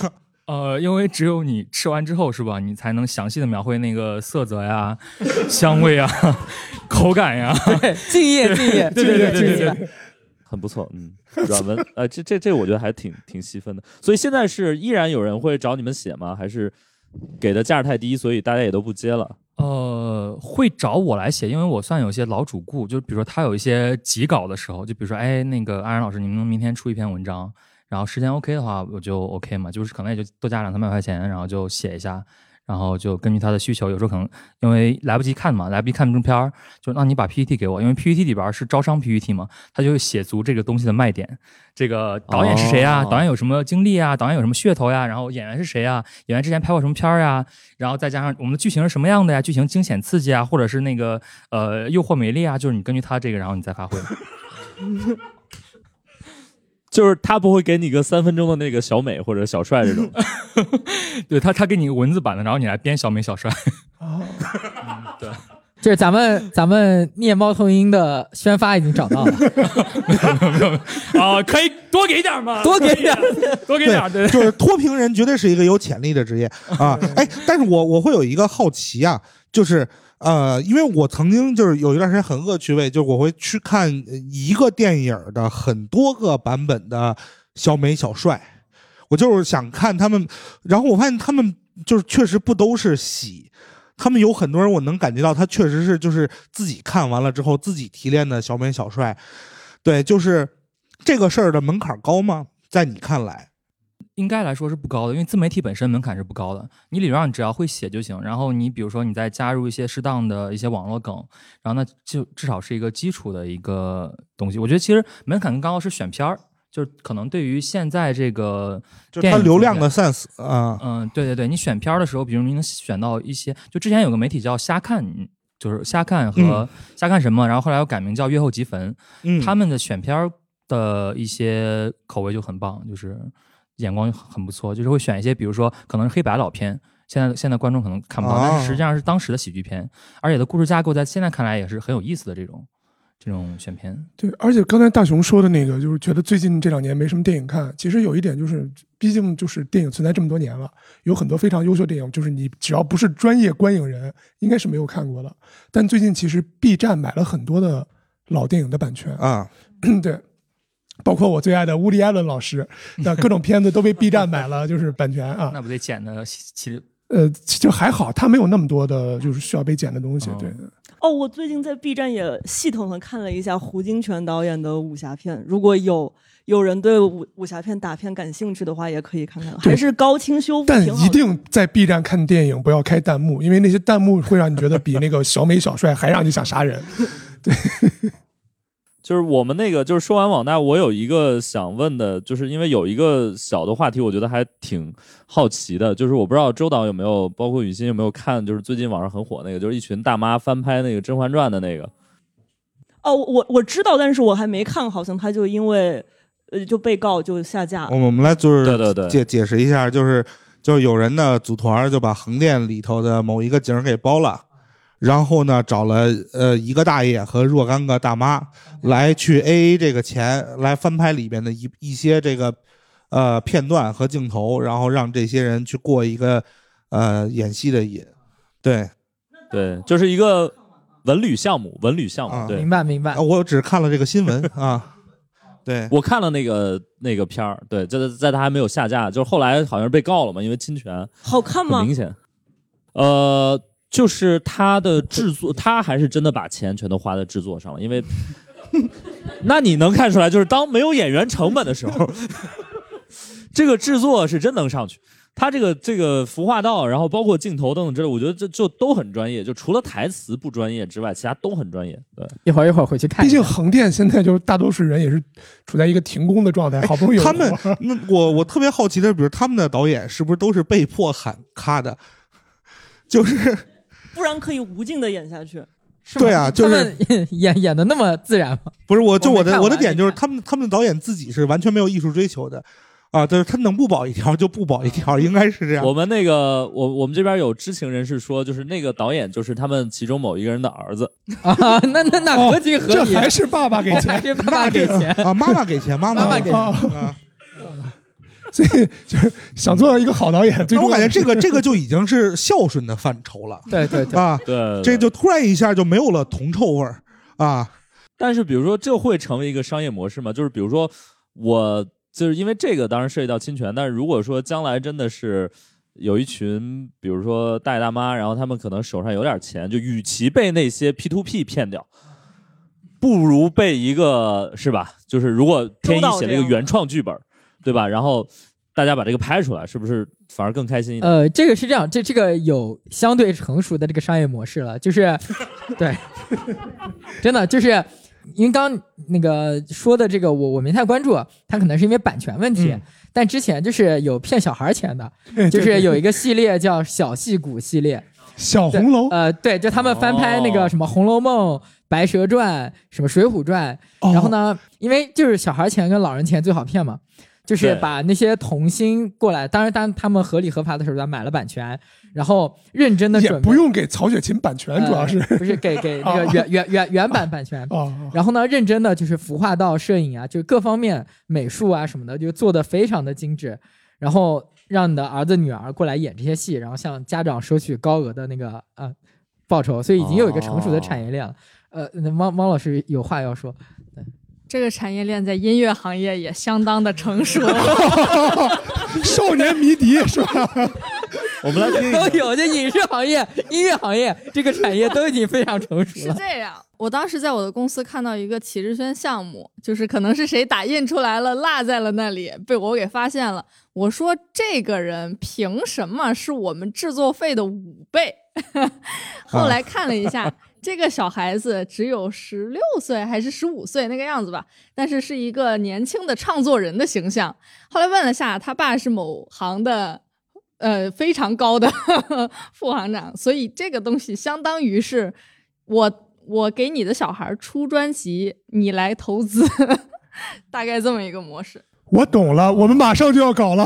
Speaker 11: 呃，因为只有你吃完之后是吧，你才能详细的描绘那个色泽呀、香味啊、口感呀。
Speaker 4: 敬业
Speaker 11: 对
Speaker 4: 敬业敬
Speaker 11: 对对
Speaker 4: 业
Speaker 11: 对对
Speaker 4: 敬业
Speaker 11: 对。
Speaker 3: 很不错，嗯，软文，呃，这这这我觉得还挺挺细分的。所以现在是依然有人会找你们写吗？还是给的价太低，所以大家也都不接了？
Speaker 11: 呃，会找我来写，因为我算有些老主顾，就比如说他有一些急稿的时候，就比如说，哎，那个安然老师，你们能明天出一篇文章，然后时间 OK 的话，我就 OK 嘛，就是可能也就多加两三百块钱，然后就写一下，然后就根据他的需求，有时候可能因为来不及看嘛，来不及看中篇儿，就让你把 PPT 给我，因为 PPT 里边儿是招商 PPT 嘛，他就会写足这个东西的卖点，这个导演是谁呀、
Speaker 3: 哦
Speaker 11: 导演有什么经历啊？导演有什么噱头呀、然后演员是谁呀、演员之前拍过什么片儿呀、然后再加上我们的剧情是什么样的呀？剧情惊险刺激啊，或者是那个呃诱惑美丽啊，就是你根据他这个，然后你再发挥。
Speaker 3: 就是他不 会给你个三分钟的那个小美或者小帅这种，
Speaker 11: 对他，他给你一个文字版的，然后你来编小美小帅。
Speaker 4: 就是咱们咱们灭猫头鹰的宣发已经找到 了，
Speaker 11: 啊，可以多给点嘛，
Speaker 4: 多给点，
Speaker 11: 多给点儿，对对。
Speaker 2: 就是脱贫人绝对是一个有潜力的职 业啊！哎，但是我我会有一个好奇啊，就是呃，因为我曾经就是有一段时间很恶趣味，就是我会去看一个电影的很多个版本的小美小帅，我就是想看他们，然后我发现他们就是确实不都是喜。他们有很多人，我能感觉到他确实是就是自己看完了之后自己提炼的小美小帅，对，就是这个事儿的门槛高吗？在你看来，
Speaker 11: 应该来说是不高的，因为自媒体本身门槛是不高的，你理论上只要会写就行。然后你比如说你再加入一些适当的一些网络梗，然后那就至少是一个基础的一个东西。我觉得其实门槛更高的是选片儿，就是可能对于现在这个
Speaker 2: 就是它
Speaker 11: 电影
Speaker 2: 流量的
Speaker 11: 行业
Speaker 2: sense 啊、
Speaker 11: 嗯，对对对，你选片儿的时候，比如你能选到一些，就之前有个媒体叫瞎看，就是瞎看和
Speaker 2: 嗯
Speaker 11: 瞎看什么，然后后来又改名叫月后即焚，
Speaker 2: 嗯
Speaker 11: 他们的选片儿的一些口味就很棒，就是眼光很不错，就是会选一些，比如说可能是黑白老片。现在现在观众可能看不到，但
Speaker 2: 哦
Speaker 11: 是实际上是当时的喜剧片，而且的故事架构在现在看来也是很有意思的这种这种选片。
Speaker 5: 对，而且刚才大雄说的那个，就是觉得最近这两年没什么电影看。其实有一点就是，毕竟就是电影存在这么多年了，有很多非常优秀电影，就是你只要不是专业观影人，应该是没有看过的。但最近其实 B 站买了很多的老电影的版权
Speaker 2: 啊，
Speaker 5: 对。包括我最爱的乌利·艾伦老师的各种片子都被 B 站买了，就是版权啊。
Speaker 11: 那不得剪的其实
Speaker 5: 呃，就还好，他没有那么多的就是需要被剪的东西。对，
Speaker 6: 哦，我最近在 B 站也系统的看了一下胡金铨导演的武侠片，如果有有人对武武侠片打片感兴趣的话，也可以看看，还是高清修复
Speaker 5: 但
Speaker 6: 挺好
Speaker 5: 一定在 B 站看电影不要开弹幕，因为那些弹幕会让你觉得比那个小美小帅还让你想杀人。
Speaker 3: 就是我们那个，就是说完网大，我有一个想问的，就是因为有一个小的话题，我觉得还挺好奇的，就是我不知道周导有没有，包括雨欣有没有看，就是最近网上很火那个，就是一群大妈翻拍那个《甄嬛传》的那个，
Speaker 6: 哦，我我知道，但是我还没看，好像他就因为呃就被告就下架了。
Speaker 2: 我们我们来就是
Speaker 3: 对对对
Speaker 2: 解解释一下，就是就是有人呢组团儿就把横店里头的某一个景儿给包了，然后呢找了呃一个大爷和若干个大妈来去 AA 这个钱，来翻拍里边的一一些这个呃片段和镜头，然后让这些人去过一个呃演戏的瘾，对。
Speaker 3: 对，就是一个文旅项目，文旅项目，对，
Speaker 4: 啊明白明白。
Speaker 2: 啊我只看了这个新闻啊，对
Speaker 3: 我看了那个那个片儿，对，在在他还没有下架，就是后来好像是被告了嘛，因为侵权，
Speaker 6: 好看吗
Speaker 3: 很明显，呃，就是他的制作，他还是真的把钱全都花在制作上了， 因为，那你能看出来，就是当没有演员成本的时候， 这个制作是真能上去。他这个这个服化道，然后包括镜头等等之类，我觉得这就都很专业，就除了台词不专业之外，其他都很专业。对，
Speaker 4: 一会儿一会儿回去看
Speaker 5: 毕竟横店现在就是大多数人也是处在一个停工的状态，
Speaker 4: 哎
Speaker 5: 好不容易有
Speaker 2: 他们
Speaker 5: 活
Speaker 2: 那我我特别好奇的，比如他们的导演是不是都是被迫喊咔的？就是
Speaker 6: 不然可以无尽的演下去。
Speaker 4: 吗
Speaker 2: 对啊，就
Speaker 4: 他
Speaker 2: 是
Speaker 4: 们演演的那么自然吗？
Speaker 2: 不是我就
Speaker 4: 我没
Speaker 2: 我的
Speaker 4: 看
Speaker 2: 我的
Speaker 4: 完
Speaker 2: 点就是他们他们的导演自己是完全没有艺术追求的啊，就是他能不保一条就不保一条，应该是这样。
Speaker 3: 我们那个，我我们这边有知情人士说，就是那个导演就是他们其中某一个人的儿子，
Speaker 4: 啊，那那那合情合理，
Speaker 5: 哦这还是爸爸给钱
Speaker 4: 还是爸爸给 钱
Speaker 2: 啊，妈妈给钱，妈
Speaker 4: 妈
Speaker 2: 妈
Speaker 4: 给
Speaker 2: 啊
Speaker 4: 钱。
Speaker 2: 啊
Speaker 5: 所以就是想做一个好导演，最
Speaker 2: 那我
Speaker 5: 重要
Speaker 2: 感觉
Speaker 5: 的是
Speaker 2: 这个这个就已经是孝顺的范畴了。
Speaker 4: 对对对
Speaker 2: 啊，
Speaker 3: 对
Speaker 2: 这就突然一下就没有了铜臭味儿啊。
Speaker 3: 但是比如说，这会成为一个商业模式吗？就是比如说，我就是因为这个当然涉及到侵权，但是如果说将来真的是有一群，比如说大爷大妈，然后他们可能手上有点钱，就与其被那些 P to P 骗掉，不如被一个是吧？就是如果天一写了一个原创剧本，对吧？然后大家把这个拍出来，是不是反而更开心一点？
Speaker 4: 呃，这个是这样，这这个有相对成熟的这个商业模式了， 就是，对，真的就是，因为刚那个说的这个我我没太关注，啊它可能是因为版权问题，但之前就是有骗小孩儿钱的，
Speaker 5: 嗯对
Speaker 4: 就
Speaker 5: 对
Speaker 4: 是
Speaker 5: 对
Speaker 4: 有一个系列叫小戏骨系列，
Speaker 5: 小红楼，哦
Speaker 4: 呃，对，就他们翻拍那个什么《红楼梦》《白蛇传》什么《水浒传》，
Speaker 5: 哦
Speaker 4: 然后呢，因为就是小孩钱跟老人钱最好骗嘛，就是
Speaker 8: 对
Speaker 4: 把那些童星过来，当然当他们合理合法的手段买了版权，然后认真的
Speaker 5: 也
Speaker 4: 准备
Speaker 5: 不用给曹雪芹版权，主要是
Speaker 4: 呃不是给 给那个
Speaker 5: 哦
Speaker 4: 原原原原版版权
Speaker 5: 哦
Speaker 4: 然后呢，认真的就是服化道、摄影啊，就是各方面美术啊什么的，就做的非常的精致，然后让你的儿子女儿过来演这些戏，然后向家长收取高额的那个呃报酬，所以已经有一个成熟的产业链了。呃，那猫猫老师有话要说，
Speaker 8: 这个产业链在音乐行业也相当的成 熟。
Speaker 5: 少年迷笛是吧？
Speaker 3: 我们来听一下
Speaker 4: 都有，这影视行业、音乐行业这个产业都已经非常成熟
Speaker 8: 是
Speaker 4: 了。
Speaker 8: 这样，我当时在我的公司看到一个启智轩项目，就是可能是谁打印出来了，落在了那里，被我给发现了。我说这个人凭什么是我们制作费的五 倍？后
Speaker 4: 啊
Speaker 8: 来看了一下，这个小孩子只有十六岁还是十五岁那个样子吧，但是是一个年轻的唱作人的形象。后来问了下，他爸是某行的。呃，非常高的 副行长，所以这个东西相当于是我我给你的小孩出专辑，你来投资， 大概这么一个模式。
Speaker 5: 我懂了，我们马上就要搞了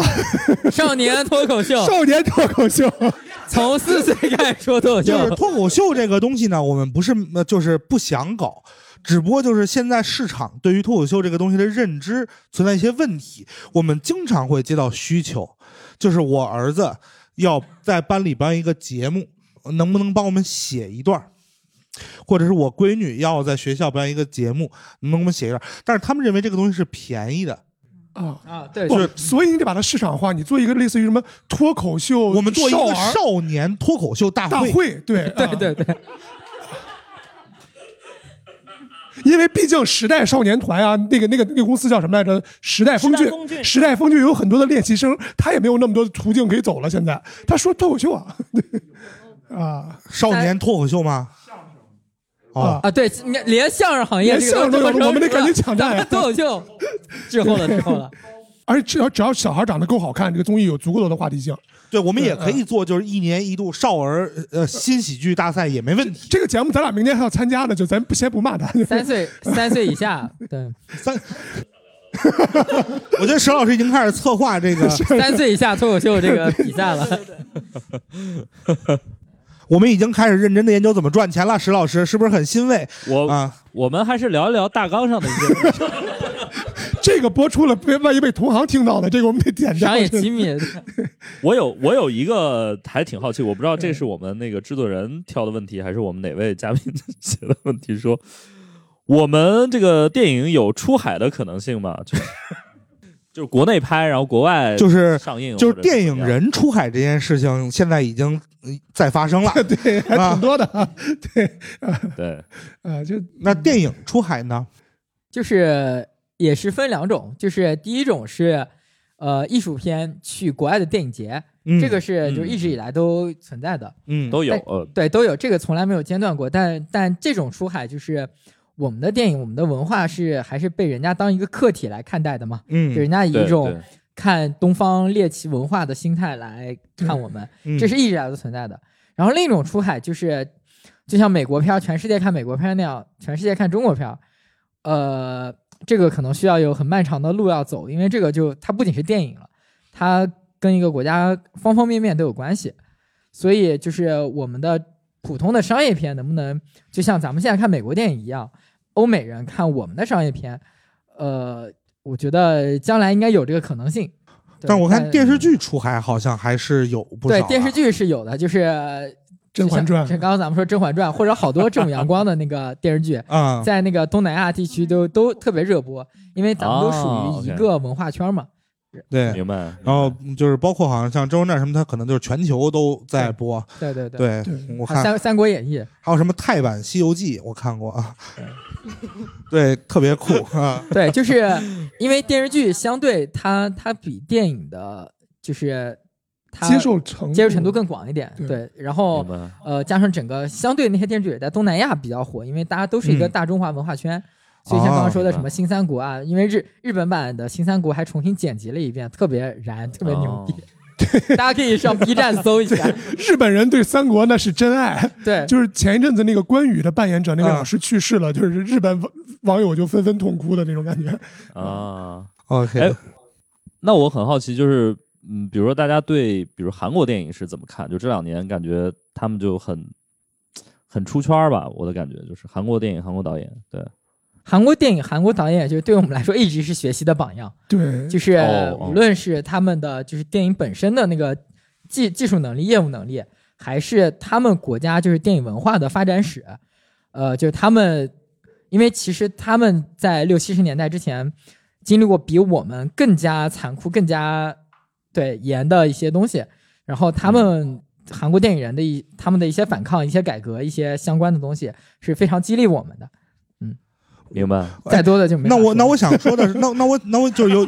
Speaker 4: 少年脱口秀，
Speaker 5: 少年脱口秀，
Speaker 4: 从 四岁开始说脱 口秀，
Speaker 2: 就是脱口秀这个东西呢，我们不是呃就是不想搞，只不过就是现在市场对于脱口秀这个东西的认知存在一些问题。我们经常会接到需求，就是我儿子要在班里办一个节目，能不能帮我们写一段儿？或者是我闺女要在学校办一个节目，能不能给我们写一段儿？但是他们认为这个东西是便宜的，
Speaker 5: 啊
Speaker 4: 啊，对
Speaker 5: 不，所以你得把它市场化，你做一个类似于什么脱口秀，我
Speaker 2: 我们做一个
Speaker 5: 少
Speaker 2: 少年脱口秀大
Speaker 5: 儿大
Speaker 2: 会，
Speaker 5: 会， 对
Speaker 4: 对
Speaker 5: 啊
Speaker 4: 对对，
Speaker 5: 因为毕竟时代少年团啊，那个那个那个公司叫什么来着？时代峰
Speaker 6: 时
Speaker 5: 峻
Speaker 6: 代峰，峻
Speaker 5: 时代峰峻有很多的练习生，他也没有那么多途径可以走了。现在他说脱口秀啊，对啊
Speaker 2: 少年脱口秀吗？
Speaker 5: 啊，
Speaker 4: 啊，对，你看连相声行业
Speaker 5: 连
Speaker 4: 这个
Speaker 5: 相声都有
Speaker 4: 这么
Speaker 5: 我们得
Speaker 4: 成熟
Speaker 5: 赶紧
Speaker 4: 了
Speaker 5: 抢占
Speaker 4: 咱们脱口秀滞后了，滞后了。
Speaker 5: 而且只要只要小孩长得够好看，这个综艺有足够多的话题性。嗯
Speaker 2: 对，我们也可以做，就是一年一度少儿呃新喜剧大赛也没问题。
Speaker 5: 这个节目咱俩明天还要参加呢，就咱不先不骂他。
Speaker 4: 三岁三岁以下，对，
Speaker 2: 三， 我觉得石老师已经开始策划这个，
Speaker 4: 三岁以下脱口秀这个比赛了。
Speaker 2: 我们已经开始认真的研究怎么赚钱了。石老师是不是很欣慰？
Speaker 3: 我、
Speaker 2: 啊
Speaker 3: 我们还是聊一聊大纲上的一些。
Speaker 5: 这个播出了，别万一被同行听到了，这个我们得点掉
Speaker 4: 商。业机密，
Speaker 3: 我有我有一个还挺好奇，我不知道这是我们那个制作人挑的问题，还是我们哪位嘉宾写的问题说。我们这个电影有出海的可能性吗？就是 就是国内拍，然后国外
Speaker 2: 就是
Speaker 3: 上映，
Speaker 2: 就
Speaker 3: 或
Speaker 2: 是
Speaker 3: 者怎么
Speaker 2: 电影
Speaker 3: 样
Speaker 2: 人出海这件事情，现在已经呃在发生了。
Speaker 5: 对，还挺多的啊。对
Speaker 3: 对
Speaker 5: 啊，就
Speaker 2: 那电影出海呢？
Speaker 4: 就是也是分两种，就是第一种是呃艺术片去国外的电影节，
Speaker 2: 嗯
Speaker 4: 这个是
Speaker 3: 嗯
Speaker 4: 就一直以来都存在的，
Speaker 2: 嗯，
Speaker 3: 都有
Speaker 4: 但
Speaker 3: 呃
Speaker 4: 对，都有这个从来没有间断过。但但这种出海就是我们的电影，我们的文化是还是被人家当一个客体来看待的嘛，
Speaker 2: 嗯
Speaker 4: 就人家以
Speaker 3: 对
Speaker 4: 一种
Speaker 3: 对
Speaker 4: 看东方猎奇文化的心态来看我们，
Speaker 2: 嗯
Speaker 4: 这是一直以来都存在的。然后另一种出海就是，就像美国片儿，全世界看美国片儿那样，全世界看中国片儿，呃，这个可能需要有很漫长的路要走，因为这个就它不仅是电影了，它跟一个国家方方面面都有关系，所以就是我们的普通的商业片能不能就像咱们现在看美国电影一样，欧美人看我们的商业片，呃，我觉得将来应该有这个可能性。对
Speaker 2: 但我看
Speaker 4: 但
Speaker 2: 电视剧出海好像还是有不少
Speaker 4: 对
Speaker 2: 啊，
Speaker 4: 电视剧是有的，就是《
Speaker 5: 甄嬛传
Speaker 4: 像刚刚咱们说《甄嬛传》，或者好多这种阳光的那个电视剧
Speaker 2: 啊
Speaker 4: 在那个东南亚地区都都特别热播，因为咱们都
Speaker 2: 哦
Speaker 4: 属于一
Speaker 2: OK
Speaker 4: 个文化圈嘛。
Speaker 2: 对，
Speaker 1: 明白。
Speaker 2: 然后就是包括好像像《甄嬛传》什么，它可能就是全球都在播。
Speaker 4: 对对
Speaker 2: 对，我
Speaker 4: 还有
Speaker 2: 看
Speaker 4: 三三国演义》
Speaker 2: 还有什么泰版《西游记》，我看过 啊，对，特别酷啊。
Speaker 4: 对，就是因为电视剧相对它它比电影的，就是它
Speaker 5: 接受程度
Speaker 4: 接受程度更广一点。
Speaker 5: 对
Speaker 4: 对，然后
Speaker 5: 明白
Speaker 4: 呃，加上整个相对那些电视剧也在东南亚比较火，因为大家都是一个
Speaker 5: 嗯
Speaker 4: 大中华文化圈。所以像刚刚说的
Speaker 5: 哦
Speaker 4: 什么新三国啊，因为日日本版的新三国还重新剪辑了一遍，特别燃，特别
Speaker 5: 哦
Speaker 4: 牛逼。大家可以上 B 站搜一 下。
Speaker 5: 日本人对三国那是真爱。
Speaker 4: 对啊
Speaker 5: 就是前一阵子那个关羽的扮演者那个老师去世了，就是日本网网友就纷纷痛哭的那种感觉。
Speaker 3: 啊。
Speaker 2: 哦 OK
Speaker 3: 哎，那我很好奇，就是嗯，比如说大家对比如韩国电影是怎么看？就这两年感觉他们就很很出圈儿吧，我的感觉就是韩国电影、韩国导演，对，
Speaker 4: 韩国电影、韩国导演，就是对我们来说一直是学习的榜样。
Speaker 2: 嗯
Speaker 5: 对
Speaker 4: 就是
Speaker 3: 哦哦
Speaker 4: 无论是他们的就是电影本身的那个技技术能力、业务能力，还是他们国家就是电影文化的发展史，呃，就是他们，因为其实他们在六七十年代之前经历过比我们更加残酷、更加对严的一些东西，然后他们韩国电影人的一他们的一些反抗、一些改革、一些相关的东西是非常激励我们的。
Speaker 3: 明白？
Speaker 4: 再多的就没
Speaker 2: 哎那
Speaker 4: 法说
Speaker 2: 我那
Speaker 4: 了
Speaker 2: 我想说的是，那那我那我就是有，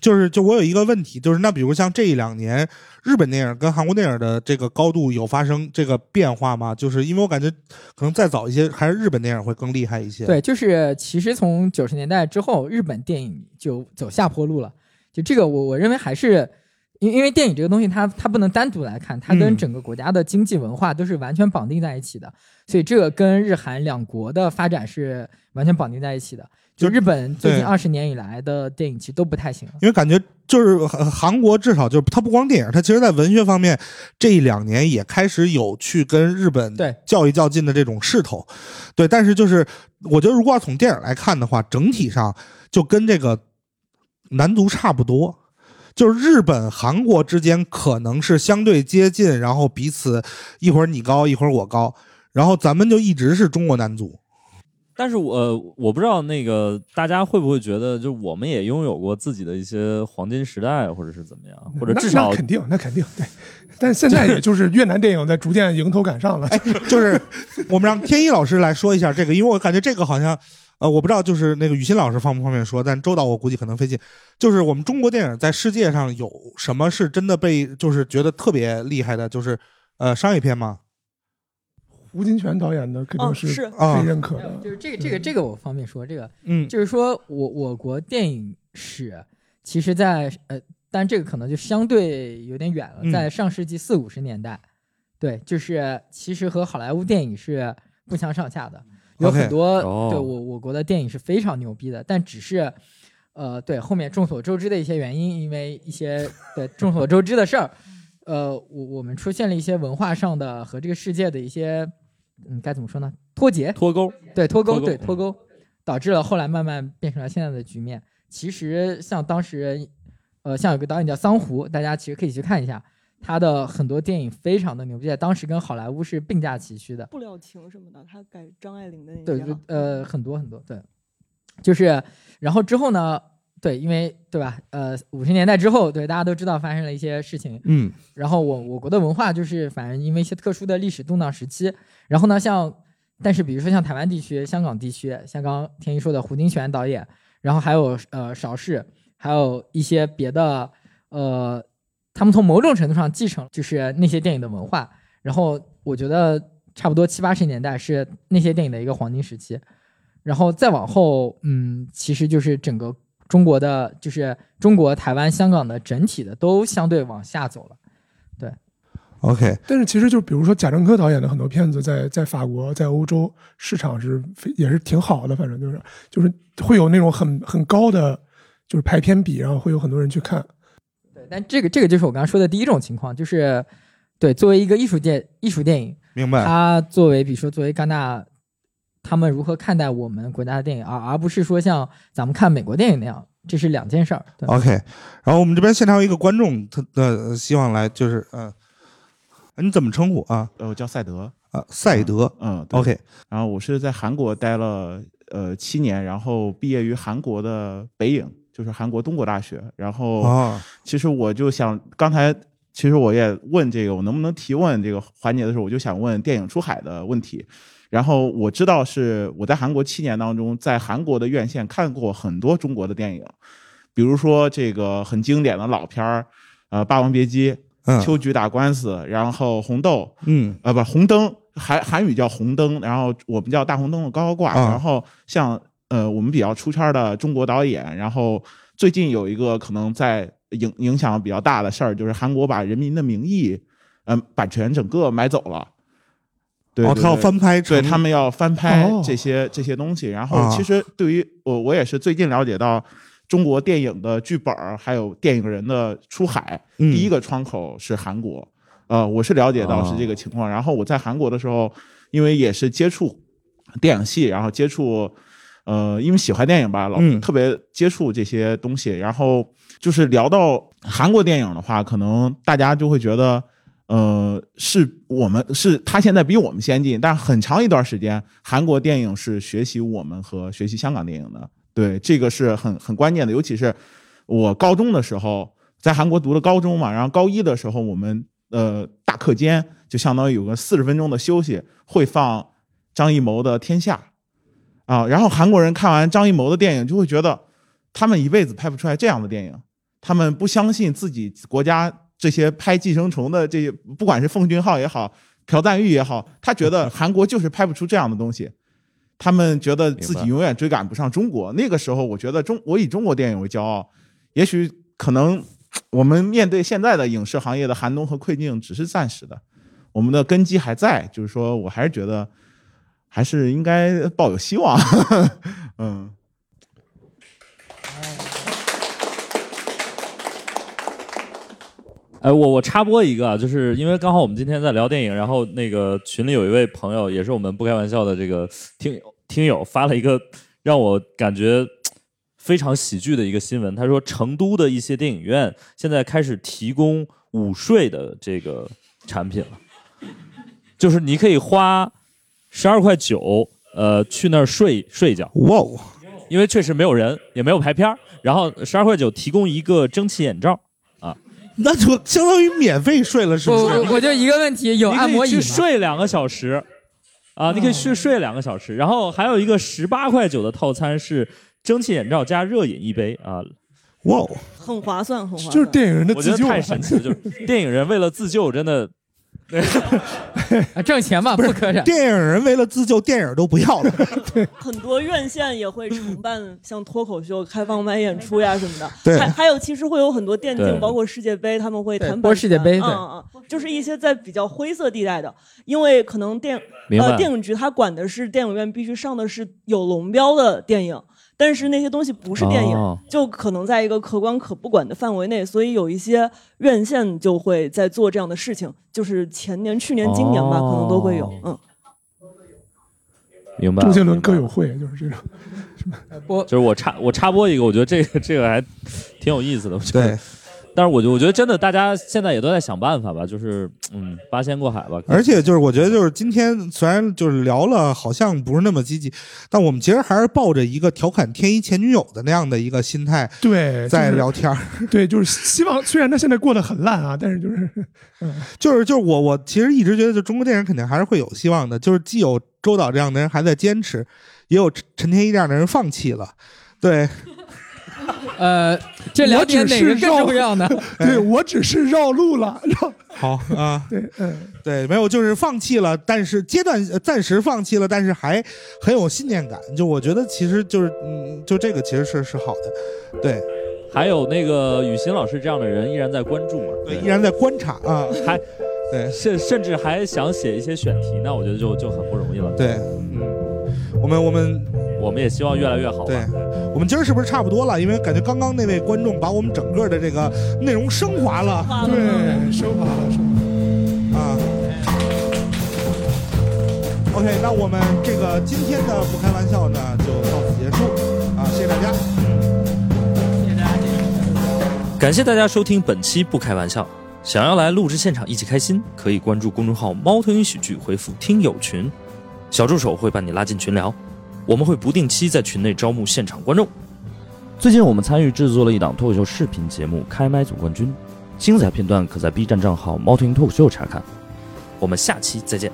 Speaker 2: 就是就我有一个问题，就是那比如像这一两年，日本电影跟韩国电影的这个高度有发生这个变化吗？就是因为我感觉可能再早一些，还是日本电影会更厉害一些。
Speaker 4: 对，就是其实从九十年代之后，日本电影就走下坡路了。就这个我，我认为还是因因为电影这个东西它，它不能单独来看，它跟
Speaker 5: 嗯
Speaker 4: 整个国家的经济文化都是完全绑定在一起的，所以这个跟日韩两国的发展是完全绑定在一起的。就日本最近
Speaker 2: 对
Speaker 4: 二十年以来的电影其实都不太行了。
Speaker 2: 因为感觉就是韩韩国，至少就是它不光电影，它其实在文学方面这一两年也开始有去跟日本
Speaker 4: 对
Speaker 2: 较一较劲的这种势头，对。但是就是我觉得，如果要从电影来看的话，整体上就跟这个难度差不多。就是日本、韩国之间可能是相对接近，然后彼此一会儿你高，一会儿我高，然后咱们就一直是中国男足。
Speaker 3: 但是我、呃我不知道那个大家会不会觉得，就我们也拥有过自己的一些黄金时代，或者是怎么样，或者
Speaker 5: 那
Speaker 3: 至少
Speaker 5: 那肯定，那肯定对。但现在也就是越南电影在逐渐迎头赶上了，
Speaker 2: 哎就是我们让天一老师来说一下这个，因为我感觉这个好像，呃，我不知道就是那个雨欣老师方不方便说，但周导我估计可能费劲。就是我们中国电影在世界上有什么是真的被就是觉得特别厉害的，就是呃商业片吗？
Speaker 5: 胡金铨导演的肯定
Speaker 4: 哦是
Speaker 5: 被认可
Speaker 4: 没有
Speaker 5: 的。嗯
Speaker 4: 就是这个这个这个我方便说这个，
Speaker 2: 嗯
Speaker 4: 就是说我我国电影史，其实在呃，但这个可能就相对有点远了，
Speaker 5: 嗯
Speaker 4: 在上世纪四五十年代，对，就是其实和好莱坞电影是不相上下的，有
Speaker 2: OK，
Speaker 4: 很多
Speaker 2: 哦
Speaker 4: 对我我国的电影是非常牛逼的，但只是。呃，对，后面众所周知的一些原因，因为一些对众所周知的事儿，呃，我我们出现了一些文化上的和这个世界的一些，嗯，该怎么说呢？脱节、
Speaker 3: 脱钩，
Speaker 4: 对，脱
Speaker 3: 脱
Speaker 4: 钩，
Speaker 3: 钩嗯
Speaker 4: 对，脱钩，导致了后来慢慢变成了现在的局面。其实像当时，呃，像有个导演叫桑弧，大家其实可以去看一下，他的很多电影非常的牛逼，在当时跟好莱坞是并驾齐驱的。
Speaker 6: 不了情什么的，他改张爱玲的那
Speaker 4: 对
Speaker 6: 些
Speaker 4: 对
Speaker 6: 了，
Speaker 4: 呃，很多很多，对，就是，然后之后呢，对，因为对吧，呃，五十年代之后，对大家都知道发生了一些事情，
Speaker 2: 嗯，
Speaker 4: 然后我我国的文化就是反正因为一些特殊的历史动荡时期，然后呢，像但是比如说像台湾地区、香港地区，像刚刚天一说的胡金铨导演，然后还有呃邵氏，还有一些别的呃，他们从某种程度上继承就是那些电影的文化，然后我觉得差不多七八十年代是那些电影的一个黄金时期，然后再往后，嗯，其实就是整个中国的，就是中国、台湾、香港的整体的都相对往下走了。对，
Speaker 2: OK，
Speaker 5: 但是其实就比如说贾樟柯导演的很多片子在，在法国、在欧洲市场是非也是挺好的，反正就是就是会有那种很很高的就是排片比，然后会有很多人去
Speaker 3: 哦
Speaker 5: 看。
Speaker 4: 对，但这个这个就是我刚刚说的第一种情况，就是对作为一个艺术电艺术电影，
Speaker 2: 明白
Speaker 4: 它作为比如说作为戛纳，他们如何看待我们国家的电影，而而不是说像咱们看美国电影那样，这是两件事儿。对
Speaker 2: OK，然后我们这边现场有一个观众，他呃希望来就是嗯、呃，你怎么称呼啊？
Speaker 12: 呃，我叫赛德
Speaker 2: 啊，赛德，
Speaker 12: 嗯对
Speaker 2: OK，
Speaker 12: 然后我是在韩国待了呃七年，然后毕业于韩国的北影，就是韩国东国大学。然后，
Speaker 2: 哦
Speaker 12: 其实我就想，刚才其实我也问这个，我能不能提问这个环节的时候，我就想问电影出海的问题。然后我知道是我在韩国七年当中，在韩国的院线看过很多中国的电影，比如说这个很经典的老片儿，呃，《霸王别姬》、
Speaker 2: 嗯
Speaker 12: 《秋菊打官司》，然后《红豆》，
Speaker 2: 嗯
Speaker 12: 呃，不，红灯，韩韩语叫红灯，然后我们叫大红灯笼高高挂。
Speaker 2: 啊
Speaker 12: 然后像呃，我们比较出圈的中国导演，然后最近有一个可能在影影响比较大的事儿，就是韩国把《人民的名义》嗯、版权整个买走了。对
Speaker 2: 哦
Speaker 12: 对
Speaker 2: 他要
Speaker 12: 对
Speaker 2: 翻拍
Speaker 12: 对
Speaker 2: 成
Speaker 12: 他们要翻拍
Speaker 2: 哦
Speaker 12: 这些、这些东西。然
Speaker 2: 啊
Speaker 12: 后其实对于我，我也是最近了解到中国电影的剧本儿还有电影人的出海，
Speaker 2: 嗯
Speaker 12: 第一个窗口是韩国。呃，我是了解到
Speaker 2: 哦
Speaker 12: 是这个情况。然后我在韩国的时候，因为也是接触电影系，然后接触呃，因为喜欢电影吧，老、
Speaker 2: 嗯
Speaker 12: 特别接触这些东西。然后就是聊到韩国电影的话，可能大家就会觉得，呃，是我们是他现在比我们先进，但很长一段时间，韩国电影是学习我们和学习香港电影的。对，这个是很很关键的，尤其是我高中的时候，在韩国读的高中嘛，然后高一的时候，我们呃大课间就相当于有个四十分钟的休息，会放张艺谋的《天下》啊，然后韩国人看完张艺谋的电影，就会觉得他们一辈子拍不出来这样的电影，他们不相信自己国家这些拍《寄生虫》的这些，不管是奉俊昊也好，朴赞玉也好，他觉得韩国就是拍不出这样的东西。他们觉得自己永远追赶不上中国。那个时候，我觉得中我以中国电影为骄傲，也许可能我们面对现在的影视行业的寒冬和困境只是暂时的，我们的根基还在。就是说我还是觉得还是应该抱有希望。 嗯，
Speaker 3: 哎，我我插播一个啊，就是因为刚好我们今天在聊电影，然后那个群里有一位朋友，也是我们不开玩笑的这个听友听友发了一个让我感觉嘖非常喜剧的一个新闻，他说成都的一些电影院现在开始提供午睡的这个产品了，就是你可以花十二块九，呃，去那儿睡睡一觉。
Speaker 2: 哇、
Speaker 3: 因为确实没有人，也没有排片儿然后十二块九提供一个蒸汽眼罩啊，
Speaker 2: 那就相当于免费睡了，是不
Speaker 4: 我
Speaker 2: 是？
Speaker 4: 我我就一个问题，有
Speaker 3: 你可以
Speaker 4: 按摩椅
Speaker 3: 去
Speaker 4: 吗？
Speaker 3: 睡两个小时啊，你可以去睡两个小时。然后还有一个十八块九的套餐是蒸汽眼罩加热饮一杯啊。
Speaker 2: 哇，
Speaker 6: 很划算，很划算。
Speaker 5: 哦就是电影人的
Speaker 3: 我
Speaker 5: 自
Speaker 3: 觉得
Speaker 5: 救啊，
Speaker 3: 太神奇了，就是电影人为了自救，真的
Speaker 4: 啊挣钱嘛，不可忍。
Speaker 2: 电影人为了自救，电影都不要 了。
Speaker 6: 很多院线也会承办像脱口秀、开放麦演出呀什么的。
Speaker 2: 对
Speaker 6: 还还有其实会有很多电
Speaker 2: 对
Speaker 6: 竞，包括世界杯，他们会谈
Speaker 4: 对
Speaker 6: 版
Speaker 4: 播世界
Speaker 6: 权
Speaker 4: 杯
Speaker 6: 嗯
Speaker 4: 对
Speaker 6: 嗯嗯，就是一些在比较灰色地带的，因为可能电
Speaker 4: 明白
Speaker 6: 呃电影局它管的是电影院必须上的是有龙标的电影。但是那些东西不是电影，
Speaker 13: 哦
Speaker 6: 就可能在一个可管可不管的范围内，所以有一些院线就会在做这样的事情，就是前年、去年、今年
Speaker 4: 哦
Speaker 6: 吧，可能都会有。嗯，
Speaker 3: 明白
Speaker 5: 周
Speaker 3: 了。
Speaker 5: 杰伦歌友会就是这种。
Speaker 3: 就是我插我插播一个，我觉得这个这个还挺有意思的。我觉得，但是我就我觉得真的，大家现在也都在想办法吧，就是嗯，八仙过海吧。
Speaker 2: 而且就是我觉得就是今天虽然就是聊了好像不是那么积极，但我们其实还是抱着一个调侃天一前女友的那样的一个心态
Speaker 5: 对，
Speaker 2: 在
Speaker 5: 就是
Speaker 2: 聊天儿。
Speaker 5: 对，就是希望，虽然他现在过得很烂啊，但是就是，嗯，
Speaker 2: 就是就是我我其实一直觉得，就中国电影肯定还是会有希望的，就是既有周导这样的人还在坚持，也有陈陈天一这样的人放弃了。对，
Speaker 4: 呃，这两点哪个更重要呢？
Speaker 5: 对我只是绕路了，绕
Speaker 2: 好啊，
Speaker 5: 对，嗯，
Speaker 2: 对，没有，就是放弃了，但是阶段呃暂时放弃了，但是还很有信念感。就我觉得，其实就是嗯，就这个其实是是好的，对，
Speaker 3: 还有那个雨欣老师这样的人依然在关注嘛，对
Speaker 2: 依然在观察啊，
Speaker 3: 还
Speaker 2: 对，
Speaker 14: 甚甚至还想写一些选题，那我觉得就就很不容易了。嗯
Speaker 2: 对，我们我们
Speaker 14: 我们也希望越来越好吧。
Speaker 2: 对，我们今儿是不是差不多了？因为感觉刚刚那位观众把我们整个的这个内容升华了，
Speaker 5: 对，升华了，升华了。
Speaker 2: 啊。OK，那我们这个今天的不开玩笑呢，就到此结束啊，谢谢大家。
Speaker 3: 感谢大家收听本期《不开玩笑》，想要来录制现场一起开心，可以关注公众号“猫头鹰喜剧”，回复“听友群”，小助手会把你拉进群聊。我们会不定期在群内招募现场观众。最近我们参与制作了一档脱口秀视频节目《开麦总冠军》，精彩片段可在 B 站账号“猫头鹰脱口秀”查看。我们下期再见。